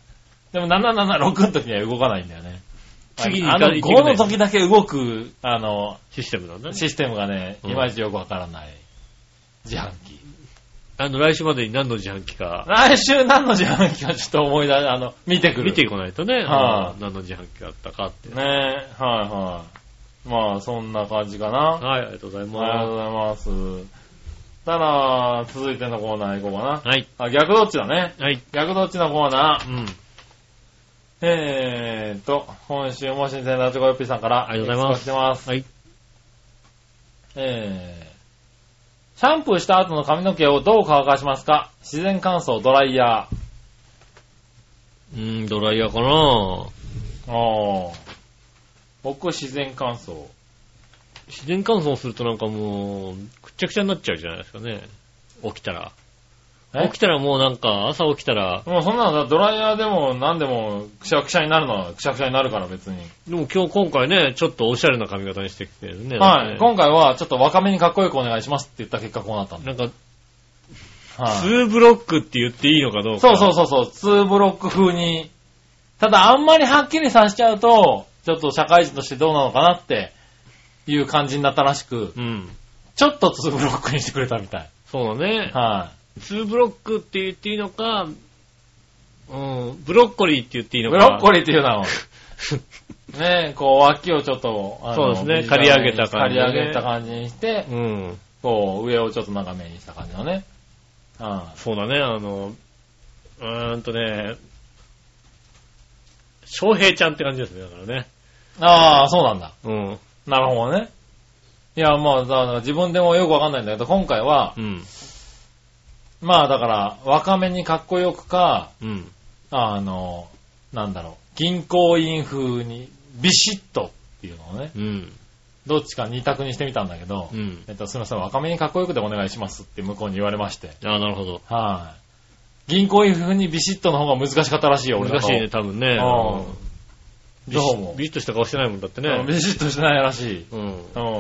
[SPEAKER 3] い。でも776の時には動かないんだよね。
[SPEAKER 2] 次に行
[SPEAKER 3] あ
[SPEAKER 2] か
[SPEAKER 3] の
[SPEAKER 2] 行ってくれ
[SPEAKER 3] 5
[SPEAKER 2] ない
[SPEAKER 3] の時だけ動く、あの、
[SPEAKER 2] システムなんだね。
[SPEAKER 3] システムがね、
[SPEAKER 2] うん
[SPEAKER 3] いまいちよくわからない。自販機。
[SPEAKER 2] あの、来週までに何の自販機か、
[SPEAKER 3] 来週何の自販機かちょっと思い出、あの、見てくる。
[SPEAKER 2] 見てこないとね、
[SPEAKER 3] はあ
[SPEAKER 2] あの何の自販機があったかって。
[SPEAKER 3] ねえ、はいはい。まあ、そんな感じかな。あ
[SPEAKER 2] はい、ありがとうござい
[SPEAKER 3] りが
[SPEAKER 2] ま
[SPEAKER 3] とうございます。たら、続いてのコーナー行こうかな
[SPEAKER 2] す。。はい。
[SPEAKER 3] あ、逆どっちだね。
[SPEAKER 2] はい。
[SPEAKER 3] 逆どっちのコーナー。
[SPEAKER 2] うん。
[SPEAKER 3] えーっと、今週も新鮮なチョコヨッピーさんから、
[SPEAKER 2] ありがとうございます
[SPEAKER 3] 質問してます。
[SPEAKER 2] はい。
[SPEAKER 3] えー、シャンプーした後の髪の毛をどう乾かしますか自然乾燥、ドライヤ
[SPEAKER 2] うん、ドライヤーかな
[SPEAKER 3] ー。おー。僕、自然乾燥。
[SPEAKER 2] 自然乾燥するとなんかもう、くっちゃくちゃになっちゃうじゃないですかね。起きたら。
[SPEAKER 3] え
[SPEAKER 2] 起きたらもうなんか、朝起きたら、
[SPEAKER 3] もうそんなのさドライヤーでも何でもくしゃくしゃになるのはくしゃくしゃになるから別に。
[SPEAKER 2] でも今日今回ね、ちょっとおしゃれな髪型にしてきてるね。
[SPEAKER 3] はい。
[SPEAKER 2] なんか
[SPEAKER 3] 今回はちょっと若めにかっこよくお願いしますって言った結果こうなったん
[SPEAKER 2] ね
[SPEAKER 3] だ。
[SPEAKER 2] なんか、
[SPEAKER 3] はい。
[SPEAKER 2] 2ブロックって言っていいのかどうか。
[SPEAKER 3] そうそうそうそう、ツーブロック風に。ただあんまりはっきりさせちゃうと、ちょっと社会人としてどうなのかなっていう感じになったらしく、
[SPEAKER 2] う。うん。
[SPEAKER 3] ちょっとツーブロックにしてくれたみたい。
[SPEAKER 2] そうだね。
[SPEAKER 3] は
[SPEAKER 2] 2ブロックって言っていいのか、うん、ブロッコリーって言っていい
[SPEAKER 3] い。
[SPEAKER 2] の
[SPEAKER 3] ブ
[SPEAKER 2] か。
[SPEAKER 3] ロッコリーっていうのを。ねえ、こう脇をちょっと、あの
[SPEAKER 2] そうですね
[SPEAKER 3] 短めに
[SPEAKER 2] 刈り上げた感じでね
[SPEAKER 3] 刈り上げた感じにして、
[SPEAKER 2] <laughs> うん。
[SPEAKER 3] こう、上をちょっと長めにした感じのね。あ
[SPEAKER 2] そうだね、あの、うーんとね、翔平ちゃんって感じですね、だからね。
[SPEAKER 3] あー、そうなんだ。
[SPEAKER 2] うん。
[SPEAKER 3] なるほどね。いや、まあ、だから自分でもよくわかんないんだけど、今回は、
[SPEAKER 2] うん。
[SPEAKER 3] まあだから、若めにかっこよくか、
[SPEAKER 2] うん。
[SPEAKER 3] あの、なんだろう、銀行員風にビシッとっていうのをね、
[SPEAKER 2] うん。
[SPEAKER 3] どっちか二択にしてみたんだけど、
[SPEAKER 2] うん。
[SPEAKER 3] えっと、すいません、若めにかっこよくでお願いしますって向こうに言われまして。
[SPEAKER 2] ああ、なるほど。
[SPEAKER 3] はい。銀行員風にビシッとの方が難しかったらしいよ、俺
[SPEAKER 2] 難しいね、多分ね。
[SPEAKER 3] うん
[SPEAKER 2] ビシ
[SPEAKER 3] どうも
[SPEAKER 2] ッビシッとした顔してないもんだって
[SPEAKER 3] ね。
[SPEAKER 2] ね。
[SPEAKER 3] ビシッとしてないらしい。
[SPEAKER 2] うん。
[SPEAKER 3] う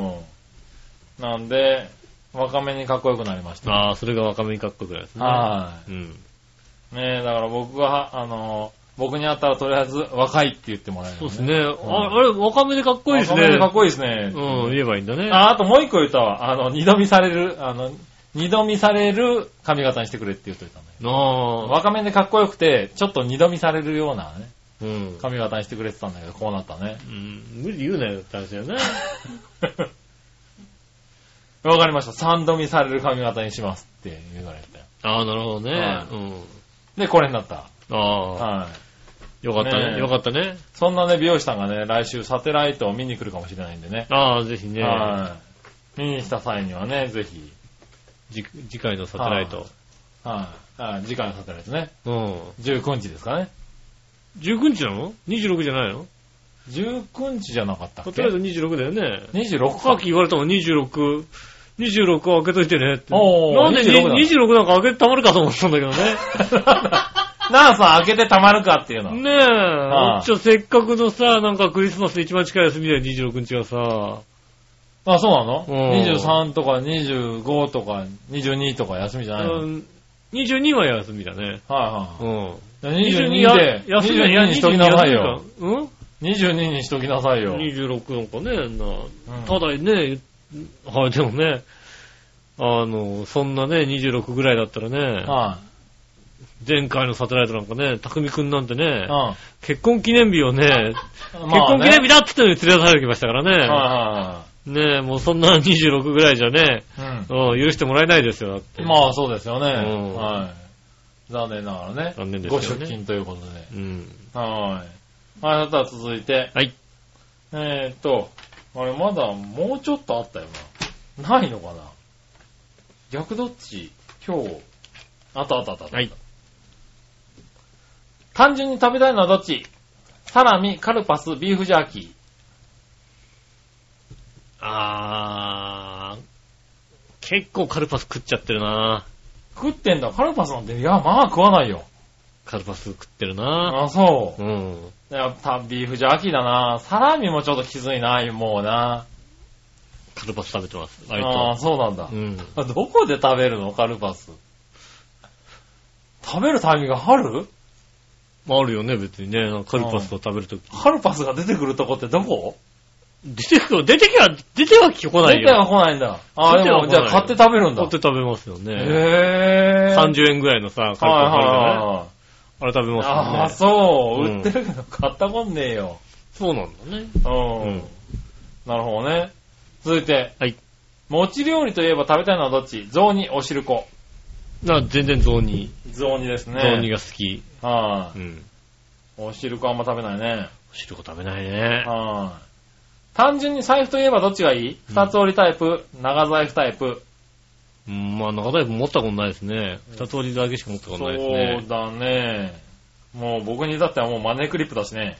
[SPEAKER 3] ん。なんで、若めにかっこよくなりました。
[SPEAKER 2] ああ、それが若めにかっこよくないですね。
[SPEAKER 3] は
[SPEAKER 2] うん。
[SPEAKER 3] い。ねえ、だから僕が、あの、僕に会ったらとりあえず若いって言ってもらえる、
[SPEAKER 2] そうです。ね。ああれ、若めでかっこいいです
[SPEAKER 3] 若めで
[SPEAKER 2] ね。
[SPEAKER 3] かっこいいですね。
[SPEAKER 2] うん、言えばいいん <laughs> だね。
[SPEAKER 3] あ、あともう一個言ったわ。あの、二度見される、あの、二度見される髪型にしてくれって言っといたね。
[SPEAKER 2] ああ。
[SPEAKER 3] 若めでかっこよくて、ちょっと二度見されるようなね、
[SPEAKER 2] うん。
[SPEAKER 3] 髪型にしてくれてたんだけど、こうなったね。 <laughs>
[SPEAKER 2] うん無理言うなよって話だよね。
[SPEAKER 3] わかりました。三度見される髪型にしますって言われて。
[SPEAKER 2] ああ、なるほどね。
[SPEAKER 3] はい
[SPEAKER 2] うん。
[SPEAKER 3] で、これになった。
[SPEAKER 2] ああ、
[SPEAKER 3] はい。
[SPEAKER 2] よかった
[SPEAKER 3] ね
[SPEAKER 2] ね。
[SPEAKER 3] え
[SPEAKER 2] よかったね。
[SPEAKER 3] そんなね、美容師さんがね、来週サテライトを見に来るかもしれないんでね。
[SPEAKER 2] ああ、ぜひね、
[SPEAKER 3] はい。見に来た際にはね、ぜひ。
[SPEAKER 2] じ次回のサテライト。
[SPEAKER 3] はい。はい次回のサテライトね。
[SPEAKER 2] うん。
[SPEAKER 3] 19日ですかね。
[SPEAKER 2] 19日なの ?26 じゃないの
[SPEAKER 3] 19日じゃなかった
[SPEAKER 2] サ
[SPEAKER 3] っ
[SPEAKER 2] テ
[SPEAKER 3] け
[SPEAKER 2] ライト26だよね。
[SPEAKER 3] ?26
[SPEAKER 2] さっ
[SPEAKER 3] か。
[SPEAKER 2] き言われたもん、26、26開けといてねって。
[SPEAKER 3] おー
[SPEAKER 2] なんで
[SPEAKER 3] 26だ
[SPEAKER 2] 26, なんか開けてたまるかと思ったんだけど
[SPEAKER 3] <laughs>
[SPEAKER 2] ね。
[SPEAKER 3] なあさん、開けてたまるかっていうの。
[SPEAKER 2] ね
[SPEAKER 3] ああ
[SPEAKER 2] え。一応せっかくのさ、なんかクリスマスで一番近い休みだよ、26日がさ。
[SPEAKER 3] あ、そうなの
[SPEAKER 2] うん
[SPEAKER 3] ?23 とか25とか22とか休みじゃないの、は
[SPEAKER 2] う
[SPEAKER 3] い
[SPEAKER 2] ん22は休みだね。
[SPEAKER 3] は
[SPEAKER 2] うん。
[SPEAKER 3] いはい。22で、
[SPEAKER 2] 休みだ
[SPEAKER 3] 22にしときなさいよ。。
[SPEAKER 2] 22うん
[SPEAKER 3] 22にしときなさいよ。
[SPEAKER 2] 26なんかね、な
[SPEAKER 3] うん
[SPEAKER 2] ただね、はい、でもね、あの、そんなね、26ぐらいだったらね、
[SPEAKER 3] は
[SPEAKER 2] 前回のサテライトなんかね、匠くんなんて
[SPEAKER 3] い。
[SPEAKER 2] ね
[SPEAKER 3] うん、。ま
[SPEAKER 2] 結婚記念日を
[SPEAKER 3] <laughs>
[SPEAKER 2] ね、
[SPEAKER 3] あね
[SPEAKER 2] 結婚記念日だっつってのに連れ出されてきましたか
[SPEAKER 3] はい
[SPEAKER 2] らね、
[SPEAKER 3] は
[SPEAKER 2] ねえ、もうそんな26ぐらいじゃね、
[SPEAKER 3] いはい。うん。
[SPEAKER 2] うん許してもらえないですよ、だって。
[SPEAKER 3] まあそうですよね。
[SPEAKER 2] うん
[SPEAKER 3] はい。残念ながらね。
[SPEAKER 2] 残念ですよ
[SPEAKER 3] ご
[SPEAKER 2] ね
[SPEAKER 3] 出勤ということで。
[SPEAKER 2] うん。
[SPEAKER 3] はい。はい、あとは続いて。
[SPEAKER 2] はい。
[SPEAKER 3] えーっと、あれまだもうちょっとあったよな。ないのかな逆どっち今日。あったあったあったあった。
[SPEAKER 2] はい。
[SPEAKER 3] 単純に食べたいのはどっちサラミ、カルパス、ビーフジャーキー。
[SPEAKER 2] あー、結構カルパス食っちゃってるな
[SPEAKER 3] 食ってんだ。カルパスなんて、いや、まあ食わないよ。
[SPEAKER 2] カルパス食ってるな
[SPEAKER 3] あ、そう。
[SPEAKER 2] うん。
[SPEAKER 3] やっぱビーフジャーキーだな。サラミもちょっときついな、もうな。
[SPEAKER 2] カルパス食べてます、割
[SPEAKER 3] ああー、
[SPEAKER 2] と。
[SPEAKER 3] そうなんだ
[SPEAKER 2] う。ん。
[SPEAKER 3] あどこで食べるのカルパス。食べるタイミングが春
[SPEAKER 2] まあ、あるよね、別にね。なんかカルパスを食べるとき。
[SPEAKER 3] カルパスが出てくるとこってどこ
[SPEAKER 2] 出てくる、出てきゃ、出ては来ない
[SPEAKER 3] 出て
[SPEAKER 2] よ。
[SPEAKER 3] は来ないんだ。ああ、
[SPEAKER 2] 出
[SPEAKER 3] で
[SPEAKER 2] ては来な
[SPEAKER 3] も、
[SPEAKER 2] い
[SPEAKER 3] じゃあ買って食べるんだ。
[SPEAKER 2] 買って食べますよね。
[SPEAKER 3] へぇー。
[SPEAKER 2] 30円ぐらいのさ、カルパスあるじゃない
[SPEAKER 3] は
[SPEAKER 2] あれ食べ
[SPEAKER 3] いはいはい。あ
[SPEAKER 2] ま
[SPEAKER 3] あ、
[SPEAKER 2] す
[SPEAKER 3] そう。
[SPEAKER 2] うん
[SPEAKER 3] 売ってるけど買ったもんねえよ。
[SPEAKER 2] よね。そうなんだね。う
[SPEAKER 3] う
[SPEAKER 2] ん
[SPEAKER 3] ん。なるほどね。続いて。
[SPEAKER 2] はい。
[SPEAKER 3] 餅料理といえば食べたいのはどっち雑煮、お汁粉。
[SPEAKER 2] な、全然雑煮。
[SPEAKER 3] 雑煮ですね。
[SPEAKER 2] 雑煮が好き。
[SPEAKER 3] は
[SPEAKER 2] う
[SPEAKER 3] い。
[SPEAKER 2] ん。
[SPEAKER 3] お汁粉あんま食べないね。
[SPEAKER 2] お汁粉食べないね。
[SPEAKER 3] はい。単純に財布といえばどっちがいい
[SPEAKER 2] うん
[SPEAKER 3] 二つ折りタイプ、長財布タイプ。
[SPEAKER 2] うん、まあ、中台布持ったことないですね。二通りだけしか持ったこと
[SPEAKER 3] そ
[SPEAKER 2] ないですね
[SPEAKER 3] う。だね。もう僕に至ってはもうマネークリップだしね。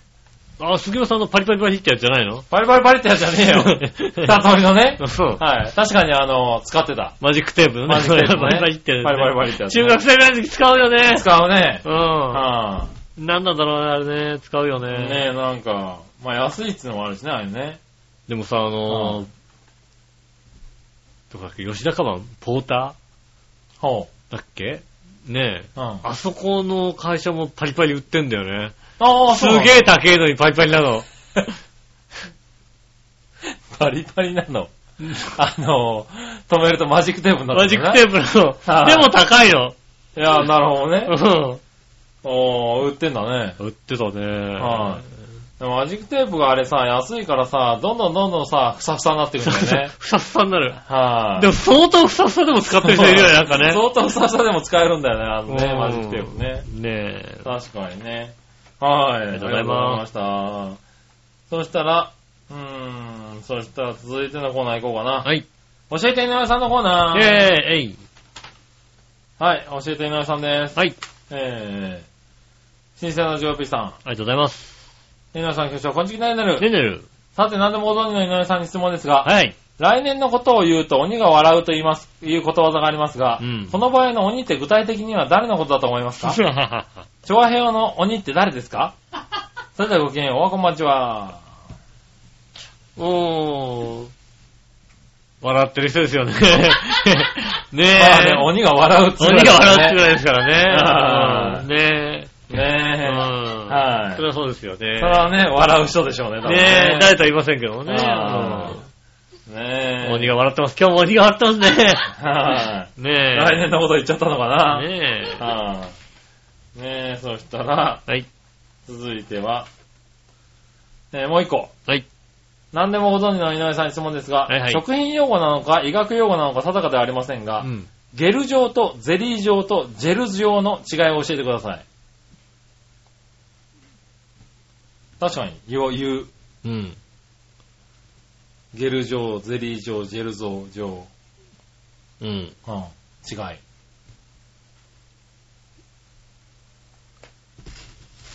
[SPEAKER 2] あ、杉尾さんのパリパリパリってやつじゃないの
[SPEAKER 3] パリパリパリってやつじゃ <laughs> ねえよ。二つ折りのね。
[SPEAKER 2] そう。
[SPEAKER 3] はい。確かにあの、使ってた。
[SPEAKER 2] マジックテープのね。
[SPEAKER 3] <laughs> マジックテープね
[SPEAKER 2] パリパリってやつね
[SPEAKER 3] パリパリパリってやつね
[SPEAKER 2] 中学生ぐらいの時使うよね。
[SPEAKER 3] 使うね。
[SPEAKER 2] う
[SPEAKER 3] は
[SPEAKER 2] ん。なんなんだろうね、あれね。使うよ
[SPEAKER 3] い。
[SPEAKER 2] ね。
[SPEAKER 3] ねえ、なんか、まあ安いっつうのもあるしね、あれね。
[SPEAKER 2] でもさ、あのー
[SPEAKER 3] う
[SPEAKER 2] とか、吉田カバン、ポータ
[SPEAKER 3] ほ
[SPEAKER 2] ーだっけねえ。
[SPEAKER 3] う。うん。あ
[SPEAKER 2] あそこの会社もパリパリ売ってんだよね。
[SPEAKER 3] あ、
[SPEAKER 2] す
[SPEAKER 3] そう
[SPEAKER 2] げえ高えのにパリパリなの。
[SPEAKER 3] パリパリなの。 <laughs> あの、止めるとマジックテープになる、
[SPEAKER 2] マジックテープなの。
[SPEAKER 3] はい
[SPEAKER 2] でも高いの。
[SPEAKER 3] プ。いや、なるほどね。
[SPEAKER 2] う
[SPEAKER 3] おー、売ってんだね。
[SPEAKER 2] ん。売ってたね。。
[SPEAKER 3] はいでもマジックテープがあれさ、安いからさ、どんどんどんどんさ、ふさ <laughs> ふさになってくるんだよね
[SPEAKER 2] ふさふさになる。
[SPEAKER 3] は
[SPEAKER 2] <laughs>
[SPEAKER 3] い、<laughs>
[SPEAKER 2] でも相当ふさふさでも使ってる人いるよね、なんかね。
[SPEAKER 3] 相当ふさふさでも使えるんだよね、あのね、
[SPEAKER 2] うん
[SPEAKER 3] マジックテープね。
[SPEAKER 2] ねえ。
[SPEAKER 3] 確かにね。はい。あ
[SPEAKER 2] りがとうございます
[SPEAKER 3] りがとうございました。そしたら、うーん、そしたら続いてのコーナー行こうかな。
[SPEAKER 2] はい。
[SPEAKER 3] 教えて井上さんのコーナ
[SPEAKER 2] イェー
[SPEAKER 3] ー。
[SPEAKER 2] イえい
[SPEAKER 3] はい、教えて井上さんです。
[SPEAKER 2] はい。
[SPEAKER 3] え新鮮なジョーピーさん。
[SPEAKER 2] ありがとうございます。
[SPEAKER 3] 皆さん、今日はこんにちは、なる。
[SPEAKER 2] ねねる。
[SPEAKER 3] さて、何でもご存知の井上さんに質問ですが、
[SPEAKER 2] はい。
[SPEAKER 3] 来年のことを言うと鬼が笑うと言います、いうことわざがありますが、
[SPEAKER 2] うん
[SPEAKER 3] この場合の鬼って具体的には誰のことだと思い
[SPEAKER 2] <laughs>
[SPEAKER 3] ますか調和平和の鬼って誰ですかそれではごきげんよう、おはこんばんちは。
[SPEAKER 2] うーん。笑ってる人
[SPEAKER 3] <laughs>
[SPEAKER 2] ですよね。ねえ。
[SPEAKER 3] まあね、鬼が笑うって
[SPEAKER 2] 鬼が笑うってぐ
[SPEAKER 3] う
[SPEAKER 2] らいですからね。うんね
[SPEAKER 3] ぐらいです
[SPEAKER 2] え。う
[SPEAKER 3] ね。ねえ。
[SPEAKER 2] ん。
[SPEAKER 3] はい。
[SPEAKER 2] それはそうですよね
[SPEAKER 3] それ。はね、笑う人でしょうね、多分
[SPEAKER 2] ねえ、誰とは言いませんけどもね。
[SPEAKER 3] あー
[SPEAKER 2] う
[SPEAKER 3] ね
[SPEAKER 2] ん
[SPEAKER 3] え。
[SPEAKER 2] 鬼が笑ってます。今日も鬼が笑ってますね。
[SPEAKER 3] はい。
[SPEAKER 2] ねえ。
[SPEAKER 3] 来年のこと言っちゃったのかな。
[SPEAKER 2] ねえ。
[SPEAKER 3] はい。ねえ、そしたら、
[SPEAKER 2] はい。
[SPEAKER 3] 続いては、えーもう一個。
[SPEAKER 2] はい。
[SPEAKER 3] 何でもご存知の井上さんに質問ですが、
[SPEAKER 2] はいはい
[SPEAKER 3] 食品用語なのか医学用語なのか定かではありませんが、
[SPEAKER 2] うん。
[SPEAKER 3] ゲル状とゼリー状とジェル状の違いを教えてください。確かに、言う、言う。
[SPEAKER 2] うん。
[SPEAKER 3] ゲル状、ゼリー状、ジェル状、状。
[SPEAKER 2] うん。
[SPEAKER 3] うん、違い。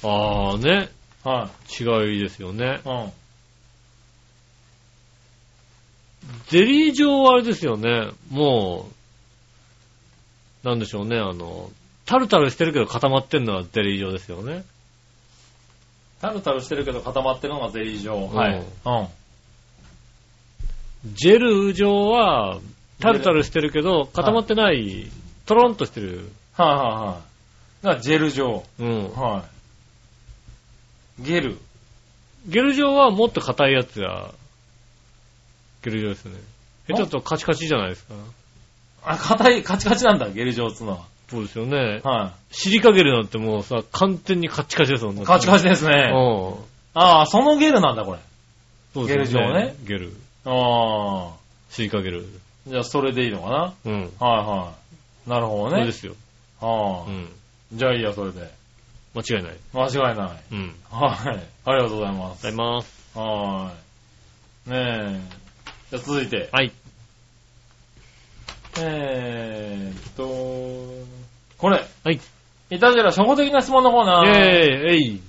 [SPEAKER 2] ああね。
[SPEAKER 3] は
[SPEAKER 2] 違いですよね
[SPEAKER 3] い。。うん。
[SPEAKER 2] ゼリー状はあれですよね。もう、なんでしょうね。あの、タルタルしてるけど固まってんのはゼリー状ですよね。
[SPEAKER 3] タルタルしてるけど固まってるのがゼリー状。
[SPEAKER 2] ん
[SPEAKER 3] はい。うん。
[SPEAKER 2] ジェル状は、タルタルしてるけど固まってない、トロンとしてる。
[SPEAKER 3] はいはいはい。がジェル状。
[SPEAKER 2] うん。
[SPEAKER 3] はい。ゲル。
[SPEAKER 2] ゲル状はもっと硬いやつが、ゲル状ですよね。え、ちょっとカチカチじゃないですか。
[SPEAKER 3] あ、硬い、カチカチなんだ、ゲル状っつうの
[SPEAKER 2] そうですよね。
[SPEAKER 3] は。は
[SPEAKER 2] シリカゲルなんてもうさ、完全にカチカチですもんね
[SPEAKER 3] い。。カチカ
[SPEAKER 2] チ。
[SPEAKER 3] チです
[SPEAKER 2] う
[SPEAKER 3] ね。
[SPEAKER 2] ん。
[SPEAKER 3] ああ、そのゲルなんだ、これ。
[SPEAKER 2] そうですよ
[SPEAKER 3] ゲル状ね。
[SPEAKER 2] ゲル。
[SPEAKER 3] ああ。
[SPEAKER 2] シリカゲル。
[SPEAKER 3] じゃあ、それでいいのかな
[SPEAKER 2] うん。
[SPEAKER 3] はいはい。なるほ
[SPEAKER 2] そ
[SPEAKER 3] ど
[SPEAKER 2] れ
[SPEAKER 3] ね
[SPEAKER 2] で。すよ。
[SPEAKER 3] は
[SPEAKER 2] う
[SPEAKER 3] あ。
[SPEAKER 2] ん。
[SPEAKER 3] じゃあいいや、それで。
[SPEAKER 2] 間違いない。
[SPEAKER 3] 間違いない。
[SPEAKER 2] うん。ありがとう
[SPEAKER 3] はい。ありがとうございま
[SPEAKER 2] ござい
[SPEAKER 3] す。
[SPEAKER 2] ます。
[SPEAKER 3] はい。ねえ。じゃあ、続いて。
[SPEAKER 2] はい。
[SPEAKER 3] えーっと、これ。
[SPEAKER 2] はい。
[SPEAKER 3] いたじら初歩的な質問のコーナ
[SPEAKER 2] イェー
[SPEAKER 3] ー。
[SPEAKER 2] イえい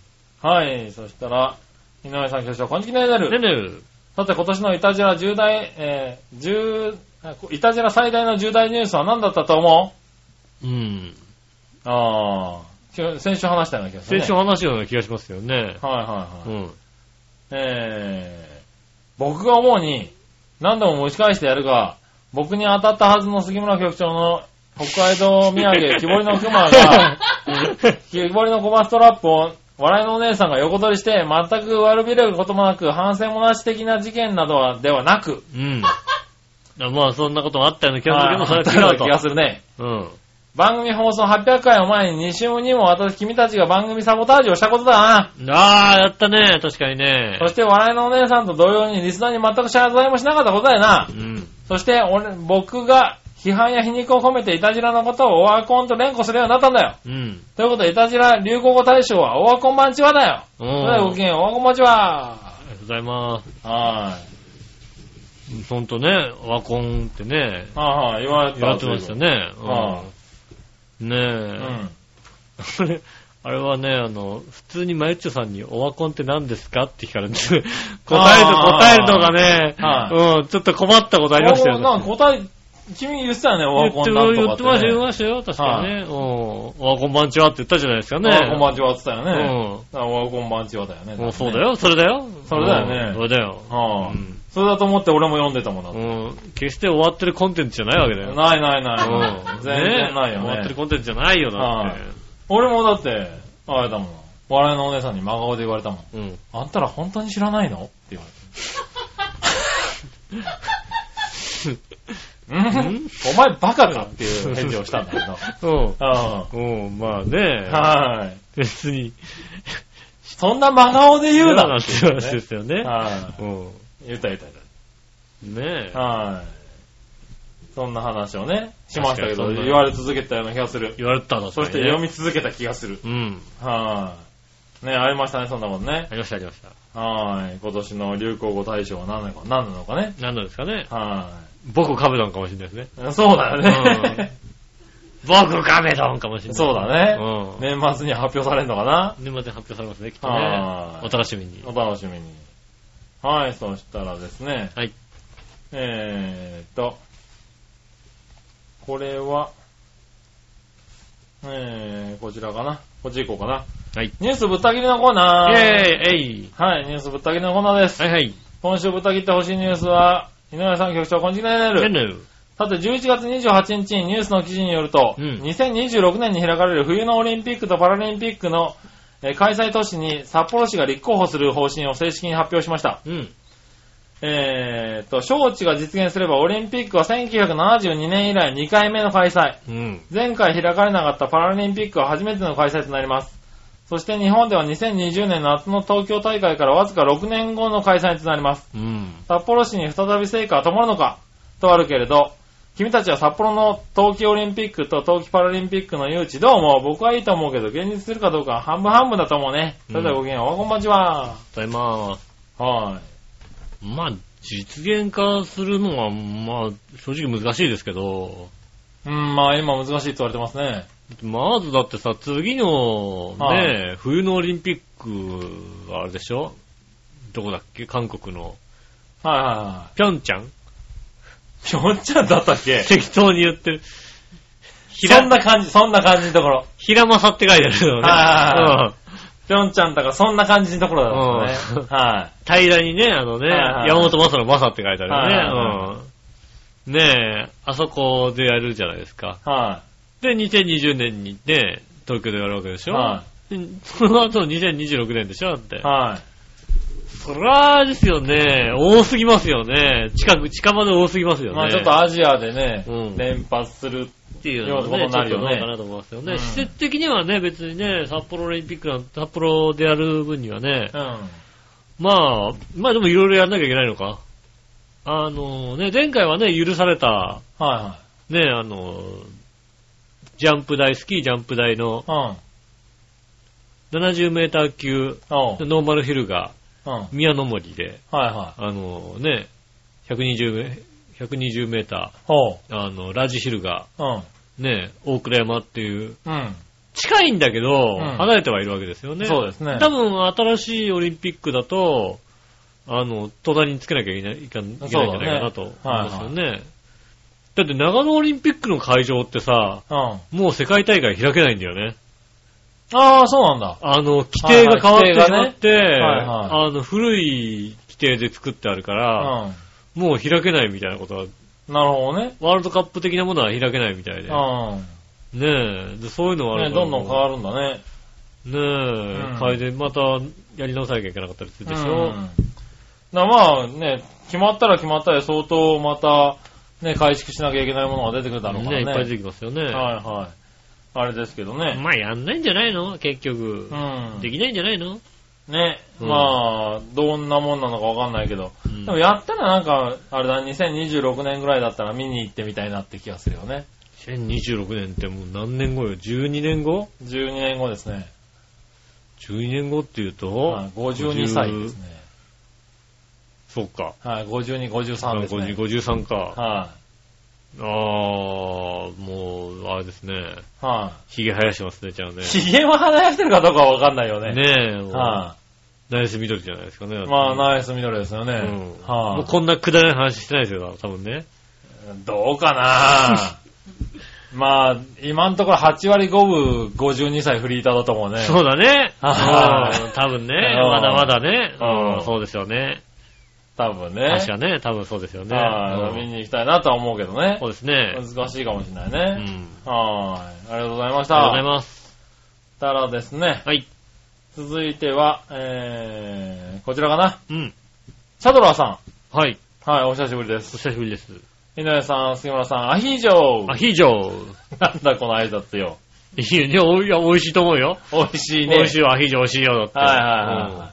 [SPEAKER 3] はい、そしたら、井上さん、挙手をこんにちは、な
[SPEAKER 2] ね
[SPEAKER 3] る。
[SPEAKER 2] ねる
[SPEAKER 3] さて、今年のイタジラ重大、えー、重、あイタジラ最大の重大ニュースは何だったと思
[SPEAKER 2] うん。
[SPEAKER 3] うああ、今日先週話したような気がする、
[SPEAKER 2] 先
[SPEAKER 3] ね。
[SPEAKER 2] 週話したような気がしますよね。
[SPEAKER 3] はいはいは
[SPEAKER 2] う
[SPEAKER 3] い。
[SPEAKER 2] ん。
[SPEAKER 3] えー、僕が思うに、何度も蒸し返してやるが、僕に当たったはずの杉村局長の北海
[SPEAKER 2] <laughs>
[SPEAKER 3] 道土産、木彫りの熊が、木彫りのゴマストラップを、笑いのお姉さんが横取りして、全く悪びれることもなく、反省もなし的な事件などは、ではなく、
[SPEAKER 2] うん。あまあ、そんなこともあったような気がするけど、
[SPEAKER 3] あー
[SPEAKER 2] それ
[SPEAKER 3] あ
[SPEAKER 2] は
[SPEAKER 3] <laughs> った
[SPEAKER 2] 違
[SPEAKER 3] ような気
[SPEAKER 2] う
[SPEAKER 3] がするね。
[SPEAKER 2] と。うん。
[SPEAKER 3] 番組放送800回を前に2週にも私、君たちが番組サボタージュをしたことだな。
[SPEAKER 2] ああ、やったね。確かにね
[SPEAKER 3] そ。して、笑いのお姉さんと同様に、リスナーに全く謝罪もしなかったことだよな
[SPEAKER 2] う。ん。
[SPEAKER 3] そして、俺、僕が、批判や皮肉を込めて、いたじらのことをオワコンと連呼するようになったんだよ。
[SPEAKER 2] うん。
[SPEAKER 3] ということで、いたじら流行語大賞は、オワコンマンチワだよ。
[SPEAKER 2] おー
[SPEAKER 3] それではごきげんよう、オワコンマンチワ
[SPEAKER 2] ありがとうございます。
[SPEAKER 3] は
[SPEAKER 2] ほんとね、ワコンってね、
[SPEAKER 3] い。はいはい、言われて
[SPEAKER 2] やってました。ね。うん
[SPEAKER 3] は
[SPEAKER 2] ね
[SPEAKER 3] う
[SPEAKER 2] え。
[SPEAKER 3] ん。
[SPEAKER 2] それ、 <laughs> あれはね、あの、普通にマユッチョさんにオワコンって何ですかって聞かれ
[SPEAKER 3] <laughs>
[SPEAKER 2] て、答える、
[SPEAKER 3] あー
[SPEAKER 2] 答えるのがね、
[SPEAKER 3] は
[SPEAKER 2] うん、ちょっと困ったことありましたよ。
[SPEAKER 3] なんか答え、君言ってたよね、オワコンなんと
[SPEAKER 2] 言
[SPEAKER 3] か
[SPEAKER 2] っ
[SPEAKER 3] ってて、
[SPEAKER 2] ました、言って
[SPEAKER 3] ね。
[SPEAKER 2] ましたよ、確かにね。うんオワコンバンチはって言ったじゃないですかね。
[SPEAKER 3] オワコンマンチワって言ってたよね。
[SPEAKER 2] う
[SPEAKER 3] だからオワコンマンチワだよね。
[SPEAKER 2] ん。うんそうだよ、それだよ。
[SPEAKER 3] それだよね
[SPEAKER 2] うんそれだよ。
[SPEAKER 3] はあ
[SPEAKER 2] うん
[SPEAKER 3] それだと思って俺も読んでたもんだって。
[SPEAKER 2] うん。決して終わってるコンテンツじゃないわけだよ。
[SPEAKER 3] ないないな
[SPEAKER 2] う
[SPEAKER 3] い。
[SPEAKER 2] ん
[SPEAKER 3] 全然ないよ
[SPEAKER 2] 終わってる
[SPEAKER 3] ね。
[SPEAKER 2] コンテンツじゃないよ、だっ
[SPEAKER 3] はい俺もだって、あれだもん。笑いのお姉さんに真顔で言われたもん。
[SPEAKER 2] て。うん。
[SPEAKER 3] あんたら本当に知らないのって言わ
[SPEAKER 2] <laughs>
[SPEAKER 3] れた。うんお前バカかっていう返事をしたんだけど。
[SPEAKER 2] うん
[SPEAKER 3] うん
[SPEAKER 2] うん、まあね。
[SPEAKER 3] はい。
[SPEAKER 2] 別に、
[SPEAKER 3] そんな真顔で言うな
[SPEAKER 2] なんて話で
[SPEAKER 3] ね
[SPEAKER 2] すよね。
[SPEAKER 3] は
[SPEAKER 2] うん。
[SPEAKER 3] い。言った言った言っ
[SPEAKER 2] ねえ
[SPEAKER 3] た。。はい。そんな話をね、しまし
[SPEAKER 2] 確
[SPEAKER 3] たけど、
[SPEAKER 2] かにそんな
[SPEAKER 3] 言われ続けたような気がする。
[SPEAKER 2] 言われたの、
[SPEAKER 3] そして
[SPEAKER 2] ね
[SPEAKER 3] 読み続けた気がする。
[SPEAKER 2] うん。
[SPEAKER 3] はい。ね、ありましたね、そんなもんね。
[SPEAKER 2] ありました、ありました。
[SPEAKER 3] はい。今年の流行語大賞は何なのか、何なのかね。
[SPEAKER 2] 何なんですかね。
[SPEAKER 3] は
[SPEAKER 2] 僕を株なのかもしれないですね。
[SPEAKER 3] い。そうだよね。
[SPEAKER 2] 僕ガメドンかもしれない。
[SPEAKER 3] そうだね。
[SPEAKER 2] うん。
[SPEAKER 3] 年末に発表されるのかな
[SPEAKER 2] 年末で発表されますね、きっとね。
[SPEAKER 3] はい
[SPEAKER 2] お楽しみに。
[SPEAKER 3] お楽しみに。はい、そしたらですね。
[SPEAKER 2] はい。
[SPEAKER 3] えーと、これは、えー、こちらかな。こっち行こうかな。
[SPEAKER 2] はい。
[SPEAKER 3] ニュースぶった切りのコーナ
[SPEAKER 2] イェー
[SPEAKER 3] ー。
[SPEAKER 2] イえい
[SPEAKER 3] はい、ニュースぶった切りのコーナーです。
[SPEAKER 2] はいはい。
[SPEAKER 3] 今週ぶった切ってほしいニュースは、井上さん局長、こんにちは
[SPEAKER 2] ね
[SPEAKER 3] ねる。
[SPEAKER 2] ぬ。
[SPEAKER 3] さて、11月28日にニュースの記事によると、
[SPEAKER 2] うん
[SPEAKER 3] 2026年に開かれる冬のオリンピックとパラリンピックのえー開催都市に札幌市が立候補する方針を正式に発表しました。
[SPEAKER 2] うん。
[SPEAKER 3] えーと、招致が実現すればオリンピックは1972年以来2回目の開催。
[SPEAKER 2] うん。
[SPEAKER 3] 前回開かれなかったパラリンピックは初めての開催となります。そして日本では2020年夏の東京大会からわずか6年後の開催となります。
[SPEAKER 2] うん。
[SPEAKER 3] 札幌市に再び成果は灯るのかとあるけれど、君たちは札幌の冬季オリンピックと冬季パラリンピックの誘致どう思う僕はいいと思うけど、現実するかどうかは半分半分だと思うね。
[SPEAKER 2] うん
[SPEAKER 3] それではごきげんよう、おはこんばんちは。
[SPEAKER 2] ございます。
[SPEAKER 3] は
[SPEAKER 2] まあ、実現化するのは、まあ、正直難しいですけど、
[SPEAKER 3] い。うん、まあ今難しいって言われてますね。
[SPEAKER 2] まずだってさ、次の、
[SPEAKER 3] は
[SPEAKER 2] ね、冬のオリンピック、あれでしょどこだっけ韓国の、
[SPEAKER 3] はいはいは
[SPEAKER 2] ピョンチャン
[SPEAKER 3] い。ぴょんちゃんだった
[SPEAKER 2] <laughs>
[SPEAKER 3] っけ
[SPEAKER 2] 適当に言ってる。
[SPEAKER 3] そ
[SPEAKER 2] 平
[SPEAKER 3] ん、な感じ、そんな感じのところ。
[SPEAKER 2] 平正って書いてあるよね。
[SPEAKER 3] はいはい
[SPEAKER 2] うん
[SPEAKER 3] ぴょんちゃんとかそんな感じのところだった
[SPEAKER 2] うん
[SPEAKER 3] ね。は
[SPEAKER 2] 平らにね、あのね、
[SPEAKER 3] はいはい
[SPEAKER 2] 山本正の正って書いてあ
[SPEAKER 3] はい
[SPEAKER 2] るよね。うん。ねえ、あそこでやるじゃないですか。
[SPEAKER 3] い。は
[SPEAKER 2] で、2020年にね、東京でやるわけでし
[SPEAKER 3] い。
[SPEAKER 2] ょ、
[SPEAKER 3] は
[SPEAKER 2] でその後2026年でしょだって。
[SPEAKER 3] い。は
[SPEAKER 2] そらですよね、多すぎますよね。近く、近場で多すぎますよ
[SPEAKER 3] い。
[SPEAKER 2] ね。
[SPEAKER 3] まあちょっとアジアでね
[SPEAKER 2] うん、
[SPEAKER 3] 連発する。
[SPEAKER 2] っていうのはね、
[SPEAKER 3] ようなことになるよね
[SPEAKER 2] ちょっとどうかなと思いますよね。
[SPEAKER 3] うん
[SPEAKER 2] 施設的にはね、別にね、札幌オリンピックなん札幌でやる分にはね、
[SPEAKER 3] うん。
[SPEAKER 2] まあ、まあでもいろいろやんなきゃいけないのか。あのね、前回はね、許された、
[SPEAKER 3] は
[SPEAKER 2] ね、あの、ジャンプ台、スキージャンプ台の
[SPEAKER 3] いはい。
[SPEAKER 2] 70メーター級、
[SPEAKER 3] うん。おう。
[SPEAKER 2] ノーマルヒルが
[SPEAKER 3] うん。はい
[SPEAKER 2] 宮の森で、
[SPEAKER 3] はい。
[SPEAKER 2] あのね、120メ、120メータ
[SPEAKER 3] おう。
[SPEAKER 2] ー、あの、ラジヒルが、
[SPEAKER 3] うん。
[SPEAKER 2] ね、大倉山っていう、
[SPEAKER 3] うん。
[SPEAKER 2] 近いんだけど、
[SPEAKER 3] うん
[SPEAKER 2] 離れてはいるわけですよね。
[SPEAKER 3] そうですね
[SPEAKER 2] 多分、新しいオリンピックだと、あの、隣につけなきゃいけないいかんいけないんじゃないかなと
[SPEAKER 3] そう
[SPEAKER 2] 思い
[SPEAKER 3] だね
[SPEAKER 2] ますよね。だって、長野オリンピックの会場ってさ、
[SPEAKER 3] うん。
[SPEAKER 2] もう世界大会開けないんだよね。
[SPEAKER 3] ああ、そうなんだ。
[SPEAKER 2] あの、規定が変わってしまって、
[SPEAKER 3] はいは
[SPEAKER 2] あの、古い規定で作ってあるから、
[SPEAKER 3] う
[SPEAKER 2] もう開けないみたいなことは、
[SPEAKER 3] ん。なるほどね。
[SPEAKER 2] ワールドカップ的なものは開けないみたいで。
[SPEAKER 3] う
[SPEAKER 2] ねえ、でそういうのはあ
[SPEAKER 3] ん。
[SPEAKER 2] る
[SPEAKER 3] ね、どんどん変わるんだね。
[SPEAKER 2] ねえ、
[SPEAKER 3] うん
[SPEAKER 2] 改善、またやり直さなきゃいけなかったりするでし
[SPEAKER 3] う
[SPEAKER 2] ょ。
[SPEAKER 3] んだまあね、決まったら決まったで相当また、ね、改築しなきゃいけないものが出てくるだろうから
[SPEAKER 2] ねい
[SPEAKER 3] ね。
[SPEAKER 2] っぱい出てきますよね。
[SPEAKER 3] はいはい。あれですけどね。
[SPEAKER 2] まあやんないんじゃないの結局
[SPEAKER 3] う。ん。
[SPEAKER 2] できないんじゃないの
[SPEAKER 3] ね、
[SPEAKER 2] うん
[SPEAKER 3] まあ、どんなもんなのかわかんないけど。
[SPEAKER 2] うん
[SPEAKER 3] でもやったらなんか、あれだ、2026年ぐらいだったら見に行ってみたいなって気がするよね。
[SPEAKER 2] 2026年ってもう何年後よ ?12 年後
[SPEAKER 3] 12年後ですね。
[SPEAKER 2] ?12 年後っていうと、
[SPEAKER 3] はい、52歳ですね。
[SPEAKER 2] そっか。
[SPEAKER 3] はい、52、53ですね。
[SPEAKER 2] 53か。
[SPEAKER 3] は
[SPEAKER 2] ああ、もう、あれですね。
[SPEAKER 3] い、は
[SPEAKER 2] ひげ生やしてますね、じゃあね
[SPEAKER 3] <laughs> い、。ヒゲは生やしてるかどうかはわかんないよね。
[SPEAKER 2] ねえ、もう
[SPEAKER 3] は
[SPEAKER 2] ナイス緑じゃないですかね。
[SPEAKER 3] い、まあ、
[SPEAKER 2] な
[SPEAKER 3] ナイス緑ですよね。
[SPEAKER 2] うん
[SPEAKER 3] は
[SPEAKER 2] もう
[SPEAKER 3] い、
[SPEAKER 2] こんなくだらない話してないですよ、多分ね。
[SPEAKER 3] どう
[SPEAKER 2] <laughs>
[SPEAKER 3] かなまあ、今のところ8割5分52歳フリーターだと思うね。
[SPEAKER 2] そうだね。
[SPEAKER 3] はい
[SPEAKER 2] うん多分ね、
[SPEAKER 3] うん
[SPEAKER 2] まだまだね。
[SPEAKER 3] うん
[SPEAKER 2] うんそうですよね。
[SPEAKER 3] 多分ね。
[SPEAKER 2] 確かね、多分そうですよね。
[SPEAKER 3] は
[SPEAKER 2] うん
[SPEAKER 3] い、見に行きたいなとは思うけどね
[SPEAKER 2] そ。うですね。
[SPEAKER 3] 難しいかもしれないうね。
[SPEAKER 2] ん。
[SPEAKER 3] はい。ありがとうございま
[SPEAKER 2] ありが
[SPEAKER 3] し
[SPEAKER 2] とう
[SPEAKER 3] た。
[SPEAKER 2] ございます。
[SPEAKER 3] たらですね、
[SPEAKER 2] はい。
[SPEAKER 3] 続いては、えー、こちらかな。
[SPEAKER 2] うん。
[SPEAKER 3] シャドラーさ
[SPEAKER 2] はい。
[SPEAKER 3] ん。はい、お久しぶりで
[SPEAKER 2] お
[SPEAKER 3] す。
[SPEAKER 2] 久しぶりです。
[SPEAKER 3] 井上さん、杉村さん、アヒージョ
[SPEAKER 2] ア
[SPEAKER 3] ー
[SPEAKER 2] ヒージョ
[SPEAKER 3] <laughs> なんだこの挨拶よ。
[SPEAKER 2] ー。いい
[SPEAKER 3] <laughs>
[SPEAKER 2] よねおいいや、美味しいと思うよ。
[SPEAKER 3] 美味しいね。
[SPEAKER 2] 美味しいよ、アヒージョー美味しいよ、だって。
[SPEAKER 3] はいはいはい。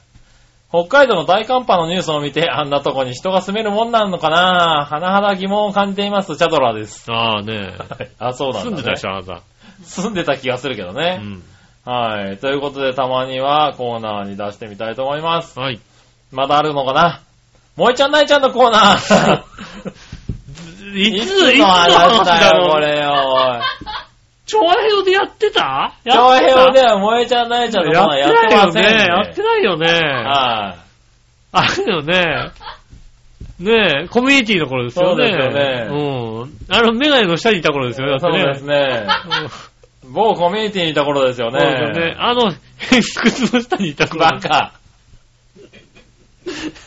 [SPEAKER 3] 北海道の大寒波のニュースを見て、あんなとこに人が住めるもんなのかな甚だ疑問を感じています、チャドラーで
[SPEAKER 2] う
[SPEAKER 3] す。
[SPEAKER 2] んああね。
[SPEAKER 3] <laughs> あ、そうなんだ、
[SPEAKER 2] 住ん
[SPEAKER 3] ね。
[SPEAKER 2] でたでしょ、あなた。
[SPEAKER 3] 住んでた気がするけどね。
[SPEAKER 2] うん。
[SPEAKER 3] はい。ということで、たまにはコーナーに出してみたいと思います。
[SPEAKER 2] はい。
[SPEAKER 3] まだあるのかな萌えちゃんないちゃんのコーナー
[SPEAKER 2] いつ、い
[SPEAKER 3] <laughs> い
[SPEAKER 2] つ
[SPEAKER 3] つ
[SPEAKER 2] の
[SPEAKER 3] の話
[SPEAKER 2] 話
[SPEAKER 3] だ
[SPEAKER 2] だ
[SPEAKER 3] <laughs> よ、
[SPEAKER 2] ろ
[SPEAKER 3] こ
[SPEAKER 2] う。
[SPEAKER 3] れよ、
[SPEAKER 2] 調和表でやってた
[SPEAKER 3] 長
[SPEAKER 2] ってた
[SPEAKER 3] 編では萌えちゃん、なえちゃんのコーナーやってませんね。
[SPEAKER 2] やってないよね。やってないよね。
[SPEAKER 3] はい。
[SPEAKER 2] あるよね。ねえ、コミュニティの頃ですよね。
[SPEAKER 3] そうです
[SPEAKER 2] うん。あの、メガネの下にいた頃ですよね、だって
[SPEAKER 3] そう
[SPEAKER 2] ね。
[SPEAKER 3] ですね。某コミュニティにいた頃ですよ
[SPEAKER 2] そうですよね
[SPEAKER 3] ね。
[SPEAKER 2] あの、靴の下にいた頃。
[SPEAKER 3] バカ。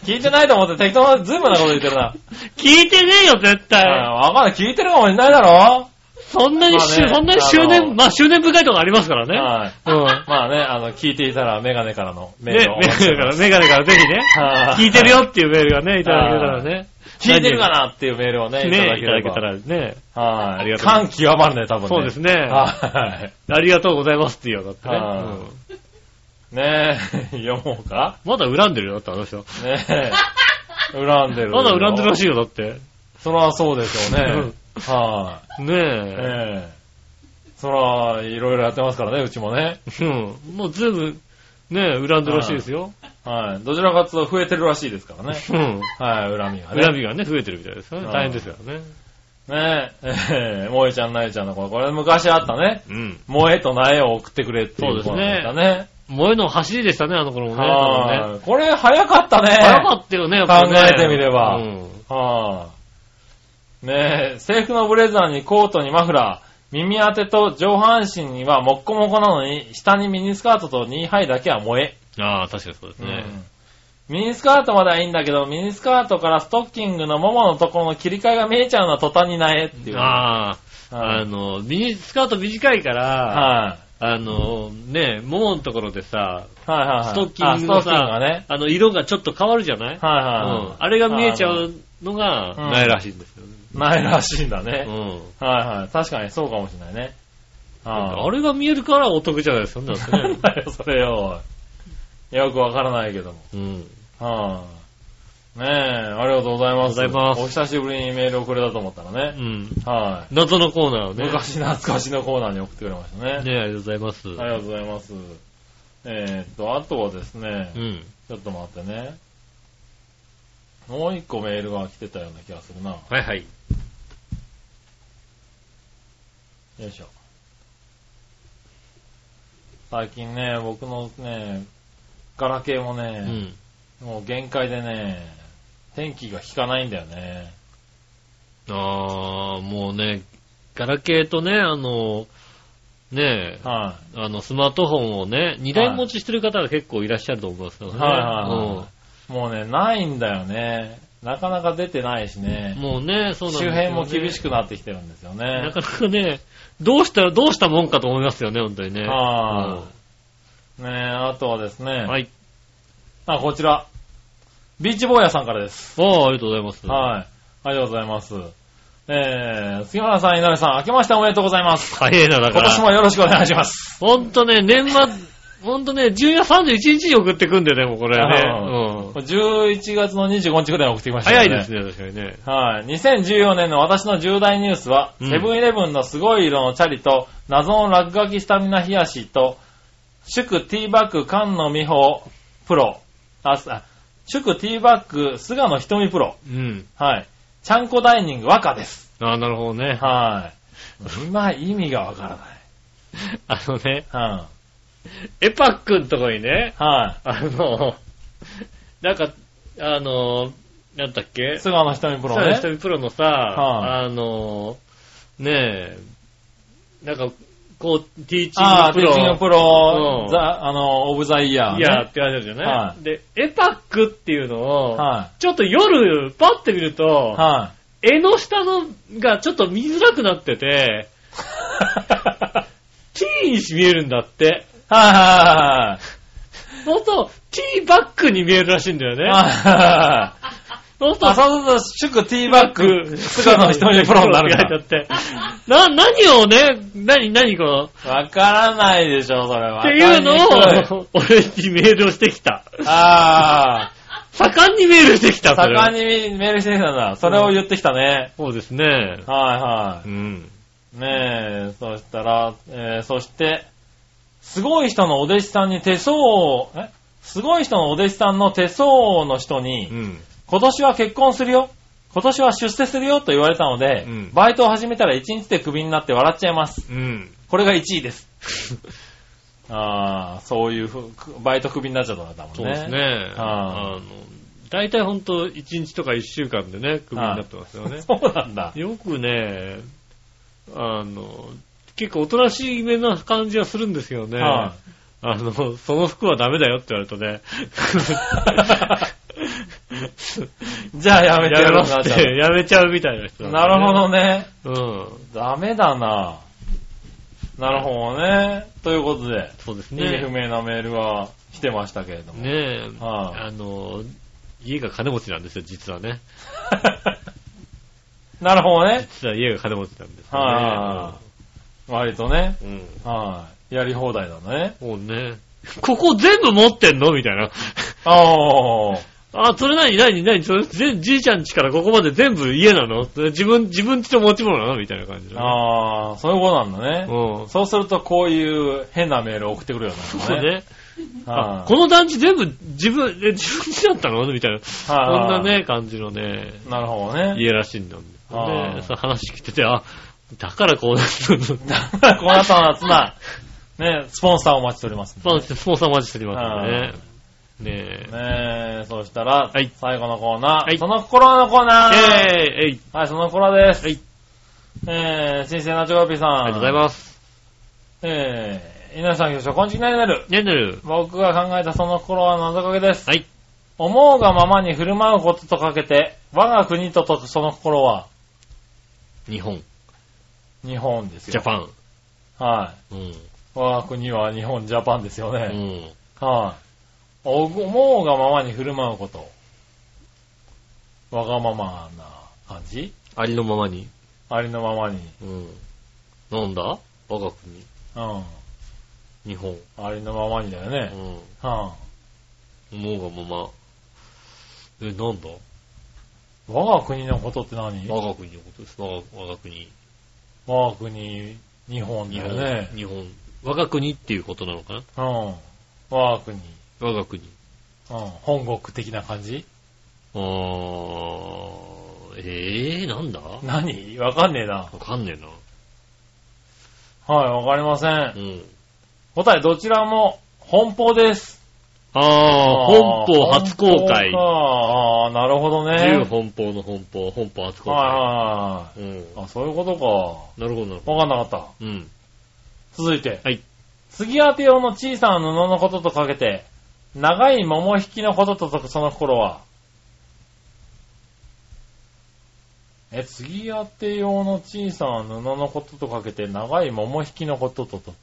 [SPEAKER 3] 聞いてないと思って適当な、ズームなこと言ってるな。
[SPEAKER 2] 聞いてねえよ、絶対。
[SPEAKER 3] あわかんない。聞いてるかもしれないだろ
[SPEAKER 2] そんなにしゅ、
[SPEAKER 3] まあね
[SPEAKER 2] そんなに執
[SPEAKER 3] あの
[SPEAKER 2] 念、まあ、執念深いとこありますからね。
[SPEAKER 3] はい。
[SPEAKER 2] うん。
[SPEAKER 3] まあね、あの、聞いていたらメガネからのメー
[SPEAKER 2] ね、
[SPEAKER 3] ルを。
[SPEAKER 2] メガネから、メガネからぜひね、
[SPEAKER 3] はい
[SPEAKER 2] 聞いてるよっていうメールがね、いただけたらね。
[SPEAKER 3] 聞いてるかなっていうメールを
[SPEAKER 2] ね、
[SPEAKER 3] ね、い
[SPEAKER 2] い
[SPEAKER 3] た
[SPEAKER 2] た
[SPEAKER 3] だ
[SPEAKER 2] だ
[SPEAKER 3] け
[SPEAKER 2] け
[SPEAKER 3] れば。
[SPEAKER 2] たらね。
[SPEAKER 3] はい。
[SPEAKER 2] ありがとうござい
[SPEAKER 3] 感極まるね、多分ね。
[SPEAKER 2] そうですね。
[SPEAKER 3] は
[SPEAKER 2] ありがとうございますって言うよ、だってね。
[SPEAKER 3] はい
[SPEAKER 2] うん
[SPEAKER 3] い。ねえ、読もうか
[SPEAKER 2] まだ恨んでるよ、だってあの人。
[SPEAKER 3] ねえ。恨んでる。
[SPEAKER 2] まだ恨んでるらし
[SPEAKER 3] い。
[SPEAKER 2] いよ、だって。
[SPEAKER 3] そらそうでしょうね。は
[SPEAKER 2] ね
[SPEAKER 3] い。
[SPEAKER 2] え。
[SPEAKER 3] ええ。そら、いろいろやってますからね、うちもね。
[SPEAKER 2] うん。もうずいぶん、ねえ、恨んでるらしいですよ。
[SPEAKER 3] はい。どちらかというと増えてるらしいですからね。
[SPEAKER 2] うん。
[SPEAKER 3] はい、恨みがね。
[SPEAKER 2] 恨みがね、増えてるみたいですから
[SPEAKER 3] う
[SPEAKER 2] ね。
[SPEAKER 3] ん
[SPEAKER 2] 大変ですからね。
[SPEAKER 3] ねえ、ええ、萌えちゃん、なえちゃんの声。これ昔あったね。
[SPEAKER 2] うん。
[SPEAKER 3] 萌えとなえを送ってくれってい
[SPEAKER 2] そうで
[SPEAKER 3] う
[SPEAKER 2] すね
[SPEAKER 3] コーナーだったね。
[SPEAKER 2] 萌えの走りでしたね、あの頃もね。多分ね
[SPEAKER 3] はい。これ早かったね。
[SPEAKER 2] 早かったよね、やっぱね。
[SPEAKER 3] 考えてみれば
[SPEAKER 2] うん。
[SPEAKER 3] はい。ねえ、制服のブレザーにコートにマフラー、耳当てと上半身にはもっこもこなのに、下にミニスカートとニーハイだけは萌え。
[SPEAKER 2] ああ、確かにそうですね。
[SPEAKER 3] うんミニスカートまではいいんだけど、ミニスカートからストッキングのもものところの切り替えが見えちゃうのは途端になえっていう。
[SPEAKER 2] ああ、
[SPEAKER 3] は
[SPEAKER 2] あ
[SPEAKER 3] い。
[SPEAKER 2] の、ミニスカート短いから、
[SPEAKER 3] はい
[SPEAKER 2] あの、ねえ、もものところでさ、
[SPEAKER 3] はいはいはい。
[SPEAKER 2] ストッキングの
[SPEAKER 3] あストッキングが
[SPEAKER 2] さ、
[SPEAKER 3] ね。
[SPEAKER 2] あの、色がちょっと変わるじゃない
[SPEAKER 3] はいはいは
[SPEAKER 2] う
[SPEAKER 3] い
[SPEAKER 2] ん。あれが見えちゃうのが、
[SPEAKER 3] うん
[SPEAKER 2] ないらしいんですよね。
[SPEAKER 3] ないらしいんだね。
[SPEAKER 2] うん。
[SPEAKER 3] はいはい。確かにそうかもしれないね。
[SPEAKER 2] あれが見えるからお得じゃないですか、だって
[SPEAKER 3] <laughs> な
[SPEAKER 2] ね
[SPEAKER 3] ん。だよ、それよ。よくわからないけども。
[SPEAKER 2] うん。
[SPEAKER 3] はあ、ねえ、ありがとうございます。
[SPEAKER 2] ありがとうございます
[SPEAKER 3] お久しぶりにメールをくれたと思ったら
[SPEAKER 2] う
[SPEAKER 3] ね。
[SPEAKER 2] ん。
[SPEAKER 3] は
[SPEAKER 2] 謎のコーナーを
[SPEAKER 3] い、
[SPEAKER 2] ね。
[SPEAKER 3] 昔懐かしのコーナーに送ってくれましたね。
[SPEAKER 2] ね、ありがとうございます。
[SPEAKER 3] ありがとうございます。えー、っと、あとはですね、
[SPEAKER 2] うん。
[SPEAKER 3] ちょっと待ってね。もう一個メールが来てたような気がするな。よ
[SPEAKER 2] はいはい。
[SPEAKER 3] いしょ。最近ね、僕のね、ガラケーも
[SPEAKER 2] う
[SPEAKER 3] ね、
[SPEAKER 2] ん。
[SPEAKER 3] もう限界でね、天気が引かないんだよね。
[SPEAKER 2] あー、もうね、ガラケーとね、あの、ねえ、
[SPEAKER 3] はい、
[SPEAKER 2] あの、スマートフォンをね、二台持ちしてる方が結構いらっしゃると思いますからね。
[SPEAKER 3] はいはいはいもうね、ないんだよね。なかなか出てないし
[SPEAKER 2] うん
[SPEAKER 3] ね。
[SPEAKER 2] もうね、そうなんです
[SPEAKER 3] 周
[SPEAKER 2] よね
[SPEAKER 3] 辺も厳しくなってきてるんですよ
[SPEAKER 2] な
[SPEAKER 3] ね
[SPEAKER 2] か。なかね、どうしたら、どうしたもんかと思いますよね、本当にね。
[SPEAKER 3] はあ。ねえ、あとはですね。
[SPEAKER 2] うんはい。
[SPEAKER 3] あ、こちら。ビーチ坊やさんからです。
[SPEAKER 2] ああ、ありがとうございます。
[SPEAKER 3] はい。ありがとうございます。えー、杉村さん、稲荷さん、明けましておめでとうございます。
[SPEAKER 2] 早いな、だか
[SPEAKER 3] 今
[SPEAKER 2] ら。
[SPEAKER 3] 年もよろしくお願いします。
[SPEAKER 2] ほんとね、年
[SPEAKER 3] <laughs>
[SPEAKER 2] 末、ほんとね、12月31日に送ってくんでね、もうこれね。うん。
[SPEAKER 3] 11月の25日くらいに送ってきましたね。
[SPEAKER 2] 早いですね、確かにね。
[SPEAKER 3] はい。2014年の私の重大ニュースは、
[SPEAKER 2] うん
[SPEAKER 3] セブンイレブンのすごい色のチャリと、謎の落書きスタミナ冷やしと、祝ティーバッグ菅野美穂プロ、あ、すあ祝ティーバッグ菅野瞳プロ、
[SPEAKER 2] うん。
[SPEAKER 3] はい。ちゃんこダイニング若です。
[SPEAKER 2] ああ、なるほどね。
[SPEAKER 3] はい。今、意味がわから
[SPEAKER 2] <laughs> あのね、
[SPEAKER 3] ない。うん。
[SPEAKER 2] エパックんとこにね、
[SPEAKER 3] は
[SPEAKER 2] あの、 <laughs> なんか、あの、なんだっ
[SPEAKER 3] い。
[SPEAKER 2] け
[SPEAKER 3] 菅野瞳プロ
[SPEAKER 2] さあ
[SPEAKER 3] ね
[SPEAKER 2] 一。人プロのさ、
[SPEAKER 3] は
[SPEAKER 2] あの、ねえ、なんか、こう、ティーチ
[SPEAKER 3] あ
[SPEAKER 2] ン
[SPEAKER 3] あ、
[SPEAKER 2] グ
[SPEAKER 3] テ
[SPEAKER 2] プ
[SPEAKER 3] ィーチン
[SPEAKER 2] ロ
[SPEAKER 3] グ。プロ
[SPEAKER 2] う、ん
[SPEAKER 3] ザ、あの、オブザイヤー、
[SPEAKER 2] い
[SPEAKER 3] ね。
[SPEAKER 2] や、ってあるじゃない、
[SPEAKER 3] は
[SPEAKER 2] で、エパックっていうのを、
[SPEAKER 3] は
[SPEAKER 2] ちょっと夜、パッて見ると、
[SPEAKER 3] い。は
[SPEAKER 2] 絵の下のがちょっと見づらくなって
[SPEAKER 3] <laughs>
[SPEAKER 2] て、T に見えるんだって。
[SPEAKER 3] い。はい。
[SPEAKER 2] そうすると、T バックに見えるらしいんだよね。
[SPEAKER 3] あ
[SPEAKER 2] そうす
[SPEAKER 3] あ、
[SPEAKER 2] ると、
[SPEAKER 3] そうそうそう、祝ティーバッグ、菅野一人プロになる
[SPEAKER 2] 書いてあ
[SPEAKER 3] ん
[SPEAKER 2] って。 <laughs> な、何をね、何、何この、っ
[SPEAKER 3] だ。 <laughs> わからないでしょ、それは。
[SPEAKER 2] ていう
[SPEAKER 3] わかりにくい
[SPEAKER 2] のを、俺にメールをしてきた。
[SPEAKER 3] あ
[SPEAKER 2] 盛んにメールしてきた、
[SPEAKER 3] あ、
[SPEAKER 2] <laughs> それは
[SPEAKER 3] 盛んにメールしてきたんだ。それを言ってきたね。
[SPEAKER 2] そうですね。
[SPEAKER 3] はいは
[SPEAKER 2] うん。
[SPEAKER 3] い。ねえ、そしたら、えー、そして、すごい人のお弟子さんに手相を、えすごい人のお弟子さんの手相の人に、
[SPEAKER 2] うん。
[SPEAKER 3] 今年は結婚するよ。今年は出世するよと言われたので、
[SPEAKER 2] うん
[SPEAKER 3] バイトを始めたら一日でクビになって笑っちゃいます。
[SPEAKER 2] うん。
[SPEAKER 3] これが1位です。ああ、そういうふう、くバイトクビになっちゃったんだもんね。
[SPEAKER 2] そうです。ね。
[SPEAKER 3] あ
[SPEAKER 2] あの、大体ほんと1日とか1週間でね、クビになってますよ
[SPEAKER 3] <laughs>
[SPEAKER 2] ね。
[SPEAKER 3] そうなんだ。
[SPEAKER 2] よくね、あの、結構おとなしいめな感じはするんですけどね。
[SPEAKER 3] は
[SPEAKER 2] あの、その服はダメだよって言われるとね。
[SPEAKER 3] いじゃ <laughs> あやめてや
[SPEAKER 2] やめ
[SPEAKER 3] ろう
[SPEAKER 2] ます
[SPEAKER 3] な
[SPEAKER 2] っ
[SPEAKER 3] じ
[SPEAKER 2] て
[SPEAKER 3] ゃあ
[SPEAKER 2] やめちゃうみたいな人、
[SPEAKER 3] なるほどね。
[SPEAKER 2] ど。うん。
[SPEAKER 3] ダメだな。なるほどね。ということで、
[SPEAKER 2] そうです
[SPEAKER 3] 意味不
[SPEAKER 2] ね。
[SPEAKER 3] 明なメールは来てましたけれども。
[SPEAKER 2] ねえ。
[SPEAKER 3] はい
[SPEAKER 2] あの、家が金持ちなんですよ、実はね。
[SPEAKER 3] <laughs> なるほどね。
[SPEAKER 2] 実は家が金持ちなんですよね。
[SPEAKER 3] はい、割とね。
[SPEAKER 2] うん。
[SPEAKER 3] はい、やり放題だね。
[SPEAKER 2] もうね、ここ全部持ってんのみたいな。
[SPEAKER 3] ああ。
[SPEAKER 2] あ、それ何何何それ全じいちゃん家からここまで全部家なのそれ自分、自分家の持ち物なのみたいな感じだね。
[SPEAKER 3] ああ、そういうことなんだね。
[SPEAKER 2] うん。
[SPEAKER 3] そうするとこういう変なメールを送ってくるようにな
[SPEAKER 2] そう
[SPEAKER 3] るね。
[SPEAKER 2] ね。
[SPEAKER 3] は
[SPEAKER 2] あ
[SPEAKER 3] い
[SPEAKER 2] この団地全部自分、え、自分家だったのみたいな。
[SPEAKER 3] はい
[SPEAKER 2] こんなね、感じのね、
[SPEAKER 3] なるほどね。
[SPEAKER 2] 家らしいんだもんね。
[SPEAKER 3] あー
[SPEAKER 2] そう話聞いてて、あ、だからこうなったんだ。
[SPEAKER 3] <laughs> この後のつな、ね、スポンサーをお待ちしておりますんで
[SPEAKER 2] ま
[SPEAKER 3] ね、
[SPEAKER 2] あ、スポンサーマジしてますね。ね
[SPEAKER 3] ねえ、そうしたら、
[SPEAKER 2] はい
[SPEAKER 3] 最後のコーナー、
[SPEAKER 2] はい
[SPEAKER 3] その心のコーナー、
[SPEAKER 2] え。えい、えい、
[SPEAKER 3] はい、その心です。
[SPEAKER 2] はい
[SPEAKER 3] えー、新鮮なチョコヨッピーさん。
[SPEAKER 2] ありがとうございます。
[SPEAKER 3] えー、皆さん挙手、こんちきなになる。
[SPEAKER 2] ねんねる。
[SPEAKER 3] 僕が考えたその心は謎かけです。
[SPEAKER 2] はい。
[SPEAKER 3] 思うがままに振る舞うこととかけて、我が国ととその心は、
[SPEAKER 2] 日本、
[SPEAKER 3] 日本ですよ。
[SPEAKER 2] ジャパン。
[SPEAKER 3] ン。はい。
[SPEAKER 2] うん。
[SPEAKER 3] 我が国は日本、ジャパンですよ
[SPEAKER 2] う
[SPEAKER 3] ね。
[SPEAKER 2] ん。
[SPEAKER 3] はい。お思うがままに振る舞うこと。わがままな感じ
[SPEAKER 2] ありのままに。
[SPEAKER 3] ありのままに。
[SPEAKER 2] うん。なんだ我が国。
[SPEAKER 3] うん。
[SPEAKER 2] 日本。
[SPEAKER 3] ありのままにだよ
[SPEAKER 2] う
[SPEAKER 3] ね。
[SPEAKER 2] ん。
[SPEAKER 3] は
[SPEAKER 2] 思うがまま。え、なんだ
[SPEAKER 3] ん、我が国のことって何
[SPEAKER 2] 我が国のことです。我が我が国。
[SPEAKER 3] 我が国、日本だ
[SPEAKER 2] 日
[SPEAKER 3] よ
[SPEAKER 2] 本。
[SPEAKER 3] ね。
[SPEAKER 2] 日本。我が国っていうことなのかな
[SPEAKER 3] うん。我が国、うん。
[SPEAKER 2] 我が国。
[SPEAKER 3] 本国的な感じ
[SPEAKER 2] あー、えー、なんだわ
[SPEAKER 3] 何わかんねえな。
[SPEAKER 2] かんねえな。
[SPEAKER 3] はい、わかりませ。
[SPEAKER 2] うんん。
[SPEAKER 3] 答え、どちらも、本邦です。
[SPEAKER 2] あー、本邦初公開
[SPEAKER 3] 本邦か。あーなるほど
[SPEAKER 2] 自由
[SPEAKER 3] ね。
[SPEAKER 2] 奔放の奔放、奔放初公開。
[SPEAKER 3] は
[SPEAKER 2] うん。
[SPEAKER 3] いはいはい。あ、そういうことか。
[SPEAKER 2] なるほど、なるほ
[SPEAKER 3] わかんなかった。
[SPEAKER 2] ど。うん。
[SPEAKER 3] 続いて。
[SPEAKER 2] はい。
[SPEAKER 3] 杉当て用の小さな布のこととかけて、長い桃引きのことととその心は、え、杉当て用の小さな布のこととかけて、長い桃引きのこととと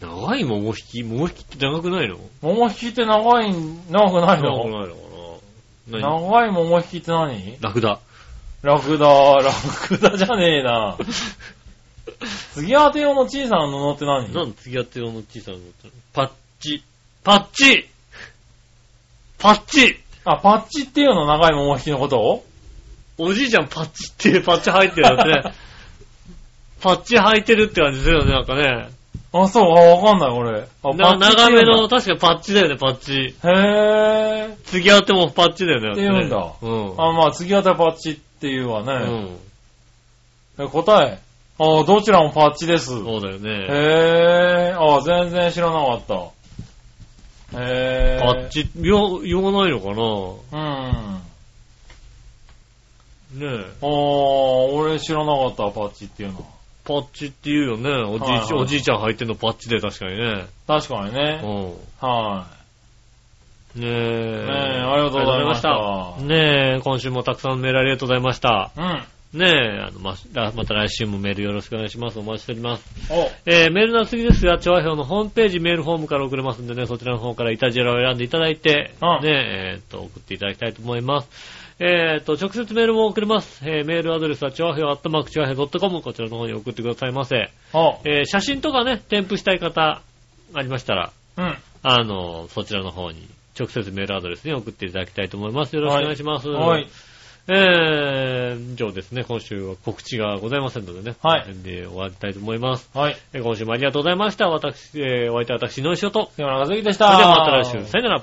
[SPEAKER 2] 長い桃引き桃引きって長くないの
[SPEAKER 3] 桃引きって長い、長くな
[SPEAKER 2] 長
[SPEAKER 3] い
[SPEAKER 2] く
[SPEAKER 3] の
[SPEAKER 2] ないのかな何
[SPEAKER 3] 長い桃引きって何
[SPEAKER 2] ラクダ。
[SPEAKER 3] ラクダ、ラクダじゃねえ
[SPEAKER 2] <laughs>
[SPEAKER 3] な。杉当て用の小さな布って何
[SPEAKER 2] なんで次やってるの小さなのってパッチ。パッチパッチ
[SPEAKER 3] あ、パッチっていうの長い桃引きのことを
[SPEAKER 2] おじいちゃんパッチっていうパッチ入ってるやつ
[SPEAKER 3] <laughs>
[SPEAKER 2] ね。パッチ履いてるって感じするよね、なんかね。
[SPEAKER 3] あ、そう、あ、わかんない、俺。あ、
[SPEAKER 2] な
[SPEAKER 3] パッチ
[SPEAKER 2] 長
[SPEAKER 3] って
[SPEAKER 2] め
[SPEAKER 3] 言う
[SPEAKER 2] の、
[SPEAKER 3] んだ。
[SPEAKER 2] 確かパッチだよね、パッチ。
[SPEAKER 3] へぇー。
[SPEAKER 2] 次やってもパッチだよね、
[SPEAKER 3] って言うんだ
[SPEAKER 2] ってねうん。
[SPEAKER 3] あ、まあ、次はたパッチっていうわ
[SPEAKER 2] う
[SPEAKER 3] ね。
[SPEAKER 2] ん。
[SPEAKER 3] え答え。あ、どちらもパッチです。へ
[SPEAKER 2] そうだよね。
[SPEAKER 3] ぇー。あ、全然知らなかった。へぇー。
[SPEAKER 2] パッ。チ、よ、言わないのか
[SPEAKER 3] うん。
[SPEAKER 2] なねえ。
[SPEAKER 3] おー、俺知らなかった、パッチっていうの
[SPEAKER 2] パッチって言うよね。おじいちゃん、
[SPEAKER 3] はいはい
[SPEAKER 2] おじいちゃん履いてんのパッチで確かにね。
[SPEAKER 3] 確かに
[SPEAKER 2] う
[SPEAKER 3] ね。
[SPEAKER 2] ん。
[SPEAKER 3] は
[SPEAKER 2] ねえ。ね
[SPEAKER 3] い。
[SPEAKER 2] え
[SPEAKER 3] ねえ、ありがとうございました。
[SPEAKER 2] ねえ、今週もたくさんメールありがとうございました。
[SPEAKER 3] うん。
[SPEAKER 2] ねえ、あの、ま、らまた来週もメールよろしくお願いします。お待ちしております。
[SPEAKER 3] お、
[SPEAKER 2] えー、メールの次ですが、調和表のホームページメールフォームから送れますんでね、そちらの方からイタジェラを選んでいただいて、
[SPEAKER 3] うん
[SPEAKER 2] ねえ、えーっと、送っていただきたいと思います。えーっと、直接メールも送れます。えー、メールアドレスは、調和表アットマーク調和表 .com、こちらの方に送ってくださいませ。
[SPEAKER 3] お、
[SPEAKER 2] えー写真とかね、添付したい方、ありましたら、
[SPEAKER 3] うん。
[SPEAKER 2] あの、そちらの方に、直接メールアドレスに送っていただきたいと思います。よろしくお願いします。
[SPEAKER 3] はい。
[SPEAKER 2] えー、以上ですね、今週は告知がございませんのでね、
[SPEAKER 3] はい
[SPEAKER 2] この辺で終わりたいと思います。
[SPEAKER 3] はい。
[SPEAKER 2] えー今週もありがとうございました。私、えー、お相手は私、井上翔と。
[SPEAKER 3] 杉村和之でし
[SPEAKER 2] そ
[SPEAKER 3] た。
[SPEAKER 2] れではまた来週、さよなら。